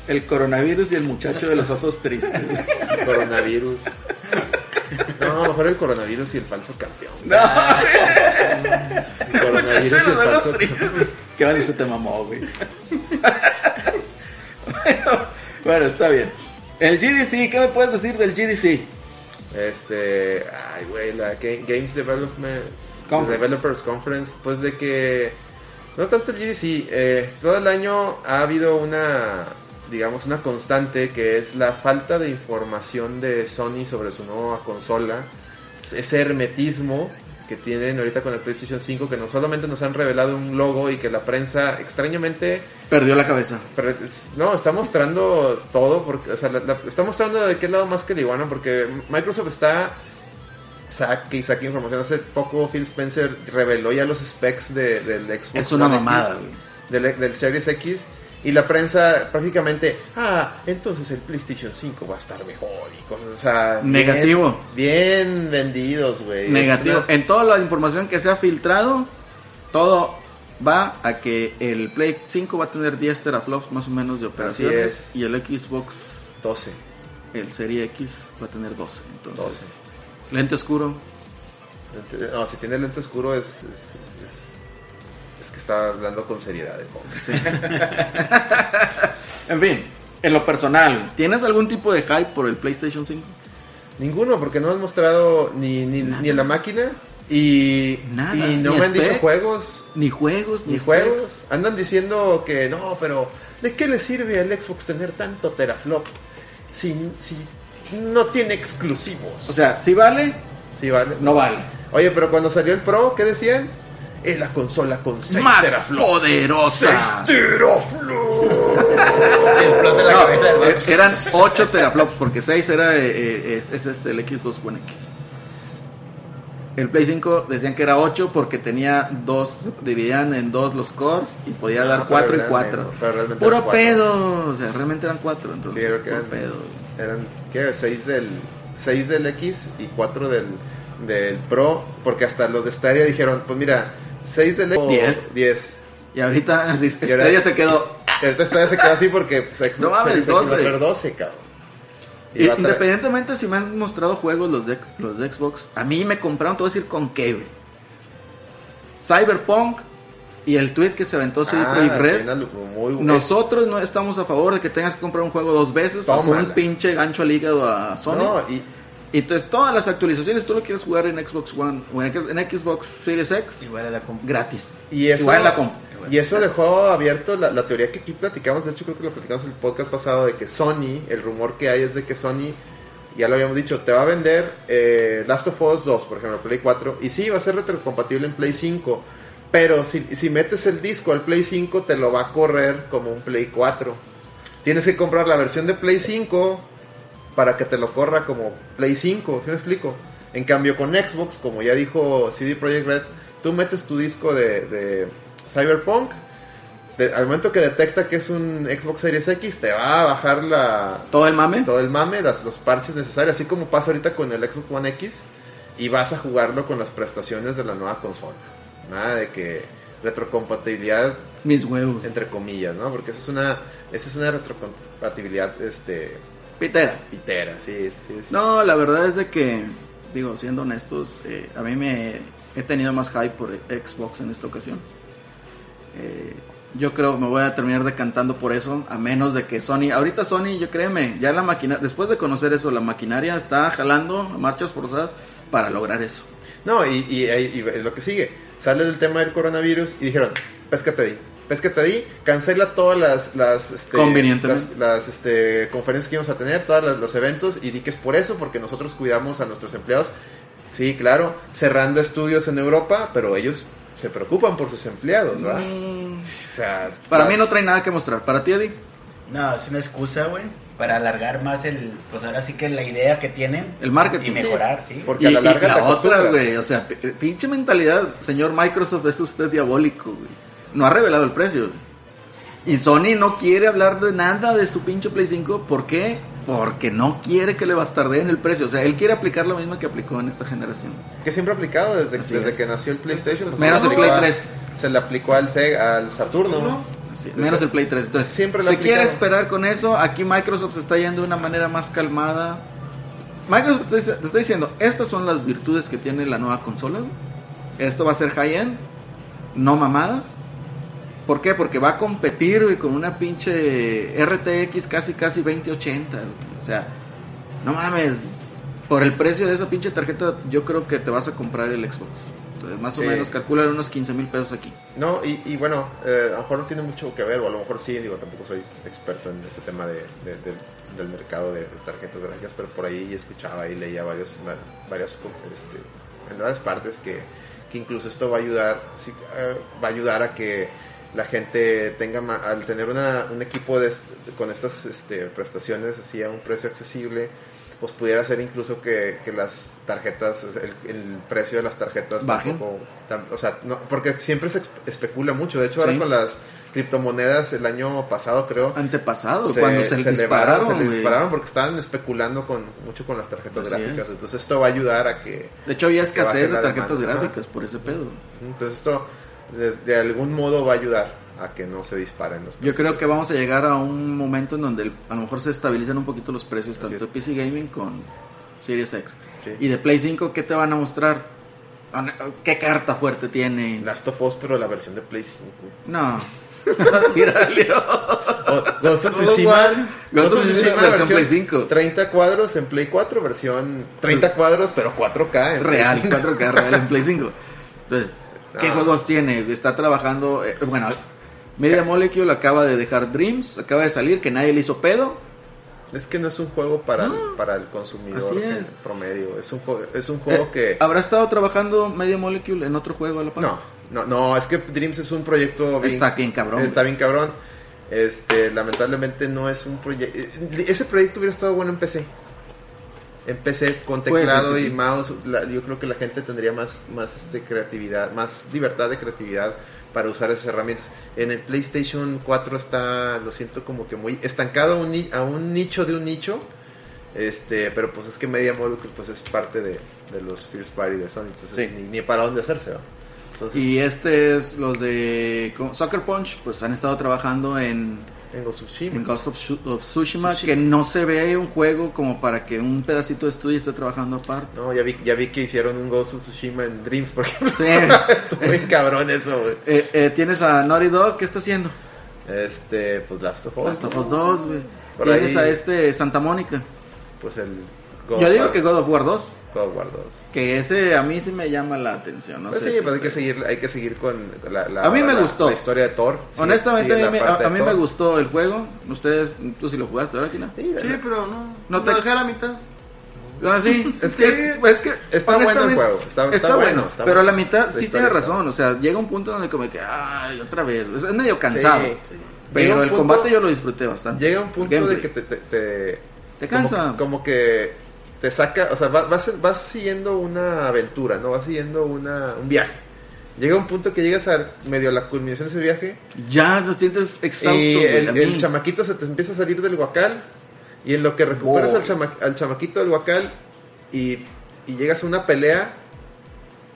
Speaker 2: El coronavirus y el muchacho de los ojos tristes.
Speaker 4: el coronavirus. No, mejor el coronavirus y el falso campeón.
Speaker 2: No,
Speaker 4: El coronavirus y el falso campeón.
Speaker 2: qué bueno se te mamó, güey. Bueno, bueno, está bien. El GDC, ¿qué me puedes decir del GDC?
Speaker 4: Este, ay, güey, la Ga- Games Development
Speaker 2: Conference.
Speaker 4: Developers Conference, pues de que no tanto el GDC, eh, todo el año ha habido una, digamos, una constante que es la falta de información de Sony sobre su nueva consola, ese hermetismo que tienen ahorita con el PlayStation 5, que no solamente nos han revelado un logo y que la prensa extrañamente
Speaker 2: Perdió la cabeza.
Speaker 4: pero es- no, está mostrando todo, porque, o sea, la- la- está mostrando de qué lado más que el iguana, porque Microsoft está saque y saque información. Hace poco Phil Spencer reveló ya los specs de- del Xbox.
Speaker 2: Es una
Speaker 4: One X,
Speaker 2: mamada, güey.
Speaker 4: Del, del Series X. Y la prensa prácticamente, ah, entonces el PlayStation 5 va a estar mejor y cosas, o sea... bien-
Speaker 2: Negativo.
Speaker 4: Bien, vendidos, güey. Es
Speaker 2: Negativo.
Speaker 4: una-
Speaker 2: En toda la información que se ha filtrado, todo va a que el Play 5 va a tener 10 teraflops más o menos de operaciones.
Speaker 4: es.
Speaker 2: Y el Xbox,
Speaker 4: 12,
Speaker 2: el Serie X, va a tener 12. Entonces,
Speaker 4: 12.
Speaker 2: lente oscuro.
Speaker 4: Lente- No, si tiene lente oscuro es, es, es- es que está hablando con seriedad. el hombre.
Speaker 2: sí. en fin, en lo personal, ¿tienes algún tipo de hype por el PlayStation 5?
Speaker 4: Ninguno, porque no me han mostrado ni, ni, ni en la máquina y,
Speaker 2: Nada,
Speaker 4: y no
Speaker 2: ni
Speaker 4: me han dicho
Speaker 2: spec.
Speaker 4: juegos,
Speaker 2: Ni juegos, ni,
Speaker 4: ni juegos. Andan diciendo que no, pero ¿de qué le sirve al Xbox tener tanto teraflop si, si no tiene exclusivos?
Speaker 2: O sea, si vale,
Speaker 4: sí, vale.
Speaker 2: no vale.
Speaker 4: Oye, pero cuando salió el Pro, ¿qué decían? Es la consola con 6
Speaker 2: Más
Speaker 4: teraflops.
Speaker 2: poderosa.
Speaker 4: ¡Seis teraflops!
Speaker 3: Se explota la
Speaker 2: No,
Speaker 3: cabeza del
Speaker 2: eh,
Speaker 3: vato.
Speaker 2: eran 8 teraflops, porque 6 era eh, eh, es, es este, el Xbox One X. El Play 5 decían que era 8 porque tenía dos, se dividían en dos los cores y podía
Speaker 4: No,
Speaker 2: dar
Speaker 4: pero
Speaker 2: 4 y
Speaker 4: eran
Speaker 2: 4.
Speaker 4: menos, pero realmente
Speaker 2: Puro
Speaker 4: eran cuatro.
Speaker 2: pedo, o sea, realmente eran 4, entonces
Speaker 4: Sí, creo que
Speaker 2: puro
Speaker 4: eran-
Speaker 2: pedo.
Speaker 4: Eran, ¿qué? 6 del, 6 del X y 4 del, del Pro. Porque hasta los de Stadia dijeron, pues mira, 6 del X.
Speaker 2: Diez.
Speaker 4: 10.
Speaker 2: Y ahorita así,
Speaker 4: Y ahora-
Speaker 2: Stadia se quedó.
Speaker 4: Y ahorita todavía se quedó así porque pues, se,
Speaker 2: No mames,
Speaker 4: se- se equivocó
Speaker 2: 12.
Speaker 4: el 12, cabrón.
Speaker 2: Y
Speaker 4: va a tra-
Speaker 2: Independientemente si me han mostrado juegos los de, los de Xbox, a mí me compraron, te voy a decir con qué, güey. Cyberpunk y el tweet que se aventó CD
Speaker 4: Ah,
Speaker 2: Projekt Red.
Speaker 4: tiene algo muy bueno.
Speaker 2: Nosotros no estamos a favor de que tengas que comprar un juego dos veces o
Speaker 4: Tómala.
Speaker 2: un pinche gancho al hígado a Sony.
Speaker 4: No, y
Speaker 2: Y entonces todas las actualizaciones tú lo quieres jugar en Xbox One o en, X- en Xbox Series X
Speaker 3: Igual a la comp-
Speaker 2: gratis.
Speaker 4: Y eso,
Speaker 2: Igual la comp-
Speaker 4: y eso dejó abierto la, la teoría que aquí platicamos, de hecho creo que lo platicamos en el podcast pasado, de que Sony, el rumor que hay es de que Sony, ya lo habíamos dicho, te va a vender eh, Last of Us 2, por ejemplo, Play 4, y sí, va a ser retrocompatible en Play 5, pero si, si metes el disco al Play 5 te lo va a correr como un Play 4. Tienes que comprar la versión de Play 5 para que te lo corra como Play 5, ¿sí me explico? En cambio con Xbox, como ya dijo CD Projekt Red, tú metes tu disco de, de Cyberpunk, de- al momento que detecta que es un Xbox Series X, te va a bajar la,
Speaker 2: Todo el mame.
Speaker 4: todo el mame, las- los parches necesarios, así como pasa ahorita con el Xbox One X, y vas a jugarlo con las prestaciones de la nueva consola. Nada de que retrocompatibilidad
Speaker 2: Mis huevos.
Speaker 4: entre comillas, ¿no? Porque esa es una, esa es una retrocompatibilidad este,
Speaker 2: Pitera.
Speaker 4: pitera, sí, sí. es-
Speaker 2: No, la verdad es de que, digo, siendo honestos, eh, a mí me he tenido más hype por Xbox en esta ocasión. Eh, yo creo que me voy a terminar decantando por eso, a menos de que Sony, ahorita Sony, yo créeme, ya la máquina, después de conocer eso, la maquinaria está jalando a marchas forzadas para lograr eso.
Speaker 4: No, y, y, y- y lo que sigue, sale del tema del coronavirus y dijeron, péscate ahí, péscate ahí, cancela todas las, las, este,
Speaker 2: Convenientemente.
Speaker 4: las, las, este, conferencias que íbamos a tener, todos los eventos, y di que es por eso, porque nosotros cuidamos a nuestros empleados. Sí, claro, cerrando estudios en Europa, pero ellos se preocupan por sus empleados, ¿verdad?
Speaker 2: Mm,
Speaker 4: O sea,
Speaker 2: Para
Speaker 4: la-
Speaker 2: mí no trae nada que mostrar. Para ti, Eddie,
Speaker 3: No, es una excusa, güey, para alargar más el, pues ahora sí que la idea que tienen.
Speaker 2: El marketing.
Speaker 3: Y mejorar, sí.
Speaker 4: Porque
Speaker 2: y,
Speaker 4: a la
Speaker 2: y
Speaker 4: larga te
Speaker 2: otra,
Speaker 4: acostumbras.
Speaker 2: güey, o sea, pi- pinche mentalidad, señor Microsoft, es usted diabólico, güey. No ha revelado el precio. güey. Y Sony no quiere hablar de nada de su pinche Play 5, ¿por qué? Porque no quiere que le bastardeen el precio, o sea, él quiere aplicar lo mismo que aplicó en esta generación.
Speaker 4: que siempre ha aplicado desde,
Speaker 2: Así
Speaker 4: desde
Speaker 2: es.
Speaker 4: que nació el PlayStation. pues,
Speaker 2: Menos
Speaker 4: se le
Speaker 2: el Play
Speaker 4: aplicó a-
Speaker 2: 3.
Speaker 4: Se le aplicó al, Sega- al Saturno.
Speaker 2: Así, menos el Play 3. Entonces,
Speaker 4: Siempre lo
Speaker 2: se quiere
Speaker 4: aplicaron.
Speaker 2: esperar con eso, aquí Microsoft se está yendo de una manera más calmada. Microsoft te dice- te está diciendo, estas son las virtudes que tiene la nueva consola. güey. Esto va a ser high-end, no mamadas. ¿Por qué? Porque va a competir güey, con una pinche RTX casi casi 2080. güey. O sea, no mames. Por el precio de esa pinche tarjeta, yo creo que te vas a comprar el Xbox. Entonces, más
Speaker 4: Sí.
Speaker 2: o menos, calculan unos 15 mil pesos aquí.
Speaker 4: No, y, y bueno, eh, a lo mejor no tiene mucho que ver, o a lo mejor sí, digo, tampoco soy experto en ese tema de, de- de- del mercado de, de tarjetas gráficas, pero por ahí escuchaba y leía varios, va- varias, este, en varias partes que, que incluso esto va a ayudar, sí, eh, va a ayudar a que la gente tenga, ma- al tener una, un equipo de, con estas este, prestaciones así a un precio accesible, pues pudiera ser incluso que, que las tarjetas, el, el precio de las tarjetas
Speaker 2: Bajen.
Speaker 4: tampoco Tam- O sea, no, porque siempre se espe- especula mucho. De hecho, ahora
Speaker 2: Sí.
Speaker 4: con las criptomonedas el año pasado, creo,
Speaker 2: antepasado, cuando se, le dispararon.
Speaker 4: elevaron, se le
Speaker 2: güey.
Speaker 4: dispararon porque estaban especulando con mucho con las tarjetas
Speaker 2: Así
Speaker 4: gráficas.
Speaker 2: es.
Speaker 4: Entonces, esto va a ayudar a que.
Speaker 2: De hecho, había
Speaker 4: que baje
Speaker 2: escasez de
Speaker 4: la
Speaker 2: tarjetas
Speaker 4: demanda, ajá.
Speaker 2: gráficas por ese pedo.
Speaker 4: Entonces, esto de, de algún modo va a ayudar a que no se disparen los
Speaker 2: Yo
Speaker 4: precios.
Speaker 2: creo que vamos a llegar a un momento en donde el- a lo mejor se estabilizan un poquito los precios,
Speaker 4: Así
Speaker 2: tanto
Speaker 4: es.
Speaker 2: PC Gaming con Series X.
Speaker 4: Sí.
Speaker 2: Y de Play 5, ¿qué te van a mostrar? An- ¿Qué carta fuerte tiene?
Speaker 4: Last of Us, pero la versión de Play 5.
Speaker 2: No. Tira, Leo.
Speaker 4: O Ghost of
Speaker 2: Todo igual.
Speaker 4: Tsushima.
Speaker 2: Ghost of Tsushima, versión Play 5.
Speaker 4: 30 cuadros en Play 4, versión 30 cuadros, pero 4K. en Play
Speaker 2: Pues, Real,
Speaker 4: 5.
Speaker 2: 4K real en Play 5. Entonces, ¿qué
Speaker 4: No.
Speaker 2: juegos tiene? Está trabajando. eh, bueno, Media Molecule acaba de dejar Dreams, acaba de salir, que nadie le hizo pedo.
Speaker 4: Es que no es un juego para, el, para el consumidor
Speaker 2: Así es.
Speaker 4: en promedio. Es un, juego- es un juego
Speaker 2: Eh,
Speaker 4: que...
Speaker 2: ¿Habrá estado trabajando Media Molecule en otro juego a la par?
Speaker 4: No, no, no, es que Dreams es un proyecto bien...
Speaker 2: Está bien cabrón,
Speaker 4: Está
Speaker 2: güey.
Speaker 4: bien cabrón. Este, lamentablemente no es un proyecto... Ese proyecto hubiera estado bueno en PC. En PC con
Speaker 2: Puede ser
Speaker 4: teclado
Speaker 2: que
Speaker 4: y
Speaker 2: sí.
Speaker 4: mouse. la- yo creo que la gente tendría más, más este, creatividad, más libertad de creatividad para usar esas herramientas. En el PlayStation 4 está, lo siento, como que muy estancado a un, ni- a un nicho de un nicho. Este, pero pues es que Media Molecule pues es parte de, de los First Party de Sony, entonces
Speaker 2: Sí.
Speaker 4: ni, ni para dónde hacerse, ¿va? Entonces,
Speaker 2: Y este es los de Co- Sucker Punch, pues han estado trabajando en,
Speaker 4: en Ghost of Tsushima.
Speaker 2: en Ghost of, Shu- of Tsushima,
Speaker 4: Tsushima.
Speaker 2: que no se ve un juego como para que un pedacito de estudio esté trabajando aparte.
Speaker 4: No, ya vi, ya vi que hicieron un Ghost of Tsushima en Dreams, por ejemplo.
Speaker 2: Sí.
Speaker 4: Estuvo bien cabrón eso, güey.
Speaker 2: Eh, eh, tienes a Naughty Dog, ¿qué está haciendo?
Speaker 4: Este, pues Last of Us.
Speaker 2: Last of
Speaker 4: ¿no?
Speaker 2: Us 2, güey.
Speaker 4: Por
Speaker 2: Tienes
Speaker 4: ahí-
Speaker 2: a este Santa Mónica.
Speaker 4: Pues el
Speaker 2: Yo digo
Speaker 4: War-
Speaker 2: que God of War 2,
Speaker 4: God of War 2.
Speaker 2: que ese a mí sí me llama la atención. No
Speaker 4: pues
Speaker 2: sé
Speaker 4: sí,
Speaker 2: si-
Speaker 4: pues hay que seguir, hay que seguir con la, la-
Speaker 2: A mí me
Speaker 4: la-
Speaker 2: gustó.
Speaker 4: la historia de Thor. Sigue-
Speaker 2: Honestamente,
Speaker 4: sigue
Speaker 2: a
Speaker 4: la
Speaker 2: mí, me-
Speaker 4: parte
Speaker 2: a-
Speaker 4: de
Speaker 2: a mí
Speaker 4: Thor.
Speaker 2: me gustó el juego. Ustedes, tú sí lo jugaste, ¿verdad, Kina?
Speaker 4: Sí, la-
Speaker 6: Sí, pero no.
Speaker 2: No
Speaker 6: No
Speaker 2: te-
Speaker 6: te dejé a la mitad.
Speaker 2: Ah, sí.
Speaker 4: Es que-
Speaker 2: pues, es que
Speaker 4: está bueno el
Speaker 2: honestamente,
Speaker 4: juego, está- está
Speaker 2: bueno,
Speaker 4: bueno, está
Speaker 2: pero
Speaker 4: bueno.
Speaker 2: la mitad
Speaker 4: La
Speaker 2: sí
Speaker 4: historia
Speaker 2: tiene
Speaker 4: está
Speaker 2: razón. O sea, llega un punto donde como que, ay, otra vez. Es medio cansado.
Speaker 4: Sí, sí. Llega
Speaker 2: Pero
Speaker 4: un
Speaker 2: el
Speaker 4: punto-
Speaker 2: combate yo lo disfruté bastante.
Speaker 4: Llega un punto
Speaker 2: Gameplay.
Speaker 4: de que te, te, te,
Speaker 2: Te
Speaker 4: como
Speaker 2: cansa.
Speaker 4: que- Como que, te saca, o sea, va- vas, vas siguiendo una aventura, ¿no? Vas siguiendo una, un viaje. Llega un punto que llegas a medio la culminación de ese viaje
Speaker 2: Ya te sientes exhausto.
Speaker 4: y
Speaker 2: güey, a
Speaker 4: el,
Speaker 2: mí.
Speaker 4: el chamaquito se te empieza a salir del huacal y en lo que recuperas
Speaker 2: Boy.
Speaker 4: al, chama- al chamaquito del huacal y, y llegas a una pelea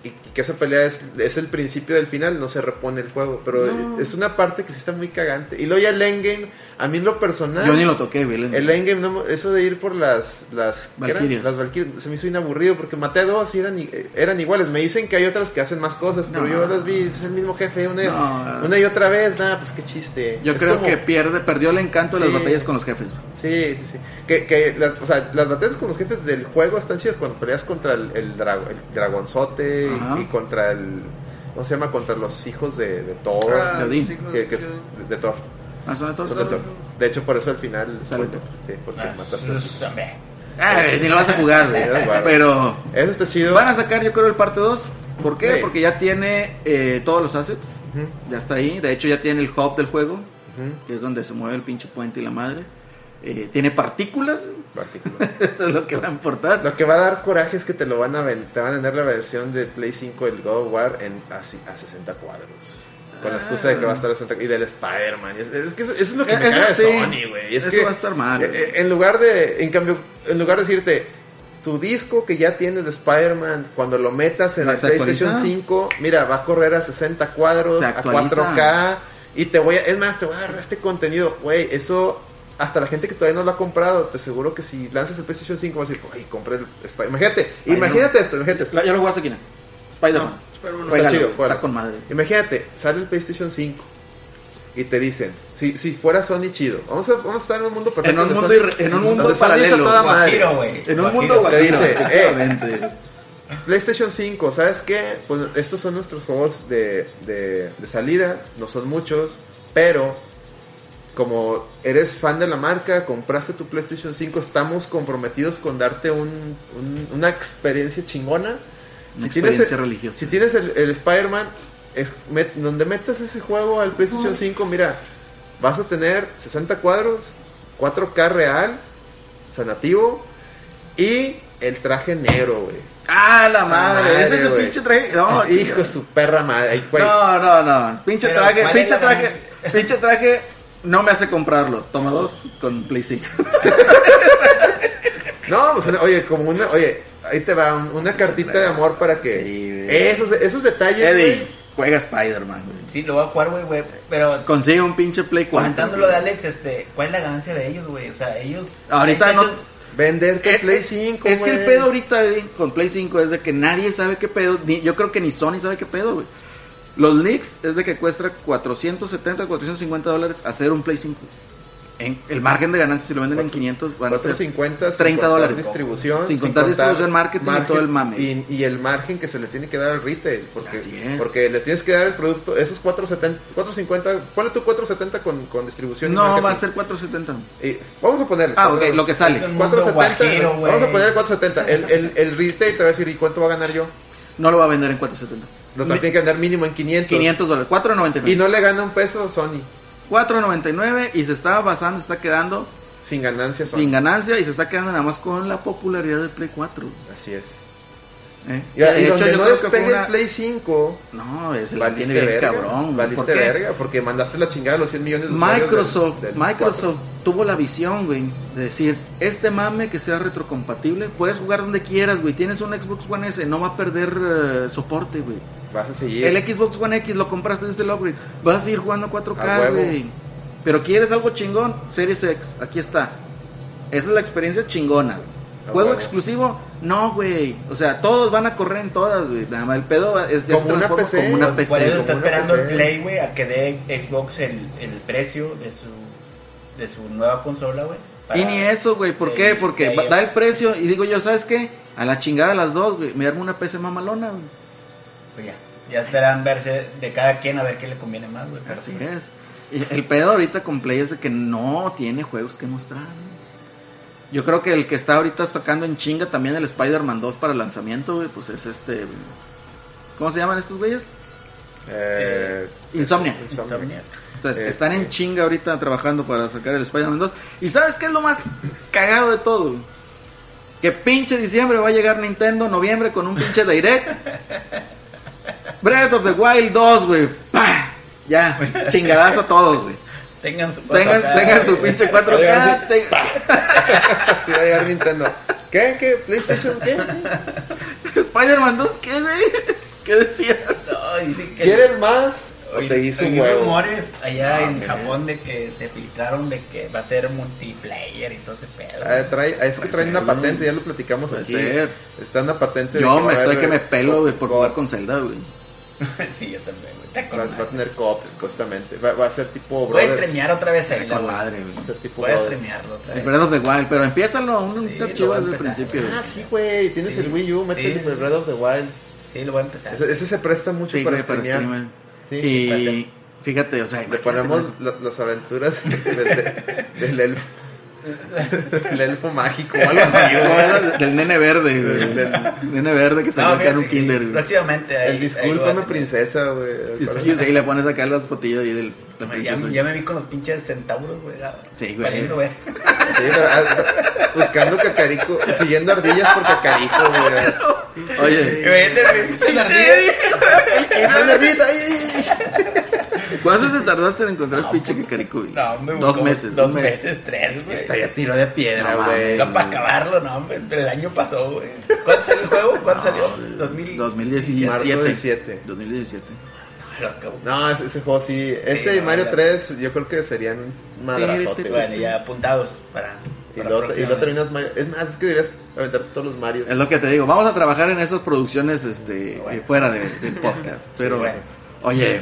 Speaker 4: y, y que esa pelea es, es el principio del final, no se repone el juego, pero
Speaker 2: No.
Speaker 4: es una parte que sí está muy cagante. Y luego ya el endgame, a mí en lo personal...
Speaker 2: Yo ni lo toqué, güey. el-
Speaker 4: El endgame, no, me- eso de ir por las las ¿qué eran?
Speaker 2: Valquirias.
Speaker 4: las Valquirias, se me hizo inaburrido porque maté a dos y eran, i- eh, eran iguales. Me dicen que hay otras que hacen más cosas, pero
Speaker 2: No.
Speaker 4: yo las vi, es el mismo jefe, una,
Speaker 2: No.
Speaker 4: una y otra vez, nada, pues qué chiste.
Speaker 2: Yo
Speaker 4: Es
Speaker 2: creo
Speaker 4: como-
Speaker 2: que pierde, perdió el encanto de
Speaker 4: Sí.
Speaker 2: las batallas con los jefes.
Speaker 4: Sí, sí, sí. Que, que las, o sea, las batallas con los jefes del juego están chidas cuando peleas contra el, el, dra- el dragonzote y-
Speaker 2: Ajá.
Speaker 4: y, contra el... ¿Cómo se llama? Contra los hijos de, de
Speaker 3: Oh,
Speaker 4: Thor.
Speaker 6: Ah,
Speaker 2: Odín.
Speaker 6: sí, con-
Speaker 4: que, que-
Speaker 6: con-
Speaker 4: de, de Thor.
Speaker 2: Ah, son de todos.
Speaker 4: Son de Thor. De hecho, por eso al final...
Speaker 2: Sale
Speaker 4: spoiler, sí, porque
Speaker 3: Ah,
Speaker 4: mataste a sus-
Speaker 2: Ay, Eh, ni lo vas a jugar, güey.
Speaker 4: Sí, es bueno.
Speaker 2: Pero
Speaker 4: Eso está chido.
Speaker 2: van a sacar, yo creo, el parte 2. ¿Por qué?
Speaker 4: Sí.
Speaker 2: Porque ya tiene eh, todos los assets.
Speaker 4: Ujú,
Speaker 2: Ya está ahí. De hecho, ya tiene el hub del juego.
Speaker 4: ujú.
Speaker 2: que es donde se mueve el pinche puente y la madre. Eh, tiene partículas,
Speaker 4: Partícula.
Speaker 2: eso es lo que va a importar.
Speaker 4: Lo que va a dar coraje es que te lo van a ven- te van a vender la versión de Play 5 del God of War en a, si- a 60 cuadros. Con la excusa de que va a estar a 60 y del Spider-Man. y Es, es que eso, eso es lo que me
Speaker 2: Ah. Eh, Eso
Speaker 4: caga de
Speaker 2: sí.
Speaker 4: Sony, güey. Es
Speaker 2: Eso
Speaker 4: que
Speaker 2: va a estar mal,
Speaker 4: eh,
Speaker 2: güey.
Speaker 4: eh, En lugar de en cambio en lugar de decirte tu disco que ya tienes de Spider-Man, cuando lo metas en
Speaker 2: ¿Lo
Speaker 4: el PlayStation
Speaker 2: actualiza?
Speaker 4: 5, mira, va a correr a 60 cuadros,
Speaker 2: Se
Speaker 4: a
Speaker 2: actualiza.
Speaker 4: 4K y te voy a, es más, te voy a dar este contenido, güey, eso hasta la gente que todavía no lo ha comprado, te aseguro que si lanzas el PlayStation 5 vas a decir, "Ay, compré el Spider-Man." Imagínate,
Speaker 2: Ay,
Speaker 4: imagínate esto, imagínate esto.
Speaker 2: La- Yo lo jugaste aquí, ¿no? Spider-Man.
Speaker 6: Spider-Man
Speaker 4: Está
Speaker 2: Juégalo,
Speaker 4: chido, juégalo.
Speaker 2: está con madre.
Speaker 4: Imagínate, sale el PlayStation 5 y te dicen, si, si fuera Sony chido, vamos a, vamos a estar en un mundo
Speaker 2: En
Speaker 4: perfecto.
Speaker 2: un
Speaker 4: donde
Speaker 2: mundo
Speaker 4: Sony-
Speaker 2: irre- en un mundo
Speaker 4: donde Sony es a
Speaker 2: paralelo.
Speaker 4: toda madre.
Speaker 3: Guajiro, güey.
Speaker 2: En un
Speaker 3: Guajiro.
Speaker 2: mundo
Speaker 4: Te
Speaker 2: guajiro,
Speaker 4: dice, eh.
Speaker 2: efectivamente.
Speaker 4: PlayStation 5, ¿sabes qué? Pues estos son nuestros juegos de, de, de salida, no son muchos, pero como eres fan de la marca, compraste tu PlayStation 5, estamos comprometidos con darte un- un- una experiencia chingona.
Speaker 2: Una
Speaker 4: tienes
Speaker 2: experiencia
Speaker 4: el,
Speaker 2: religiosa.
Speaker 4: Si tienes el, el Spider-Man, es- met- donde metas ese juego al PlayStation 5, mira, vas a tener 60 cuadros, 4K real, o sea, nativo, y el traje negro, güey.
Speaker 2: ¡Ah, la madre!
Speaker 4: Madre,
Speaker 2: ese es el
Speaker 4: güey.
Speaker 2: pinche traje. No,
Speaker 4: Ah, Hijo
Speaker 2: chica.
Speaker 4: de su perra madre. Ay, güey.
Speaker 2: Ah, No, no, no. Pinche
Speaker 3: Pero,
Speaker 2: traje,
Speaker 3: ¿cuál es
Speaker 2: pinche
Speaker 3: la
Speaker 2: traje, pinche traje. No me hace comprarlo. Toma dos con Play 5.
Speaker 4: No, pues, una- oye, como una, oye, ahí te va un- una cartita de amor para que
Speaker 2: Sí, güey.
Speaker 4: esos, esos detalles,
Speaker 2: Eddie,
Speaker 4: güey.
Speaker 2: juega Spider-Man. güey.
Speaker 3: Sí, lo voy a jugar, güey, güey. Pero
Speaker 2: Consigue un pinche Play 4.
Speaker 3: comentando lo de
Speaker 2: güey.
Speaker 3: Alex, este, ¿cuál es la ganancia de ellos, güey? O sea, ellos.
Speaker 2: Ahorita no,
Speaker 3: PlayStation-
Speaker 4: Vender tu
Speaker 2: Eh,
Speaker 4: Play 5,
Speaker 2: Es que el
Speaker 4: güey.
Speaker 2: pedo ahorita Eddie, con Play 5 es de que nadie sabe qué pedo. ni- yo creo que ni Sony sabe qué pedo, güey. Los leaks es de que cuesta 470, 450 dólares hacer un Play 5. En, el margen de ganancia, si lo venden en 500, van a ser
Speaker 4: 450,
Speaker 2: 30
Speaker 4: sin contar
Speaker 2: dólares.
Speaker 4: Distribución,
Speaker 2: Sin contar distribución, marketing y todo el mame.
Speaker 4: Y, y el margen que se le tiene que dar al retail. Porque,
Speaker 2: Así es.
Speaker 4: porque le tienes que dar el producto, esos 470, 450, ponle tu 470 con, con distribución. y
Speaker 2: No,
Speaker 4: marketing.
Speaker 2: va a ser 470.
Speaker 4: Y vamos a poner.
Speaker 2: Ah, ok, lo que sale.
Speaker 3: Son- Mundo
Speaker 4: 470,
Speaker 3: guajiro, güey.
Speaker 4: vamos a poner 470. El, el, el retail te va a decir, ¿y cuánto va a ganar yo?
Speaker 2: No lo va a vender en 470.
Speaker 4: Lo tiene que ganar mínimo en 500.
Speaker 2: 500 dólares,
Speaker 4: Y
Speaker 2: 4.99.
Speaker 4: no le gana un peso Sony.
Speaker 2: 4.99 y se está basando, se está quedando
Speaker 4: Sin ganancias Sony.
Speaker 2: sin ganancia y se está quedando nada más con la popularidad del Play 4.
Speaker 4: Así es.
Speaker 2: ¿eh?
Speaker 4: Y, y
Speaker 2: De hecho,
Speaker 4: donde
Speaker 2: yo
Speaker 4: no
Speaker 2: creo que fue
Speaker 4: despegue
Speaker 2: una-
Speaker 4: el Play 5,
Speaker 2: No, es el
Speaker 4: valiste
Speaker 2: tiene bien
Speaker 4: verga.
Speaker 2: cabrón. güey.
Speaker 4: valiste
Speaker 2: ¿Por qué?
Speaker 4: verga, porque mandaste la chingada a los 100 millones de usuarios del-
Speaker 2: Microsoft,
Speaker 4: del
Speaker 2: Microsoft tuvo la visión, güey, de decir, este mame que sea retrocompatible, puedes jugar donde quieras, güey, tienes un Xbox One S, no va a perder eh, soporte, güey.
Speaker 4: 4. Vas a seguir.
Speaker 2: El Xbox One X lo compraste desde el upgrade. Vas a seguir jugando
Speaker 4: A
Speaker 2: 4K,
Speaker 4: huevo.
Speaker 2: güey. Pero quieres algo chingón, Series X, aquí está. Esa es la experiencia chingona.
Speaker 4: A
Speaker 2: Juego
Speaker 4: huevo.
Speaker 2: exclusivo, no, güey. O sea, todos van a correr en todas, güey. Nada más el pedo es ya se
Speaker 4: Como una
Speaker 2: transforma
Speaker 4: PC,
Speaker 2: como una
Speaker 4: por
Speaker 3: Por eso
Speaker 2: PC.
Speaker 3: está
Speaker 4: como una
Speaker 3: esperando el
Speaker 4: PC.
Speaker 3: Play, güey, a que dé Xbox el, el precio de su, de su nueva consola, güey. para-
Speaker 2: Y ni eso, güey. ¿Por qué?
Speaker 3: el-
Speaker 2: Porque
Speaker 3: ahí-
Speaker 2: va- da el precio y digo yo, ¿sabes qué? A la chingada las dos, güey. Me armo una PC mamalona, güey.
Speaker 3: pues ya, ya estarán verse de cada quien a ver qué le conviene más, güey. pero
Speaker 2: Así
Speaker 3: sí.
Speaker 2: es. Y el pedo ahorita con Play es de que no tiene juegos que mostrar. güey. Yo creo que el que está ahorita sacando en chinga también el Spider-Man 2 para lanzamiento, güey, pues es este. güey. ¿Cómo se llaman estos güeyes?
Speaker 4: Eh,
Speaker 2: Insomnia.
Speaker 4: Insomnia.
Speaker 2: Entonces,
Speaker 4: Este-
Speaker 2: están en chinga ahorita trabajando para sacar el Spider-Man 2. ¿Y sabes qué es lo más cagado de todo? güey? Que pinche diciembre va a llegar Nintendo, noviembre con un pinche direct. Breath of the Wild 2, güey. ¡Pah! Ya, chingadazo a todos, güey.
Speaker 3: Tengan su
Speaker 2: Tengan,
Speaker 3: acá,
Speaker 2: tengan su
Speaker 3: güey.
Speaker 2: pinche
Speaker 4: Oigan,
Speaker 2: 4K. te-
Speaker 4: sí, va a llegar Nintendo. ¿Qué? ¿Qué? ¿PlayStation? ¿Qué?
Speaker 2: Spider-Man 2, ¿qué, güey? ¿Qué decías?
Speaker 3: No, dicen que
Speaker 4: ¿Quieres más? ¿O
Speaker 3: Oí-
Speaker 4: te hizo
Speaker 3: oí
Speaker 4: un huevo?
Speaker 3: rumores allá
Speaker 4: Ah,
Speaker 3: en
Speaker 4: mira.
Speaker 3: Japón de que se filtraron de que va a ser multiplayer y todo ese pedo.
Speaker 4: Ah, trae, es que
Speaker 2: Puede
Speaker 4: traen
Speaker 2: ser,
Speaker 4: una patente, ya lo platicamos
Speaker 2: Puede
Speaker 4: aquí.
Speaker 2: ser.
Speaker 4: Está una patente. de
Speaker 2: Yo
Speaker 4: va
Speaker 2: me
Speaker 4: a
Speaker 2: estoy
Speaker 4: haber,
Speaker 2: que me
Speaker 4: eh,
Speaker 2: pelo, güey, por
Speaker 4: co-
Speaker 2: jugar con Zelda, güey.
Speaker 3: sí, yo también, güey. Está
Speaker 4: Va,
Speaker 3: con
Speaker 4: va a
Speaker 3: madre.
Speaker 4: tener co-op, supuestamente. Va, va a ser
Speaker 3: Voy
Speaker 4: tipo
Speaker 3: a
Speaker 4: brothers.
Speaker 3: streamear otra vez ahí,
Speaker 2: Está con
Speaker 3: güey.
Speaker 2: madre, güey.
Speaker 4: Va a ser tipo
Speaker 3: Voy a
Speaker 4: brothers.
Speaker 3: streamearlo otra
Speaker 2: El
Speaker 3: vez.
Speaker 2: Breath of the Wild, pero empiézalo, un
Speaker 3: Sí,
Speaker 2: un
Speaker 3: lo
Speaker 2: archivo
Speaker 3: voy a
Speaker 2: desde el
Speaker 3: empezar,
Speaker 2: principio,
Speaker 3: güey.
Speaker 2: güey.
Speaker 4: Ah, sí, güey. Tienes
Speaker 3: Sí.
Speaker 4: el Wii U, métele
Speaker 3: Sí. pues,
Speaker 4: el Breath of the Wild.
Speaker 3: Sí, lo voy a empezar.
Speaker 4: Ese, ese se presta mucho
Speaker 2: Sí,
Speaker 4: para
Speaker 2: güey, para
Speaker 4: streamear.
Speaker 2: streamer.
Speaker 4: Sí,
Speaker 2: Y fíjate, o sea,
Speaker 4: Le ponemos la- las aventuras del, del- del elfo. El elfo mágico o algo así,
Speaker 2: Yo,
Speaker 4: güey.
Speaker 2: güey, del nene verde, güey.
Speaker 4: Del-
Speaker 2: Del nene verde que salió acá en
Speaker 3: fíjate
Speaker 2: un
Speaker 3: que
Speaker 2: kinder, güey.
Speaker 3: Próximamente ahí. ahí
Speaker 4: El
Speaker 3: lo voy a
Speaker 4: discúlpame,
Speaker 3: tener.
Speaker 4: princesa, güey.
Speaker 2: Y sí, sí, y le pones acá las fotillos ahí del... la
Speaker 3: Ya,
Speaker 2: princesa.
Speaker 3: ya me vi con los pinches centauros, güey. ya.
Speaker 2: Sí, güey.
Speaker 3: Valiendo, güey.
Speaker 4: Sí, pero, ah, buscando cacarico, siguiendo ardillas por cacarico, güey.
Speaker 2: Oye,
Speaker 3: Vete, güey, pinches ardillas.
Speaker 4: ¡Una ardilla! ¡Ay!
Speaker 2: ¿cuánto te tardaste en encontrar pinche cacarico, güey?
Speaker 3: No, hombre,
Speaker 2: Dos
Speaker 3: como
Speaker 2: meses.
Speaker 3: Dos
Speaker 2: un mes.
Speaker 3: meses, tres, güey.
Speaker 4: Está ya tiro de piedra,
Speaker 2: No
Speaker 4: güey.
Speaker 3: No, para acabarlo, no, hombre, el año pasó, güey. ¿Cuándo salió el juego? ¿Cuándo salió?
Speaker 2: Ah,
Speaker 3: 2000.
Speaker 2: 2017.
Speaker 4: Marzo 17.
Speaker 2: 2017.
Speaker 3: Ah, lo acabo.
Speaker 4: No, ese, ese juego sí. Ese
Speaker 3: Sí,
Speaker 4: y Mario
Speaker 3: no, ya.
Speaker 4: 3, yo creo que serían un madrazote, güey.
Speaker 3: Bueno, ya apuntados para.
Speaker 4: Y
Speaker 3: para
Speaker 4: luego, y luego
Speaker 3: próximamente.
Speaker 4: terminas Mario. Es más, es que deberías aventarte todos los Marios.
Speaker 2: Es lo que te digo. Vamos a trabajar en esas producciones este,
Speaker 3: Bueno.
Speaker 2: eh, fuera de- del podcast. Pero,
Speaker 3: bueno.
Speaker 2: oye,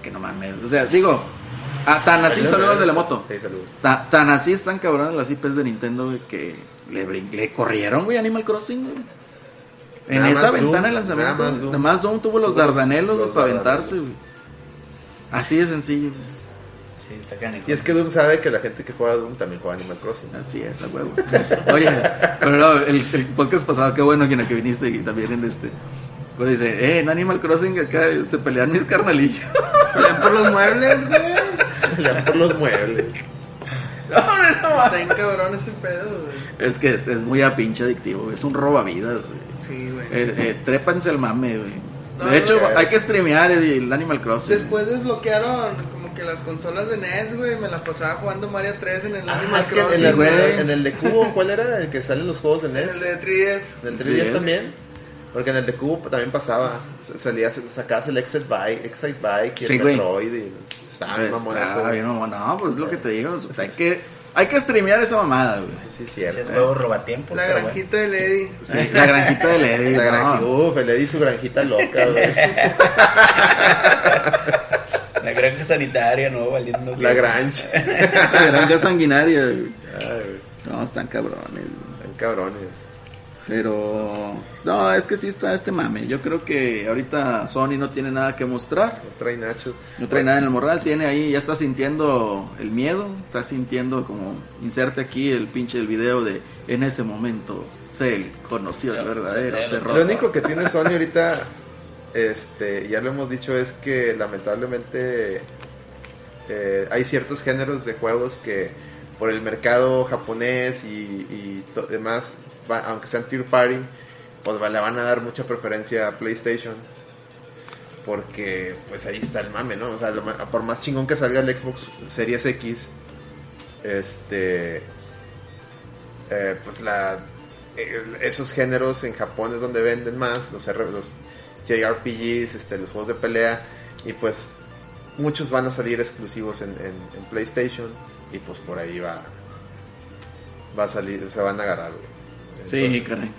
Speaker 2: que no mames. O sea, digo, ah, tan así, saludos de la moto.
Speaker 4: Sí, saludos.
Speaker 2: Ta- tan así están cabrones las IPs de Nintendo güey, que le, brin- le corrieron, güey, Animal Crossing, güey. En
Speaker 4: Nada
Speaker 2: esa
Speaker 4: más
Speaker 2: ventana
Speaker 4: Doom,
Speaker 2: de lanzamiento,
Speaker 4: nada
Speaker 2: nada
Speaker 4: más
Speaker 2: más
Speaker 4: Doom.
Speaker 2: Doom, tuvo los
Speaker 4: Tuvo los-
Speaker 2: dardanelos güey,
Speaker 4: los
Speaker 2: para
Speaker 4: dardanelos.
Speaker 2: aventarse, güey. Así de sencillo, güey.
Speaker 3: Sí, está acá en el
Speaker 4: Y es que Doom sabe que la gente que juega Doom también juega Animal Crossing.
Speaker 2: Así es, a huevo. Oye, pero no, el, el podcast pasado, qué bueno que en el que viniste y también en este. Pues dice, eh, en Animal Crossing acá se pelean mis carnalillos.
Speaker 6: Pelean por los muebles, güey.
Speaker 4: Le dan por los muebles.
Speaker 2: No, hombre, no mames.
Speaker 6: Está bien cabrón ese pedo, güey.
Speaker 2: Es que es, es muy a pinche adictivo, es un robavidas, güey.
Speaker 6: Sí, güey.
Speaker 2: Eh, eh, estrépanse el mame, güey.
Speaker 6: No,
Speaker 2: De hecho,
Speaker 6: no,
Speaker 4: no.
Speaker 2: hay que streamear el Animal Crossing.
Speaker 6: Después desbloquearon como que las consolas de NES, güey. Me las pasaba jugando Mario 3 en el
Speaker 4: Ah,
Speaker 6: Animal
Speaker 4: es que en,
Speaker 6: Crossing,
Speaker 4: el-
Speaker 2: güey.
Speaker 4: en el de Cubo, ¿cuál era? El que salen los juegos de
Speaker 3: E
Speaker 6: en
Speaker 4: NES.
Speaker 6: el de 3DS.
Speaker 4: En el 3DS
Speaker 2: 10.
Speaker 4: también. Porque en el de Cubo también pasaba. S- Salías, sacabas el Excite Bike, Excite Bike y el
Speaker 2: Sí, güey.
Speaker 4: Metroid. Y, estaba bien mamón eso,
Speaker 2: Ah, Está
Speaker 4: güey.
Speaker 2: bien, mamón. No, pues es lo que te digo. o sea, hay, que, hay que streamear esa mamada, güey.
Speaker 4: Sí, sí,
Speaker 3: pinches
Speaker 4: cierto.
Speaker 3: juegos robatiempos.
Speaker 6: La
Speaker 3: pero
Speaker 6: granjita de Lady.
Speaker 2: Sí, la granjita de Lady. no.
Speaker 4: La granja, uf, le di su granjita loca, güey.
Speaker 3: bueno. La granja sanitaria, ¿no? Valiendo.
Speaker 4: La
Speaker 3: bien.
Speaker 4: granja. Ay,
Speaker 2: La granja sanguinaria, güey.
Speaker 4: güey,
Speaker 2: No, están cabrones, güey.
Speaker 4: tan cabrones.
Speaker 2: Pero no, es que sí está este mame. Yo creo que ahorita Sony no tiene nada que mostrar.
Speaker 4: No trae Nacho.
Speaker 2: No trae nada en el morral, tiene ahí, ya está sintiendo el miedo, está sintiendo como, inserte aquí el pinche el video de en ese momento Cell conoció el verdadero terror.
Speaker 4: Lo único que tiene Sony ahorita, este, ya lo hemos dicho, es que lamentablemente eh, hay ciertos géneros de juegos que por el mercado japonés y, y to- demás, va- aunque sean tier party, pues va- le van a dar mucha preferencia a PlayStation. Porque pues ahí está el mame, ¿no? O sea, lo ma- por más chingón que salga el Xbox Series X, este, eh, pues la eh, esos géneros en Japón es donde venden más los, R- los JRPGs, este, los juegos de pelea. Y pues muchos van a salir exclusivos en, en- en PlayStation. Y pues por ahí va. Va a salir, se van a agarrar, güey.
Speaker 2: Sí,
Speaker 4: Entonces,
Speaker 2: caray.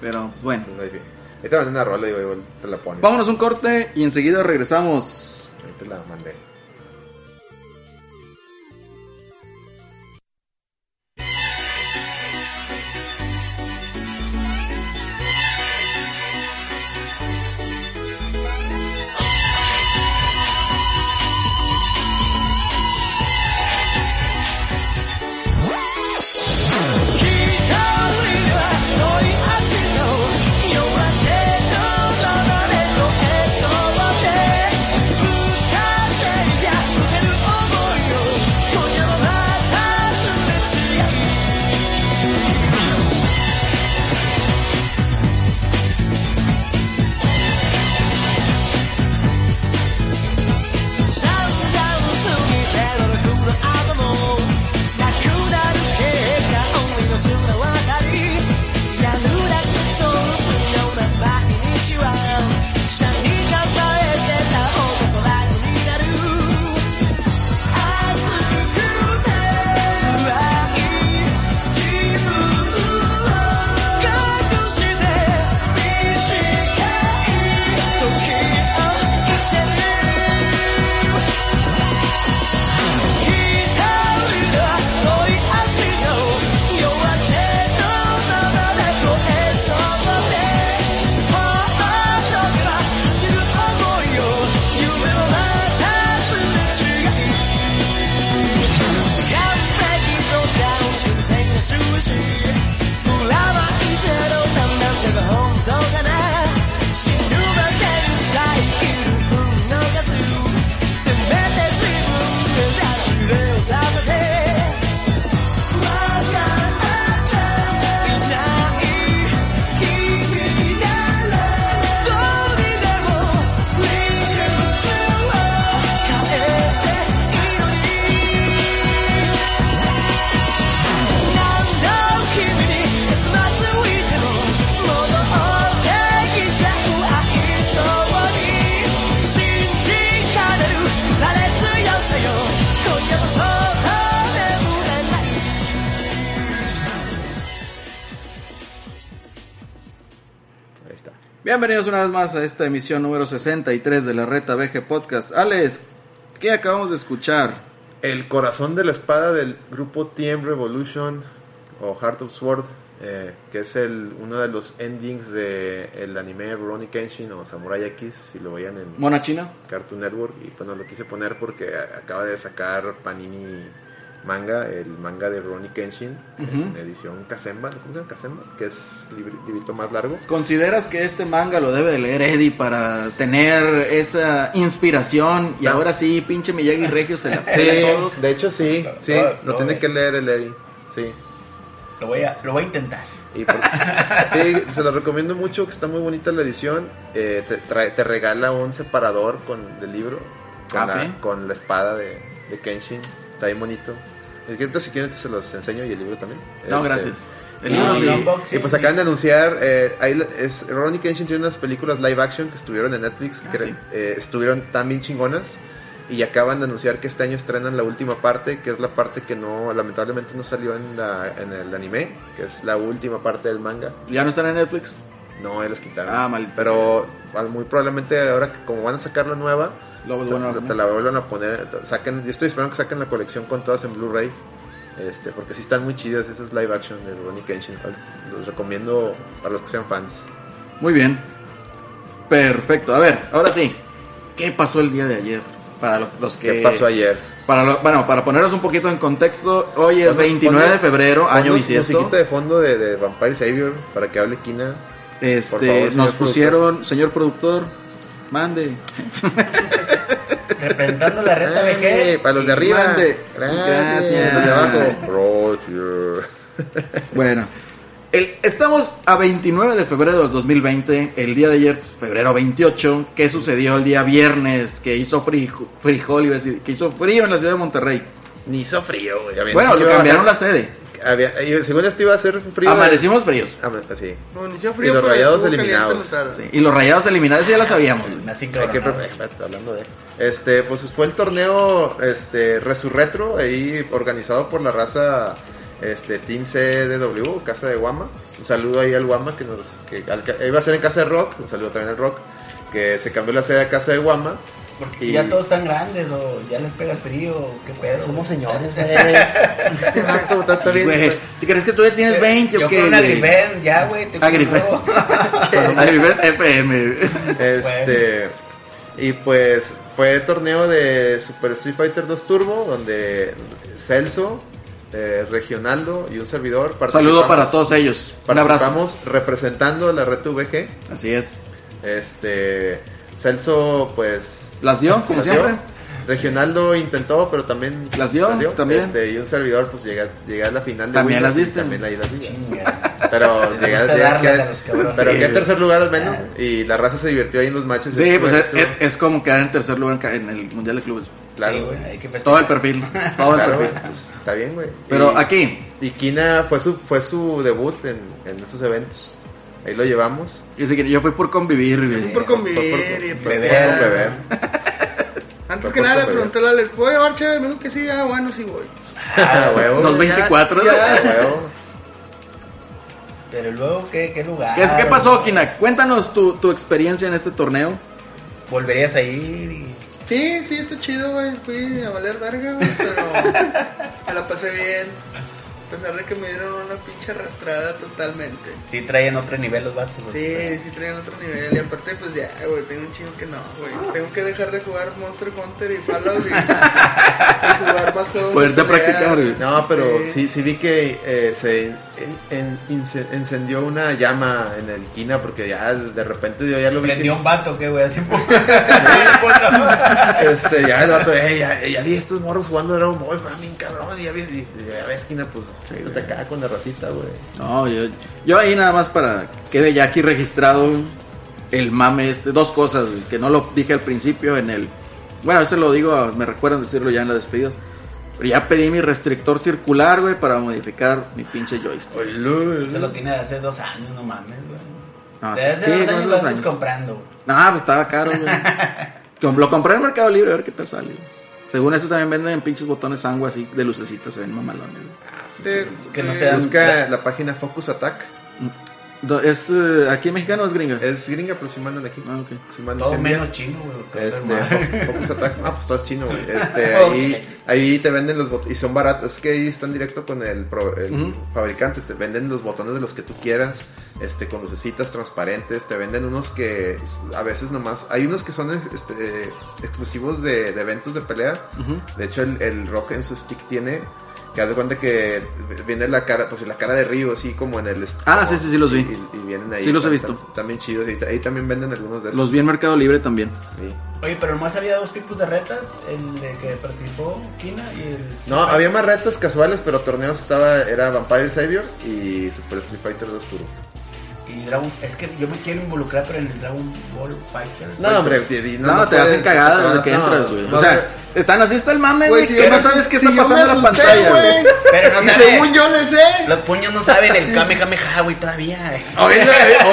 Speaker 2: Pero bueno.
Speaker 4: entonces, ahí sí. Ahí te mandé una rola, digo, igual te la pones.
Speaker 2: Vámonos un corte y enseguida regresamos.
Speaker 4: Ahí te la mandé. Ahí está.
Speaker 2: Bienvenidos una vez más a esta emisión número 63 de la Reta BG Podcast. Alex, ¿qué acabamos de escuchar?
Speaker 4: El corazón de la espada del grupo TM Revolution o Heart of Sword, eh, que es el, uno de los endings del el anime Ronnie Kenshin o Samurai X, si lo veían en
Speaker 2: Mona China.
Speaker 4: Cartoon Network. Y pues no lo quise poner porque a- acaba de sacar Panini Manga, el manga de Ronnie Kenshin, en
Speaker 2: Ujú.
Speaker 4: edición Kazemba, ¿cómo se llama? Kazemba, que es libri- librito más largo.
Speaker 2: ¿Consideras que este manga lo debe de leer Eddie para tener esa inspiración? Y
Speaker 4: No.
Speaker 2: ahora sí, pinche Miyagi Regio se la
Speaker 4: Sí,
Speaker 2: pela a todos.
Speaker 4: de hecho sí, sí,
Speaker 3: Todo,
Speaker 4: lo
Speaker 3: todo,
Speaker 4: tiene
Speaker 3: eh.
Speaker 4: que leer el Eddie, sí.
Speaker 3: Lo voy a, lo voy a intentar.
Speaker 4: Y por- sí, se lo recomiendo mucho, que está muy bonita la edición. Eh, te, trae- te regala un separador con del libro, con,
Speaker 2: Ah,
Speaker 4: la,
Speaker 2: ok.
Speaker 4: con la espada de, de Kenshin. Está bien bonito. Es que ahorita, si quieren, se los enseño y el libro también.
Speaker 2: No,
Speaker 4: Este,
Speaker 2: gracias. El
Speaker 4: y-
Speaker 2: libro
Speaker 3: No,
Speaker 2: sí.
Speaker 3: no, unboxing.
Speaker 4: Y pues acaban de anunciar, eh, ahí la- es, Ronnie Kenshin tiene unas películas live action que estuvieron en Netflix,
Speaker 2: Ah,
Speaker 4: que
Speaker 2: sí.
Speaker 4: eh, estuvieron tan bien chingonas. Y acaban de anunciar que este año estrenan la última parte, que es la parte que no, lamentablemente no salió en, la, en el anime, que es la última parte del manga.
Speaker 2: ¿Ya no están en Netflix?
Speaker 4: No, ya las quitaron.
Speaker 2: Ah, maldita
Speaker 4: Pero al- muy probablemente ahora que como van a sacar la nueva,
Speaker 2: Lo
Speaker 4: sa-
Speaker 2: vuelvan a poner.
Speaker 4: te la vuelvan a poner. t- Saquen, yo estoy esperando que saquen la colección con todas en Blu-ray. Este, porque sí están muy chidas esas live action de Ronnie Kenshin. al- Los recomiendo para los que sean fans.
Speaker 2: Muy bien. Perfecto. A ver, ahora sí. ¿Qué pasó el día de ayer? Para lo- los que...
Speaker 4: ¿Qué pasó ayer?
Speaker 2: Para lo- bueno, para poneros un poquito en contexto, hoy es
Speaker 4: Ponnos-
Speaker 2: 29 de
Speaker 4: ponnos-
Speaker 2: febrero,
Speaker 4: ponnos
Speaker 2: año bisiesto.
Speaker 4: musiquita de fondo de, de Vampire Savior para que hable Kina. por
Speaker 2: Este,
Speaker 4: favor, señor
Speaker 2: nos
Speaker 4: productor.
Speaker 2: pusieron, señor productor, mande.
Speaker 3: Representando la reta
Speaker 4: Grande,
Speaker 3: BG.
Speaker 4: Para los de
Speaker 2: y
Speaker 4: arriba.
Speaker 2: mande.
Speaker 4: Gracias. Los de
Speaker 2: Gracias.
Speaker 4: abajo. Roger.
Speaker 2: Bueno, el- estamos a 29 de febrero del 2020, el día de ayer, pues, febrero 28, ¿qué sucedió el día viernes? Que hizo frijo- frijol, iba a decir, que hizo frío en la ciudad de Monterrey.
Speaker 4: Ni hizo frío, güey. Ya ven,
Speaker 2: Bueno,
Speaker 4: sí
Speaker 2: lo
Speaker 4: iba a
Speaker 2: cambiaron la
Speaker 4: bajar.
Speaker 2: sede.
Speaker 4: había, y según esto iba a ser frío. Ah,
Speaker 2: Amanecimos fríos.
Speaker 4: Amane- así.
Speaker 6: Como inició frío,
Speaker 4: Y los
Speaker 6: pero
Speaker 4: rayados
Speaker 6: estuvo caliente
Speaker 4: eliminados.
Speaker 6: la tarde.
Speaker 2: Sí, Y los rayados eliminados, eso ya lo sabíamos. güey.
Speaker 3: Así
Speaker 4: Hay que
Speaker 3: cabronado.
Speaker 4: pre- está hablando de. Este, pues fue el torneo este Resurretro ahí organizado por la raza este Team CDW, Casa de Guama. Un saludo ahí al Guama que nos que al ca- iba a ser en Casa de Rock, un saludo también al Rock que se cambió la sede a Casa de Guama.
Speaker 3: Porque
Speaker 4: Y-
Speaker 3: ya todos están grandes, o ya les pega el frío, o qué pedo.
Speaker 7: Somos señores, güey.
Speaker 4: Este vato, está- está bien. Eh,
Speaker 2: Güey, ¿tú crees que tú ya tienes 20
Speaker 3: Yo
Speaker 2: o qué?
Speaker 3: con un
Speaker 2: güey?
Speaker 3: Agrifén, ya, güey. te
Speaker 2: Agrifén.
Speaker 3: compro.
Speaker 2: Agrifén FM.
Speaker 4: Este. Y pues fue torneo de Super Street Fighter 2 Turbo, donde Celso, eh, Regionaldo y un servidor
Speaker 2: Saludo
Speaker 4: participamos-
Speaker 2: para todos ellos. Un abrazo.
Speaker 4: Participamos representando a la red VG.
Speaker 2: Así es.
Speaker 4: Este. Celso, pues.
Speaker 2: ¿Las dio, como
Speaker 4: las
Speaker 2: siempre?
Speaker 4: dio. Regionaldo intentó, pero también.
Speaker 2: Las dio, también.
Speaker 4: Este, y un servidor, pues llegué, llegué a la final de
Speaker 2: También las
Speaker 4: Windows y
Speaker 2: diste.
Speaker 4: También ahí las di.
Speaker 3: Chinga.
Speaker 4: Pero
Speaker 3: gusta
Speaker 4: llegué, llegué
Speaker 3: darles
Speaker 4: quedé-
Speaker 3: a los cabrones. Ah.
Speaker 4: Pero
Speaker 2: Sí,
Speaker 4: quedé en
Speaker 2: güey.
Speaker 4: tercer lugar al menos. Y la raza se divirtió ahí en los matches.
Speaker 2: Sí, pues es,
Speaker 4: Estuvo-
Speaker 2: es- es como quedar en tercer lugar en ca- en el Mundial de Clubes.
Speaker 4: Claro,
Speaker 3: Sí,
Speaker 4: güey.
Speaker 3: güey, hay que
Speaker 2: Todo
Speaker 3: festejar.
Speaker 2: el perfil. Todo el
Speaker 4: Claro,
Speaker 2: perfil.
Speaker 4: güey, pues, está bien, güey.
Speaker 2: Pero
Speaker 4: Y-
Speaker 2: aquí,
Speaker 4: Y Kina fue su, fue su debut en, en esos eventos. Ahí lo llevamos.
Speaker 2: dice que yo fui por convivir. güey.
Speaker 6: Por convivir y
Speaker 4: por-
Speaker 3: beber.
Speaker 4: por beber.
Speaker 6: Antes
Speaker 4: Por-
Speaker 6: que
Speaker 4: por
Speaker 6: nada le
Speaker 4: convivir.
Speaker 6: pregunté a Alex, ¿puedo llevar chévere? Me dijo que sí, ah, bueno, sí voy.
Speaker 4: Ah, huevo.
Speaker 2: Los 24.
Speaker 4: Ah, huevo.
Speaker 3: Pero luego, ¿qué, qué lugar?
Speaker 2: ¿Qué, es- qué pasó, Kina? Cuéntanos tu, tu experiencia en este torneo.
Speaker 3: ¿Volverías a ir? y-
Speaker 6: Sí, sí, está chido, güey. Fui a valer verga, güey, pero me la pasé bien. A pesar de que me dieron una pinche arrastrada totalmente.
Speaker 3: Sí traen otro nivel los vatos.
Speaker 6: Sí,
Speaker 3: güey.
Speaker 6: sí traen otro nivel. Y aparte, pues ya, güey, tengo un chingo que no, güey. Tengo que dejar de jugar Monster Hunter y Fallout y, y jugar más juegos.
Speaker 2: Poderte
Speaker 6: de pelea.
Speaker 2: practicar, güey.
Speaker 4: No, pero
Speaker 6: Sí.
Speaker 4: sí, sí vi que eh, se en- en- ince- encendió una llama en el Kina porque ya de repente yo ya lo vi. que-
Speaker 3: Prendió un vato, ¿qué, güey? Así
Speaker 4: este, ya el vato, "Ey, ya, ya vi estos morros jugando Dragon Ball, mami, cabrón, ya vi, y- ya ves, Kina, pues,
Speaker 2: Sí,
Speaker 4: te
Speaker 2: güey.
Speaker 4: acá con la racita, güey.
Speaker 2: No, yo, yo ahí nada más para quede ya aquí registrado el mame este. Dos cosas güey, que no lo dije al principio en el... Bueno, a veces lo digo, me recuerdan decirlo ya en las despedidas. Pero ya pedí mi restrictor circular, güey, para modificar mi pinche joystick.
Speaker 3: Se lo tiene de hace dos años, no mames, güey.
Speaker 4: Ah,
Speaker 2: No,
Speaker 3: Desde hace
Speaker 2: sí,
Speaker 3: dos
Speaker 2: no,
Speaker 3: años
Speaker 2: dos
Speaker 3: lo andas
Speaker 2: años.
Speaker 3: comprando, güey.
Speaker 2: No, pues estaba caro, güey. Com- Lo compré en Mercado Libre, a ver qué tal sale. güey. Según eso también venden pinches botones angua así de lucecitas, se ven mamalones. güey.
Speaker 6: Te-
Speaker 3: Que no
Speaker 6: te-
Speaker 3: sea-
Speaker 4: Busca la página Focus Attack,
Speaker 2: Do- ¿Es eh, aquí mexicano o es gringa?
Speaker 4: es gringa, pero si mandan aquí.
Speaker 2: Ah, ok.
Speaker 4: Si mandan
Speaker 3: Todo
Speaker 4: si envían.
Speaker 3: menos chino, güey. que es
Speaker 4: Este,
Speaker 3: normal.
Speaker 4: Fo- Focus Attack, ah, pues todo es chino, güey. Este, ahí, ahí te venden los botones y son baratos. Es que ahí están directo con el, pro- el
Speaker 2: Ujú.
Speaker 4: fabricante. Te venden los botones de los que tú quieras, este, con lucecitas transparentes. Te venden unos que a veces nomás. Hay unos que son ex- este, exclusivos de, de eventos de pelea.
Speaker 2: Ujú.
Speaker 4: De hecho, el, el rock en su stick tiene. Que haz de cuenta que viene la cara, pues la cara de Río, así como en el. est-
Speaker 2: Ah,
Speaker 4: como-
Speaker 2: sí, sí, sí, los vi.
Speaker 4: Y, y vienen ahí.
Speaker 2: Sí, los he
Speaker 4: están-
Speaker 2: visto.
Speaker 4: están bien chidos. y ahí también venden algunos de esos.
Speaker 2: Los vi en Mercado Libre también.
Speaker 4: Sí.
Speaker 3: Oye, pero nomás había dos tipos de retas: el de que participó Kina y el.
Speaker 4: No, había más retos casuales, pero torneos estaba, era Vampire Savior y Super Street Fighter 2 Turbo.
Speaker 3: Y Dragon. Es que yo me quiero involucrar, pero en el Dragon Ball Fighter.
Speaker 4: No, hombre, te- no,
Speaker 2: No,
Speaker 4: no
Speaker 2: te
Speaker 4: puedes,
Speaker 2: hacen
Speaker 4: no,
Speaker 2: cagadas desde que
Speaker 4: no,
Speaker 2: entras, güey.
Speaker 4: no,
Speaker 2: o sea, están así está el mame,
Speaker 4: Güey,
Speaker 2: güey,
Speaker 4: si
Speaker 2: que
Speaker 4: yo
Speaker 2: no
Speaker 4: me-
Speaker 2: sabes qué
Speaker 4: si
Speaker 2: está
Speaker 4: yo me
Speaker 2: pasando en la
Speaker 4: asusté,
Speaker 2: pantalla,
Speaker 4: güey.
Speaker 2: güey.
Speaker 3: Pero no
Speaker 4: y
Speaker 3: sabe.
Speaker 4: según yo le sé.
Speaker 3: Los puños no saben el Kame Kame Ha, güey, todavía.
Speaker 4: Oílo, eh,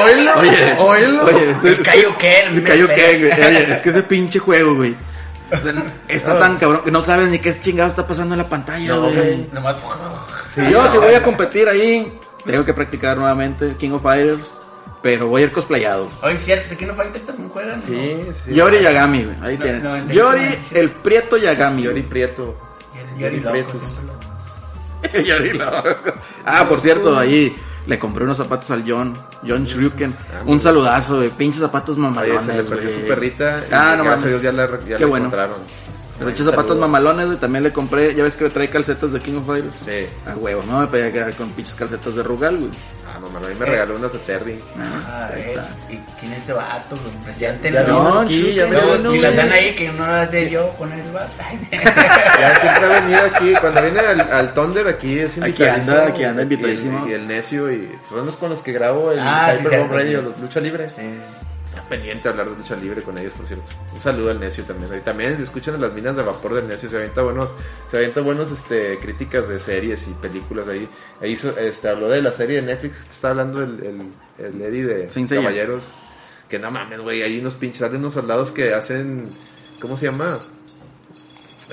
Speaker 4: oílo,
Speaker 2: Oye,
Speaker 4: oílo.
Speaker 2: Oye, estoy-
Speaker 3: El Kaioken,
Speaker 2: El
Speaker 3: me
Speaker 2: Kaioken,
Speaker 3: espera.
Speaker 2: güey. Oye, es que ese pinche juego, güey. o sea, Está tan cabrón que no sabes ni qué chingado está pasando en la pantalla,
Speaker 4: No,
Speaker 2: güey.
Speaker 3: Nomás.
Speaker 2: Sí, yo si voy a competir ahí, tengo que practicar nuevamente King of Fighters, pero voy a ir cosplayado.
Speaker 3: Oye, cierto, ¿de Kino Fighter también juegan?
Speaker 4: Sí, sí.
Speaker 2: Yori Yagami, güey. Ahí
Speaker 3: No,
Speaker 2: tienen.
Speaker 3: 98,
Speaker 2: Yori,
Speaker 3: 97.
Speaker 2: el Prieto Yagami.
Speaker 4: Yori
Speaker 2: güey.
Speaker 4: Prieto.
Speaker 3: Y el Yori Loco,
Speaker 4: Prietos.
Speaker 3: siempre lo-
Speaker 2: Yori loco. Ah, por cierto, ahí le compré unos zapatos al John, John Shuriken. Un saludazo, güey. Pinches zapatos
Speaker 4: Ah, Oye, se le
Speaker 2: mamalones,
Speaker 4: perdió
Speaker 2: güey.
Speaker 4: su perrita. y
Speaker 2: Ah, no
Speaker 4: Gracias a
Speaker 2: mames.
Speaker 4: Dios ya la, ya
Speaker 2: Qué
Speaker 4: la
Speaker 2: bueno.
Speaker 4: encontraron.
Speaker 2: Pinches zapatos
Speaker 4: Saludos.
Speaker 2: mamalones, güey. También le compré, ya ves que trae calcetas de King of Fighters.
Speaker 4: Sí.
Speaker 2: A huevo, no me podía quedar con pinches calcetas de Rugal, güey.
Speaker 4: Ah, mamá, a mí
Speaker 2: Eh.
Speaker 4: me regaló unas de Terry.
Speaker 2: Ah,
Speaker 3: Ah,
Speaker 2: ahí
Speaker 3: eh,
Speaker 2: está.
Speaker 3: ¿Y quién es ese vato? güey? Pues ya te
Speaker 4: Ya
Speaker 3: lo-
Speaker 4: no,
Speaker 2: John
Speaker 4: aquí, ya
Speaker 2: Shuriken,
Speaker 4: veo,
Speaker 2: no,
Speaker 3: si la
Speaker 2: güey.
Speaker 3: dan ahí, que no la de yo con ese vato.
Speaker 4: Ya siempre ha venido aquí. Cuando viene al, al Thunder, aquí es
Speaker 2: Aquí
Speaker 4: invitadísimo.
Speaker 2: anda, aquí anda
Speaker 4: Y el-
Speaker 2: invitadísimo.
Speaker 4: Y, el necio. y Son los con los que grabo el
Speaker 3: Ah, sí,
Speaker 4: Hyper Bomb
Speaker 3: cierto,
Speaker 4: Radio,
Speaker 3: sí.
Speaker 4: los Lucha Libre.
Speaker 3: Sí.
Speaker 4: Está pendiente hablar de lucha libre con ellos, por cierto. Un saludo al necio también. Y también escuchan a las minas de vapor del necio. Se avienta buenos, se avienta buenos este, críticas de series y películas ahí. Ahí hizo- este, habló de la serie de Netflix. Este, Está hablando el, el, el Eddie de
Speaker 2: Saint Seiya.
Speaker 4: Caballeros. Que no mames, güey. Hay unos pinches, salen unos soldados que hacen. ¿Cómo se llama?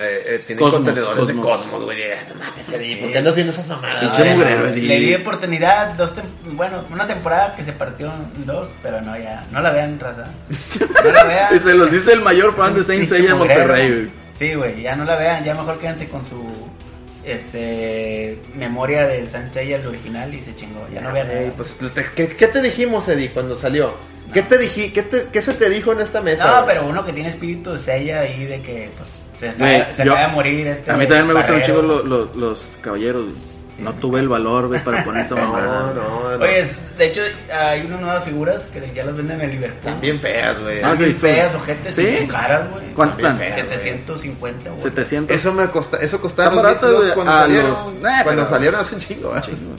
Speaker 4: Eh, eh, tienen
Speaker 2: Cosmos,
Speaker 4: contenedores de
Speaker 2: Cosmos.
Speaker 4: cosmos, güey. eh, No mames, Eddie. ¿Por qué andas viendo esas mamadas?
Speaker 2: Pinche
Speaker 4: güey?
Speaker 2: mugrero, Eddie.
Speaker 3: Le di oportunidad, dos tem- bueno, una temporada que se partió en dos, pero no, ya, no la vean, raza. No la vean.
Speaker 2: Y se los dice el mayor fan de Saint
Speaker 3: Pinche
Speaker 2: Seiya de
Speaker 3: mugrero.
Speaker 2: Monterrey, güey.
Speaker 3: Sí, güey, ya no la vean, ya mejor quédense con su este memoria de Saint Seiya, el original, y se chingó. Ya no vean.
Speaker 4: Ey,
Speaker 3: nada.
Speaker 4: pues, te- ¿qué, qué te dijimos, Eddie, cuando salió? ¿Qué te dije? ¿Qué, te- qué se te dijo en esta mesa?
Speaker 3: No,
Speaker 4: güey?
Speaker 3: pero uno que tiene espíritu de Seiya ahí de que pues se acaba,
Speaker 2: Güey,
Speaker 3: se
Speaker 2: yo-
Speaker 3: acaba de morir este.
Speaker 2: A mí también me gustan un
Speaker 3: Barrero.
Speaker 2: chico los, los, los caballeros, güey. No tuve el valor, güey, para poner esa mamada.
Speaker 4: No, no, no.
Speaker 3: Oye, es- de hecho hay unas nuevas figuras que ya las venden en Liverpool.
Speaker 4: Están bien feas, güey.
Speaker 2: Ah, sí,
Speaker 3: Bien
Speaker 2: sí.
Speaker 3: feas, ojetes,
Speaker 2: ¿Sí?
Speaker 3: y con caras, güey.
Speaker 2: ¿Cuántas
Speaker 3: Bien
Speaker 2: están?
Speaker 3: feas, 750, güey.
Speaker 2: 700.
Speaker 4: Eso me costa, eso costaba
Speaker 2: Está barato,
Speaker 4: $2,000
Speaker 2: güey,
Speaker 4: cuando
Speaker 2: a
Speaker 4: salieron.
Speaker 2: los- Eh,
Speaker 4: cuando
Speaker 2: pero-
Speaker 4: salieron hace un chingo, ¿eh?
Speaker 2: Chingo.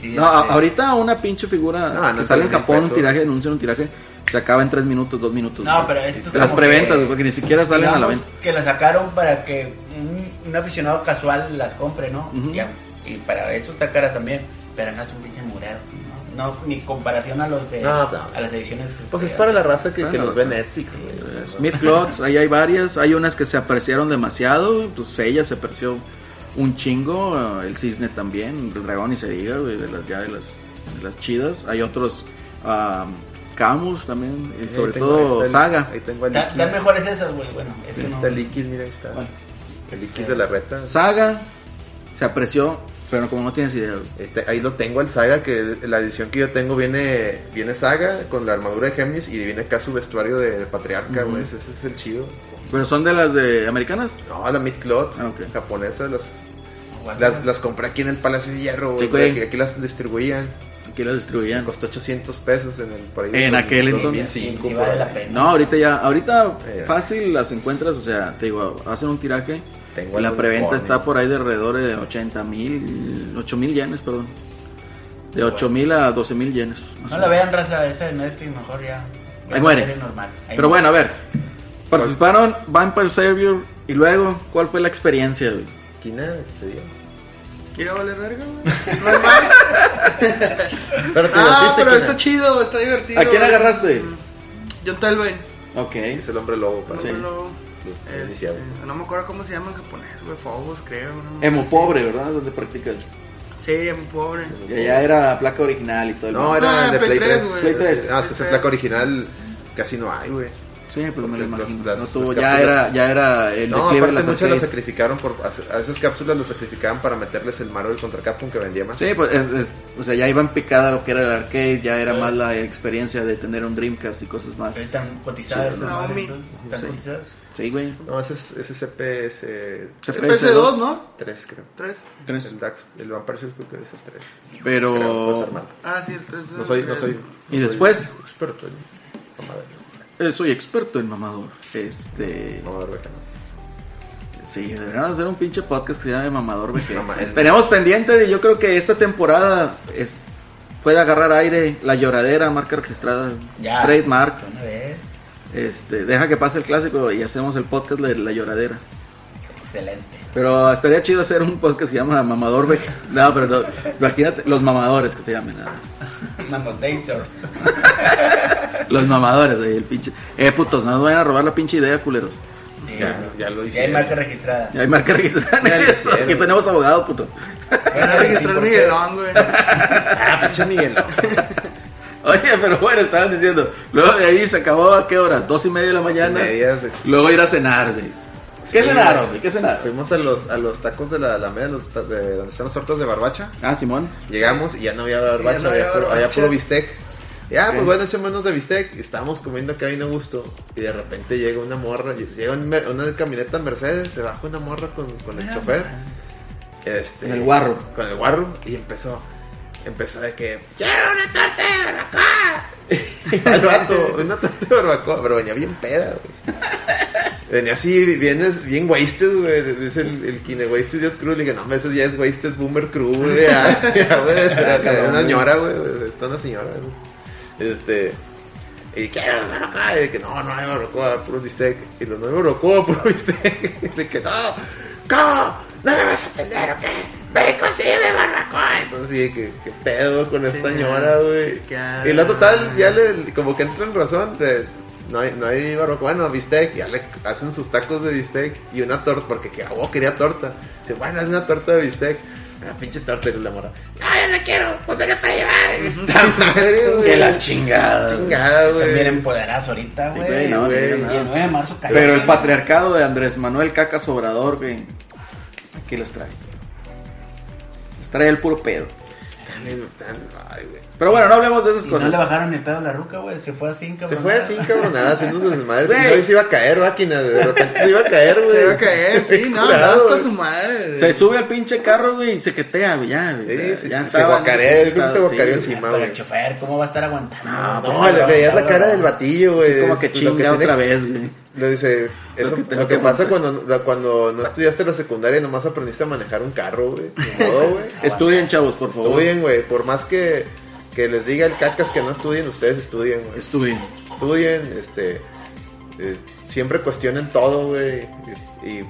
Speaker 3: Sí,
Speaker 2: No, a-
Speaker 3: este,
Speaker 2: ahorita una pinche figura
Speaker 4: Ah, No, no
Speaker 2: que sale en
Speaker 4: sale ni
Speaker 2: Japón,
Speaker 4: peso.
Speaker 2: un tiraje, anuncian un tiraje, se acaba en 3 minutos, 2 minutos.
Speaker 3: No,
Speaker 2: güey.
Speaker 3: pero esto es
Speaker 2: Las
Speaker 3: como
Speaker 2: preventas,
Speaker 3: que- pues,
Speaker 2: güey, porque ni siquiera salen a la
Speaker 3: digamos
Speaker 2: venta.
Speaker 3: Que la sacaron para que un, un aficionado casual las compre, ¿no?
Speaker 2: Ujú.
Speaker 3: Ya, y, para eso está cara también. Pero no es un pinche mural, ¿no? No, ni comparación a los de.
Speaker 4: No, no.
Speaker 3: A las ediciones.
Speaker 4: Pues es
Speaker 3: este,
Speaker 4: para la raza que,
Speaker 2: Ah,
Speaker 4: que
Speaker 2: no,
Speaker 4: los ve
Speaker 2: sí.
Speaker 4: Netflix, güey. o sea, ¿no?
Speaker 2: Mid Clots, ahí hay varias, hay unas que se apreciaron demasiado, güey, pues ella se apreció un chingo, eh, el cisne también, el dragón y se diga, güey, de las ya de las, de las chidas, hay otros am, Camus también, y
Speaker 4: Ahí
Speaker 2: sobre
Speaker 4: Eh, tengo- ahí
Speaker 2: todo
Speaker 4: está el-
Speaker 2: Saga.
Speaker 4: Ahí tengo el
Speaker 3: ta- Las
Speaker 4: Ikis.
Speaker 3: mejores esas, güey. Bueno, es que
Speaker 4: Ahí
Speaker 3: no.
Speaker 4: está el Ikis, mira, ahí está.
Speaker 2: Bueno.
Speaker 4: El Ikis de la reta.
Speaker 2: Saga se apreció, pero como no tienes idea, güey.
Speaker 4: Este, ahí lo tengo el Saga, que la edición que yo tengo viene viene Saga con la armadura de Géminis y viene acá su vestuario de patriarca,
Speaker 2: Ujú.
Speaker 4: güey. Ese, ese es el chido.
Speaker 2: pero son de las de americanas.
Speaker 4: No, la Midcloth,
Speaker 2: Ah, ok. Ah,
Speaker 4: japonesa, las,
Speaker 3: Igual,
Speaker 4: las, las compré aquí en el Palacio de Hierro, güey,
Speaker 2: Sí, güey.
Speaker 4: Aquí, aquí las distribuían.
Speaker 2: Aquí las distribuían.
Speaker 4: Costó 800 pesos en el por ahí
Speaker 2: En
Speaker 4: dos-
Speaker 2: aquel
Speaker 4: dos mil
Speaker 2: entonces.
Speaker 3: sí,
Speaker 4: cinco,
Speaker 3: sí
Speaker 4: por
Speaker 3: vale
Speaker 4: ahí.
Speaker 3: la pena.
Speaker 2: No, ahorita ya, ahorita
Speaker 4: Eh.
Speaker 2: fácil las encuentras, o sea, te digo, hacen un tiraje.
Speaker 4: Tengo
Speaker 2: y la
Speaker 4: algo
Speaker 2: preventa
Speaker 4: de
Speaker 2: está
Speaker 4: Pony.
Speaker 2: por ahí de alrededor de 80 mil, 8 mil yenes, perdón. De 8 mil a 12 mil yenes. más
Speaker 3: No
Speaker 2: o
Speaker 3: la
Speaker 2: menos.
Speaker 3: vean, raza. Esa de Netflix, mejor ya.
Speaker 2: Ahí muere.
Speaker 3: serie normal. Ahí
Speaker 2: Pero
Speaker 3: muere.
Speaker 2: bueno, a ver.
Speaker 4: Pues-
Speaker 2: Participaron Vampire Savior y luego, ¿cuál fue la experiencia? güey?
Speaker 4: Esquina, te digo.
Speaker 6: ¿Quiero valer verga, güey?
Speaker 4: Pero te
Speaker 6: Ah,
Speaker 4: divertiste,
Speaker 6: pero
Speaker 4: Kina.
Speaker 6: está
Speaker 2: este-
Speaker 6: chido, está divertido.
Speaker 2: ¿A quién
Speaker 6: güey.
Speaker 2: agarraste?
Speaker 4: Mm.
Speaker 6: John Talbot.
Speaker 2: Ok.
Speaker 4: Es el hombre lobo, para pues.
Speaker 2: Sí. Eh,
Speaker 6: Lo-
Speaker 4: los
Speaker 6: este,
Speaker 4: iniciados.
Speaker 6: no me acuerdo cómo se llama en japonés, güey. Phobos, creo. ¿no?
Speaker 2: Emo pobre, ¿verdad? Donde practicas.
Speaker 6: Sí, emo pobre.
Speaker 2: Y allá era placa original y todo el
Speaker 4: No, eh,
Speaker 2: mundo.
Speaker 4: era
Speaker 6: Ah,
Speaker 4: de Play 3.
Speaker 6: güey.
Speaker 2: Play 3.
Speaker 4: Ah, es que esa placa original casi no hay, güey.
Speaker 2: Sí, pues me lo
Speaker 4: Las-
Speaker 2: imagino.
Speaker 4: las-
Speaker 2: no tuvo,
Speaker 4: las
Speaker 2: ya,
Speaker 4: cápsulas.
Speaker 2: era, ya era el
Speaker 4: No,
Speaker 2: declive de
Speaker 4: aparte
Speaker 2: las
Speaker 4: muchas las
Speaker 2: arcades.
Speaker 4: sacrificaron por a esas cápsulas las sacrificaban para meterles el Marvel contra Capcom que vendía más.
Speaker 2: Sí, pues, es- es- o sea, ya iban picada lo que era el arcade, ya era más la experiencia de tener un Dreamcast y cosas más.
Speaker 3: Ahí Están cotizadas.
Speaker 6: Sí,
Speaker 3: esas
Speaker 6: Naomi.
Speaker 3: madres, entonces, Están
Speaker 2: Sí.
Speaker 3: cotizadas.
Speaker 2: Sí, güey.
Speaker 4: No, ese es, ese es CPS
Speaker 6: CPS2, ¿no?
Speaker 4: 3, creo.
Speaker 6: Tres.
Speaker 2: Tres.
Speaker 4: El Dax, el Vampire Shield creo que es el 3. Creo, puede ser
Speaker 2: Pero
Speaker 4: mal.
Speaker 6: Ah, sí, el tres.
Speaker 4: No soy, no soy. no
Speaker 2: Y
Speaker 4: soy
Speaker 2: después-
Speaker 4: Experto en. Mamador.
Speaker 2: eh, soy experto en mamador. Este.
Speaker 4: Mamador vegano.
Speaker 2: Sí, deberíamos hacer un pinche podcast que se llame Mamador Vejero.
Speaker 4: Mamá, el-
Speaker 2: Tenemos pendiente de, yo creo que esta temporada es, puede agarrar aire la lloradera, marca registrada,
Speaker 3: Ya.
Speaker 2: trademark.
Speaker 3: Una vez.
Speaker 2: Este, deja que pase el clásico y hacemos el podcast de la lloradera.
Speaker 3: Excelente.
Speaker 2: Pero estaría chido hacer un podcast que se llama Mamador Vejero. No, pero no, imagínate, los mamadores que se llamen. ah.
Speaker 3: Mamodators.
Speaker 2: Los mamadores, ahí el pinche. Eh, putos, no nos vayan a robar la pinche idea, culeros.
Speaker 4: Ya, ya lo
Speaker 3: Ya hay
Speaker 4: hice.
Speaker 3: marca registrada.
Speaker 2: Ya hay marca registrada en
Speaker 4: Ya lo
Speaker 2: eso,
Speaker 4: hicieron.
Speaker 2: que tenemos abogado, puto.
Speaker 6: Van a registrar
Speaker 3: Sí,
Speaker 6: Miguelón, güey.
Speaker 4: Ah, pinche Miguel.
Speaker 2: Oye, pero bueno, estaban diciendo. Luego de ahí se acabó a qué horas? Dos y media de la mañana.
Speaker 4: medias.
Speaker 2: Luego ir a cenar, güey. ¿Qué
Speaker 4: Sí,
Speaker 2: cenaron,
Speaker 4: güey.
Speaker 2: güey? ¿Qué cenaron?
Speaker 4: Fuimos a los, a los tacos de la Alameda, los, ta- de donde están los tortas de barbacha.
Speaker 2: Ah, Simón.
Speaker 4: Llegamos y ya no había barbacha,
Speaker 6: Ya no había
Speaker 4: había, puro, había
Speaker 6: barbacha.
Speaker 4: puro bistec. Ya,
Speaker 2: Ok.
Speaker 4: pues bueno, echamos menos de bistec. y Estábamos comiendo acá bien a gusto. Y de repente llega una morra, llega un mer- una camioneta Mercedes, se baja una morra con, con
Speaker 6: Ah,
Speaker 4: el chofer. Este,
Speaker 2: En el guarro.
Speaker 4: Con el guarro. Y empezó, empezó de que, quiero una torta de barbacoa. Al vato, una torta de barbacoa, pero venía bien peda, güey. Venía así, bien, bien wasted, güey. Dice el, el Kine Wasted Dios Cruz. Le dije, no, hombre, eso ya es Wasted Boomer Cruz, güey. Ya, ya, güey. es una- Una señora, güey. Está una señora, güey. Este. Y que, "Ah, bueno, acá", y de que no, no hay barbacoa, puro bistec. Y lo no hay barbacoa, puro bistec. Y de que no, ¿cómo? ¿No me vas a atender o qué? Ven, consígueme barbacoa. Entonces, sí, que, que pedo con esta
Speaker 6: Sí,
Speaker 4: señora, güey.
Speaker 6: chisqueada.
Speaker 4: Y la total, ya le, como que entra en razón de. No hay, no hay barbacoa, no, bistec. Ya le hacen sus tacos de bistec y una torta, porque que, oh, quería torta. Dice, bueno, hazme una torta de bistec. Ah, pinche torta y la mora. No, yo no quiero, pues venga para llevar. Está madre, güey.
Speaker 2: Que la chingada.
Speaker 4: Ah, chingada, güey.
Speaker 3: Están bien empoderadas ahorita, güey.
Speaker 2: güey, no,
Speaker 3: y
Speaker 2: sí,
Speaker 3: el
Speaker 2: no.
Speaker 3: 9 de marzo cae.
Speaker 2: Pero el patriarcado de Andrés Manuel Cacas Obrador, güey. Aquí los trae. Les trae el puro pedo.
Speaker 4: Ay, güey.
Speaker 2: Pero bueno, no hablemos de esas
Speaker 3: Y
Speaker 2: cosas.
Speaker 3: no le bajaron el pedo a la ruca, güey. Se fue así, cabrón.
Speaker 4: Se fue así, cabronada, haciendo sus desmadres.
Speaker 2: Güey.
Speaker 4: Y hoy se iba a caer, máquina, de repente se iba a caer, güey.
Speaker 6: Se iba a caer, sí, no,
Speaker 4: Curado,
Speaker 6: no,
Speaker 4: güey.
Speaker 6: hasta su madre.
Speaker 2: Se sube al pinche carro, güey, y se jetea, güey, ya, güey.
Speaker 4: Sí,
Speaker 2: o sea,
Speaker 4: sí,
Speaker 2: ya
Speaker 4: se
Speaker 2: estaba en
Speaker 4: guacareó,
Speaker 2: ese
Speaker 4: yo creo que se
Speaker 2: estado,
Speaker 4: guacareó
Speaker 2: sí.
Speaker 4: encima.
Speaker 3: Pero el chofer, ¿cómo va a estar aguantando?
Speaker 2: No,
Speaker 4: No, le veías la cara del batillo, güey.
Speaker 2: Como que
Speaker 4: Es lo
Speaker 2: chinga
Speaker 4: tiene-
Speaker 2: otra vez, güey.
Speaker 4: Le dice,
Speaker 2: Lo
Speaker 4: eso,
Speaker 2: que
Speaker 4: lo que,
Speaker 2: te- lo que
Speaker 4: pasa
Speaker 2: pasa.
Speaker 4: cuando, la- cuando no estudiaste la secundaria y nomás aprendiste a manejar un carro, güey. Ni modo, güey.
Speaker 2: Estudien, chavos, por favor.
Speaker 4: Estudien, güey. Por más que, que les diga el cacas que no estudien, ustedes estudien, güey.
Speaker 2: Estudien.
Speaker 4: estudien, este, eh, siempre cuestionen todo, güey, y, y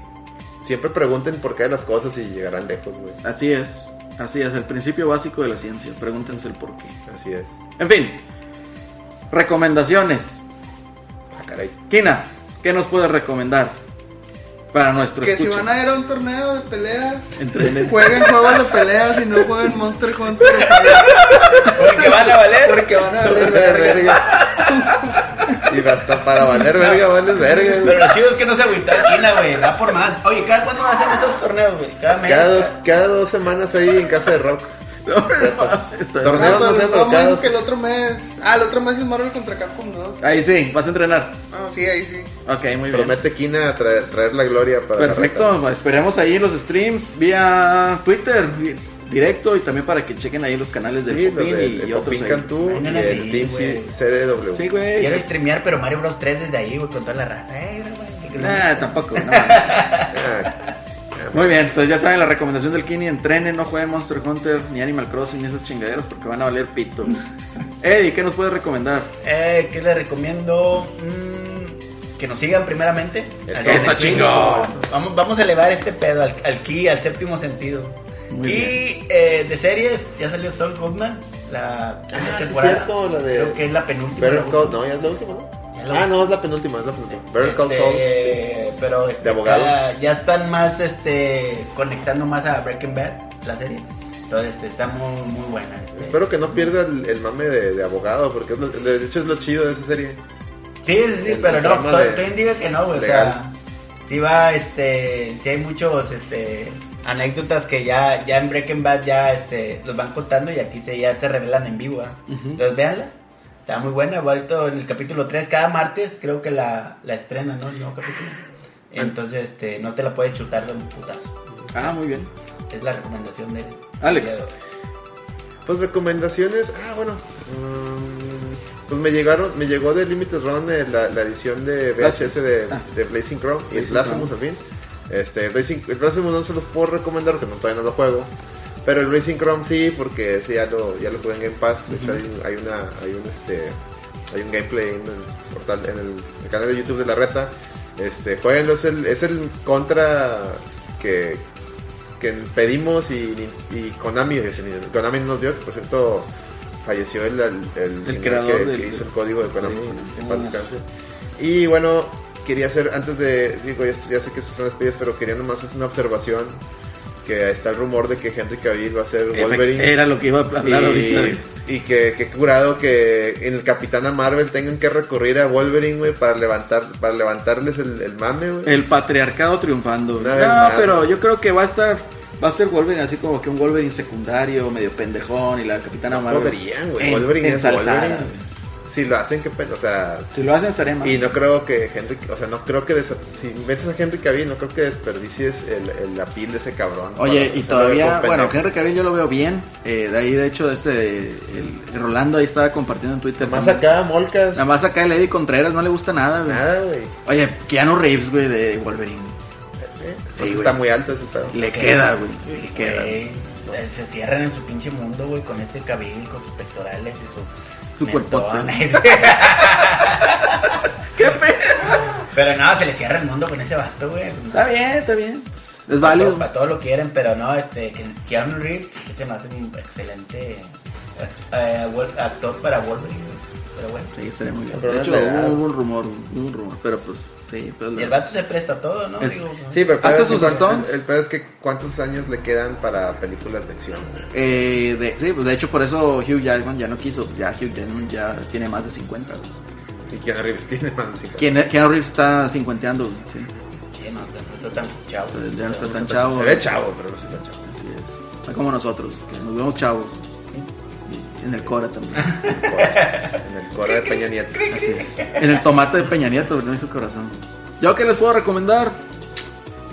Speaker 4: siempre pregunten por qué las cosas y llegarán lejos, güey.
Speaker 2: Así es. Así es, el principio básico de la ciencia. Pregúntense el por qué.
Speaker 4: Así es.
Speaker 2: En fin. Recomendaciones.
Speaker 4: Ah, caray.
Speaker 2: Kina, ¿qué nos puedes recomendar para nuestro
Speaker 6: que si
Speaker 2: escucha?
Speaker 6: van a ir a un torneo de peleas,
Speaker 2: Entrenen.
Speaker 6: jueguen juegos de peleas y no jueguen Monster Hunter.
Speaker 3: Porque van a valer.
Speaker 6: Porque van a valer
Speaker 4: Valer
Speaker 6: verga. Ah,
Speaker 4: verga. y hasta para valer verga, vales verga,
Speaker 3: Pero
Speaker 4: güey.
Speaker 3: lo chido es que no se agüitó el China, güey. Va por más. Oye, ¿cada cuándo hacen estos torneos, güey? Cada mes.
Speaker 4: Cada dos, cada dos semanas ahí en casa de rock. Torneos, no sé, pero
Speaker 6: Vamos
Speaker 4: cada
Speaker 6: que el otro mes. Ah, el otro mes es Marvel contra Capcom 2.
Speaker 2: Ahí sí, vas a entrenar.
Speaker 6: Ah, sí, ahí sí.
Speaker 2: Ok, muy bien.
Speaker 4: Promete Kina traer, traer la gloria para la reta.
Speaker 2: Perfecto, esperemos ahí los streams vía Twitter di- directo y también para que chequen ahí los canales del
Speaker 4: Sí, los
Speaker 2: Popín
Speaker 4: de-
Speaker 2: y,
Speaker 4: el
Speaker 2: y otros.
Speaker 4: Popín
Speaker 2: ahí.
Speaker 4: Cantú y
Speaker 3: Mándale
Speaker 4: el
Speaker 3: ahí,
Speaker 4: Team
Speaker 3: güey.
Speaker 4: C- CDW.
Speaker 2: Sí, güey.
Speaker 3: Quiero streamear, pero Mario Bros 3 desde ahí, güey, con toda la raza. Eh, güey, güey.
Speaker 2: Nah, Ah, tampoco. no.
Speaker 4: Ah,
Speaker 2: Muy bien, entonces ya saben la recomendación del Kini: entrenen, no jueguen Monster Hunter ni Animal Crossing ni esos chingaderos porque van a valer pito. Eddie, ¿qué nos puedes recomendar?
Speaker 3: Eh, ¿qué les recomiendo? Mm, que nos sigan primeramente. Al-
Speaker 4: Eso,
Speaker 3: al-
Speaker 4: eso,
Speaker 2: chingón.
Speaker 3: Vamos, vamos a elevar este pedo al, al ki, al séptimo sentido.
Speaker 2: Muy
Speaker 3: y eh, de series, ya salió Sol Goodman, la primera
Speaker 4: Ah, sí,
Speaker 3: temporada.
Speaker 4: cierto, la de-
Speaker 3: Creo que es la penúltima.
Speaker 4: Better
Speaker 3: la-
Speaker 4: Call- no, ya es la última, ¿no?
Speaker 3: Ya la
Speaker 4: Ah, no, es la penúltima, es la penúltima. Better Call
Speaker 3: Este,
Speaker 4: Saul.
Speaker 3: Pero este,
Speaker 4: De abogados.
Speaker 3: Ya, ya están más este, conectando más a Breaking Bad, la serie. Entonces este, está muy, muy buena. este.
Speaker 4: Espero que no pierda el, el mame de, de abogado, porque es lo- de hecho es lo chido de esa serie.
Speaker 3: Sí, sí, sí,
Speaker 4: El
Speaker 3: pero no,
Speaker 4: programa
Speaker 3: todo-
Speaker 4: de-
Speaker 3: todo indica que no, güey. O sea,
Speaker 4: legal.
Speaker 3: sí va, este, sí hay muchos, este, anécdotas que ya, ya en Breaking Bad ya, este, los van contando y aquí se, ya se revelan en vivo, ¿ah?
Speaker 2: Ujú.
Speaker 3: Entonces, véanla. Está muy buena, vuelto en el capítulo 3, cada martes creo que la, la estrena, ¿no? El nuevo capítulo.
Speaker 4: Ah.
Speaker 3: Entonces, este, no te la puedes chutar de un putazo.
Speaker 2: Ah, muy bien.
Speaker 3: Es la recomendación de...
Speaker 2: Alex.
Speaker 3: de hoy.
Speaker 4: Pues recomendaciones, ah, bueno. mm, pues me llegaron, me llegó de Limited Run eh, la, la edición de VHS de,
Speaker 2: Ah.
Speaker 4: de Blazing Chrome y
Speaker 2: Blazing
Speaker 4: Blasphemous al fin. Este, Blazing, el Blasphemous no se los puedo recomendar porque no, todavía no lo juego. Pero el Blazing Chrome sí, porque ese ya lo, ya lo jugué en Game Pass. De hecho, hay, un- hay una, hay un este, hay un gameplay en el portal, en el, el canal de YouTube de la reta. Este, jueguenlo, es el, es el contra que, que pedimos y, y Konami, ese ni- Konami no nos dio, que por cierto falleció el, el, el señor que-
Speaker 2: creador
Speaker 4: que,
Speaker 2: del-
Speaker 4: hizo el código de Konami,
Speaker 2: Sí.
Speaker 4: en paz descanse. Y bueno, quería hacer, antes de, digo, ya, ya sé que esas son las despedidas, pero quería nomás hacer una observación, que está el rumor de que Henry Cavill va a ser Wolverine.
Speaker 2: Era lo que iba a hablar
Speaker 4: Y,
Speaker 2: ahorita.
Speaker 4: y que, que curado que en el Capitana Marvel tengan que recurrir a Wolverine, güey, para levantar, para levantarles el, el mame, güey.
Speaker 2: El patriarcado triunfando.
Speaker 4: Una
Speaker 2: no,
Speaker 4: vez más.
Speaker 2: pero yo creo que va a estar. Va a ser Wolverine así como que un Wolverine secundario, medio pendejón y la capitana Marvel.
Speaker 4: Deberían, güey.
Speaker 2: en-
Speaker 4: Wolverine es
Speaker 2: ensalzada,
Speaker 4: Wolverine.
Speaker 2: güey.
Speaker 4: Si lo hacen, que o sea,
Speaker 2: Si lo hacen estaría mal.
Speaker 4: y no creo que Henry, o sea, no creo que desa- si metes a Henry Cavill, no creo que desperdicies el, el- la piel de ese cabrón.
Speaker 2: Oye,
Speaker 4: para
Speaker 2: y
Speaker 4: hacerlo ver
Speaker 2: todavía,
Speaker 4: con
Speaker 2: bueno,
Speaker 4: pendejo.
Speaker 2: Henry Cavill yo lo veo bien. eh, de ahí, de hecho, este, el, el Rolando ahí estaba compartiendo en Twitter.
Speaker 4: más
Speaker 2: también.
Speaker 4: acá Molcas,
Speaker 2: Nada más acá el Eddie Contreras no le gusta nada, güey.
Speaker 4: nada, güey.
Speaker 2: Oye, Keanu Reeves, güey, de Wolverine.
Speaker 4: Eh,
Speaker 2: Sí,
Speaker 4: porque
Speaker 2: güey.
Speaker 4: está muy alto ese pedo.
Speaker 2: Le
Speaker 3: Que-
Speaker 2: queda, güey. Le queda.
Speaker 8: este
Speaker 3: Güey, pues, se cierran en su pinche mundo, güey, con ese cabil, con sus pectorales y su
Speaker 2: Super
Speaker 8: Nestón.
Speaker 2: poste. ¿Qué pedo?
Speaker 8: Pero no, se le cierra el mundo con ese vato, güey.
Speaker 2: Está bien, está bien. Es
Speaker 8: Para
Speaker 2: válido.
Speaker 8: todo- Para todo lo quieren, pero no, este, que- Keanu Reeves, que se me hace un excelente eh, Wol- actor para Wolverine, güey. pero bueno.
Speaker 2: Sí, estaría muy bien.
Speaker 4: Pero
Speaker 2: De
Speaker 4: no
Speaker 2: hecho,
Speaker 4: es legal.
Speaker 2: hubo un rumor, hubo un rumor, pero pues, sí. Pero
Speaker 8: Y el vato se presta a todo, ¿no?
Speaker 2: Es-
Speaker 8: Digo, ¿no?
Speaker 4: Sí, pero
Speaker 2: Hace
Speaker 4: pero-
Speaker 2: sus
Speaker 4: el-
Speaker 2: stunts.
Speaker 4: El, pedo es que cuántos años le quedan para películas de acción. güey?
Speaker 2: Eh, de, sí, pues de hecho por eso Hugh Jackman ya no quiso. Ya Hugh Jackman ya tiene más de 50. güey.
Speaker 4: Y Keanu Reeves tiene más de 50.
Speaker 2: Keanu Keanu Reeves está cincuenteando, güey, sí.
Speaker 8: Sí, no, no está tan chavo.
Speaker 2: Entonces, ya no está
Speaker 8: Pero-
Speaker 2: tan chavo.
Speaker 4: Se ve chavo, pero no se tan chavo.
Speaker 2: Así es. Está como nosotros, que nos vemos chavos. Y En el Cora también.
Speaker 4: En el coro de Peña Nieto.
Speaker 2: Así es. En el tomate de Peña Nieto, no hizo corazón. Yo que les puedo recomendar.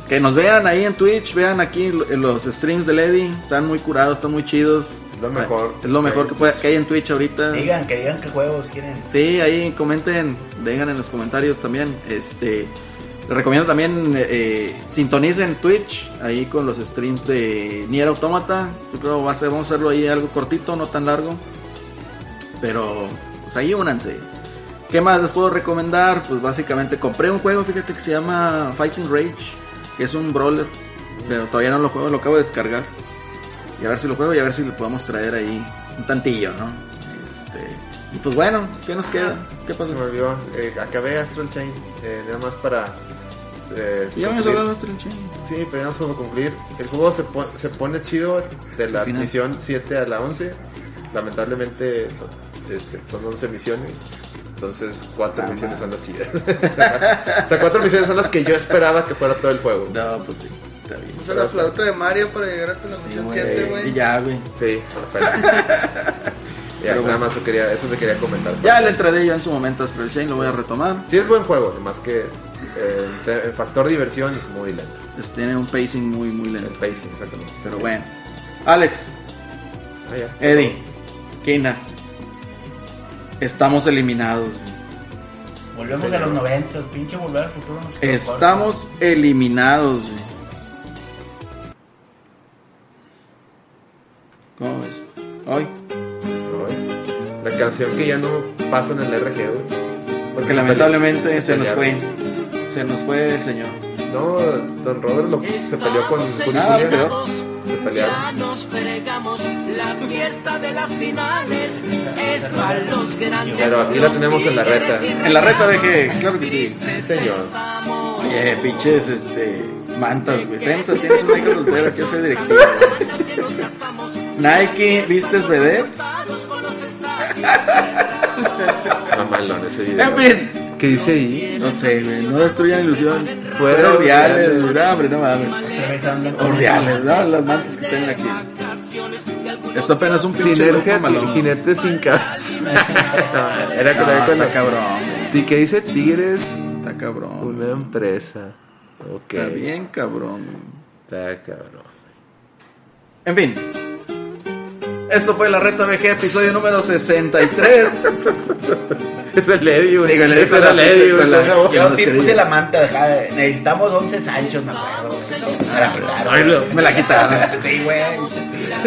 Speaker 2: Que nos vean ahí en Twitch, vean aquí lo- los streams de Lady, están muy curados, están muy chidos.
Speaker 4: Lo mejor.
Speaker 2: Es lo mejor que, puede- que hay en Twitch ahorita.
Speaker 8: Digan, que digan qué juegos quieren.
Speaker 2: Sí, ahí comenten, vengan en los comentarios también. Este, les recomiendo también eh, sintonicen Twitch ahí con los streams de Nier Automata. Yo creo va a ser- vamos a hacerlo ahí algo cortito, no tan largo. Pero pues ahí únanse. ¿Qué más les puedo recomendar? Pues básicamente compré un juego, fíjate que se llama Fighting Rage, que es un brawler, pero todavía no lo juego, lo acabo de descargar. Y a ver si lo juego y a ver si lo podemos traer ahí un tantillo, ¿no? Este, y pues bueno, ¿qué nos queda? ¿Qué
Speaker 4: Se
Speaker 2: pasa?
Speaker 4: me olvidó. Eh, acabé Astral Chain. eh, nada más para. eh,
Speaker 2: Ya me
Speaker 4: concluir.
Speaker 2: hablado de este Astral Chain.
Speaker 4: Sí, pero nada más para concluir. El juego se, po- se pone chido de la
Speaker 2: Al final.
Speaker 4: misión 7 a la 11. Lamentablemente son, este, son 11 misiones. Entonces, cuatro misiones son las chidas. o sea, cuatro misiones son las que yo esperaba que fuera todo el juego.
Speaker 2: No, pues sí, está bien.
Speaker 6: Usa la flauta de Mario para llegar hasta la misión 7,
Speaker 2: Y
Speaker 6: güey.
Speaker 2: ya, güey.
Speaker 4: Sí, por la pena. ya,
Speaker 2: Pero
Speaker 4: nada
Speaker 2: bueno.
Speaker 4: más eso, quería, eso te quería comentar.
Speaker 2: Ya le entraré yo en su momento a Astral Chain, lo voy a retomar.
Speaker 4: Sí, es buen juego, nomás que eh, el factor diversión es muy lento.
Speaker 2: Pues tiene un pacing muy, muy
Speaker 4: El
Speaker 2: lento.
Speaker 4: pacing, exactamente.
Speaker 2: Pero bueno. Alex,
Speaker 4: Ah, ya.
Speaker 2: Eddie, Kina. Estamos eliminados. güey.
Speaker 8: Volvemos a los 90, pinche volver al futuro. nos quedó
Speaker 2: Estamos eliminados. güey. ¿Cómo ves? Hoy.
Speaker 4: Ay, La canción que ya no pasa en el RG, güey.
Speaker 2: Porque
Speaker 4: se
Speaker 2: lamentablemente
Speaker 4: peleó-
Speaker 2: se nos fue.
Speaker 4: pelearon.
Speaker 2: Se nos fue el señor.
Speaker 4: No, Don Robert lo- se peleó con
Speaker 1: Estamos
Speaker 4: Julio
Speaker 2: Ah,
Speaker 4: Julia.
Speaker 2: peor.
Speaker 4: Se
Speaker 1: Ya
Speaker 4: pelearon.
Speaker 1: nos fregamos, la fiesta de las finales es para los grandes.
Speaker 4: Pero aquí la tenemos en la reta.
Speaker 2: En la reta de que, claro que sí.
Speaker 4: Señor.
Speaker 2: Oye, Eh, pinches, este. Mantas, güey. Tienes, tienes una hija soltera que hace directiva. güey. Nike, vistes vedettes.
Speaker 4: Mamalón Ah, ese video.
Speaker 2: En fin. ¿Qué dice ahí? No sé, güey. No destruyan ilusión. Fueron
Speaker 4: Fueron
Speaker 2: ordiales,
Speaker 4: ordiales.
Speaker 2: güey. No, Ah, hombre, no mames.
Speaker 8: Regresando con-
Speaker 2: Ordiales, ¿no? Las mantas que tienen aquí. Esto apenas un pinche grupo
Speaker 9: Sinergia
Speaker 2: malón.
Speaker 9: jinete sin cabeza.
Speaker 4: No, era con
Speaker 2: No,
Speaker 4: la con
Speaker 2: está
Speaker 4: la-
Speaker 2: cabrón, güey,
Speaker 9: Sí, que dice Tigres,
Speaker 2: está cabrón.
Speaker 9: una empresa.
Speaker 4: Ok.
Speaker 2: Está bien cabrón. güey.
Speaker 4: Está cabrón.
Speaker 2: En fin. Esto fue la Reta BG, episodio número 63.
Speaker 4: Es el Lady, güey.
Speaker 2: Digo, el Eddy
Speaker 4: Es
Speaker 2: fue la
Speaker 4: el Lady,
Speaker 2: pinche
Speaker 4: güey.
Speaker 2: escuela.
Speaker 4: no,
Speaker 2: Ya
Speaker 8: Yo
Speaker 2: nos
Speaker 8: sí
Speaker 2: quería.
Speaker 8: puse la manta, dejá, necesitamos 11 Sanchos, me acuerdo. güey. Para hablar,
Speaker 4: Ay,
Speaker 8: güey.
Speaker 4: no.
Speaker 2: Me la quitaron.
Speaker 8: Sí, güey.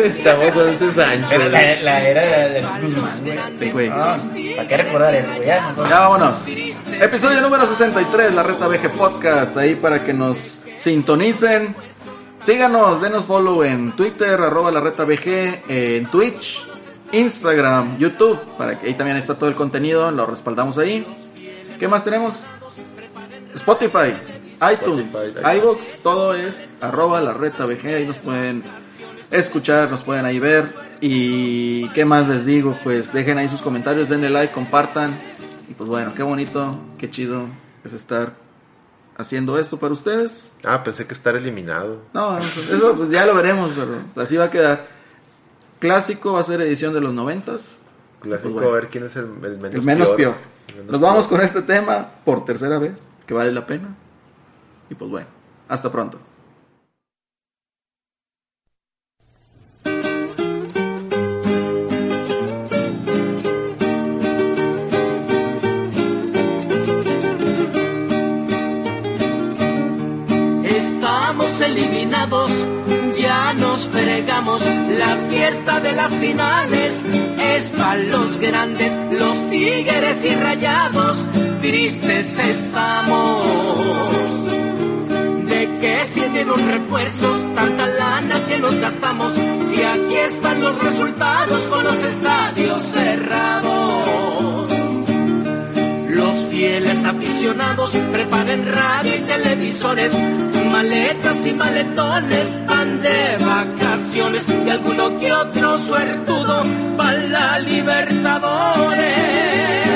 Speaker 4: Estamos 11 Sánchez.
Speaker 8: Era la, la era de, de Guzmán, güey.
Speaker 2: Sí, güey.
Speaker 8: Ah, ¿Para qué recordar eso, güey? Ya, mejor.
Speaker 2: Ya vámonos. Episodio número 63, la Reta BG Podcast. Ahí para que nos sintonicen. Síganos, denos follow en Twitter, arroba la Reta BG, en Twitch, Instagram, YouTube. Para que ahí también está todo el contenido, lo respaldamos ahí. ¿Qué más tenemos? Spotify, iTunes,
Speaker 4: Spotify,
Speaker 2: iVoox, todo es arroba la Reta BG. Ahí nos pueden escuchar, nos pueden ahí ver. Y qué más les digo, pues dejen ahí sus comentarios, denle like, compartan. Y pues bueno, qué bonito, qué chido es estar haciendo esto para ustedes.
Speaker 4: Ah, pensé que estar eliminado.
Speaker 2: No, eso, eso, pues ya lo veremos, pero así va a quedar. Clásico va a ser edición de los noventas,
Speaker 4: Clásico,
Speaker 2: Pues bueno.
Speaker 4: a ver quién es el, el menos,
Speaker 2: el menos peor.
Speaker 4: El menos
Speaker 2: Nos vamos con este tema por tercera vez, que vale la pena. Y pues bueno, hasta pronto.
Speaker 1: Estamos eliminados, ya nos fregamos. La fiesta de las finales es grandes, palos grandes, los tigres y rayados, tristes estamos. ¿De qué sirvieron refuerzos? Tanta lana que nos gastamos. Si aquí están los resultados con los estadios cerrados. Los fieles aficionados preparen radio y televisores, maletas y maletones van de vacaciones y alguno que otro suertudo para la Libertadores.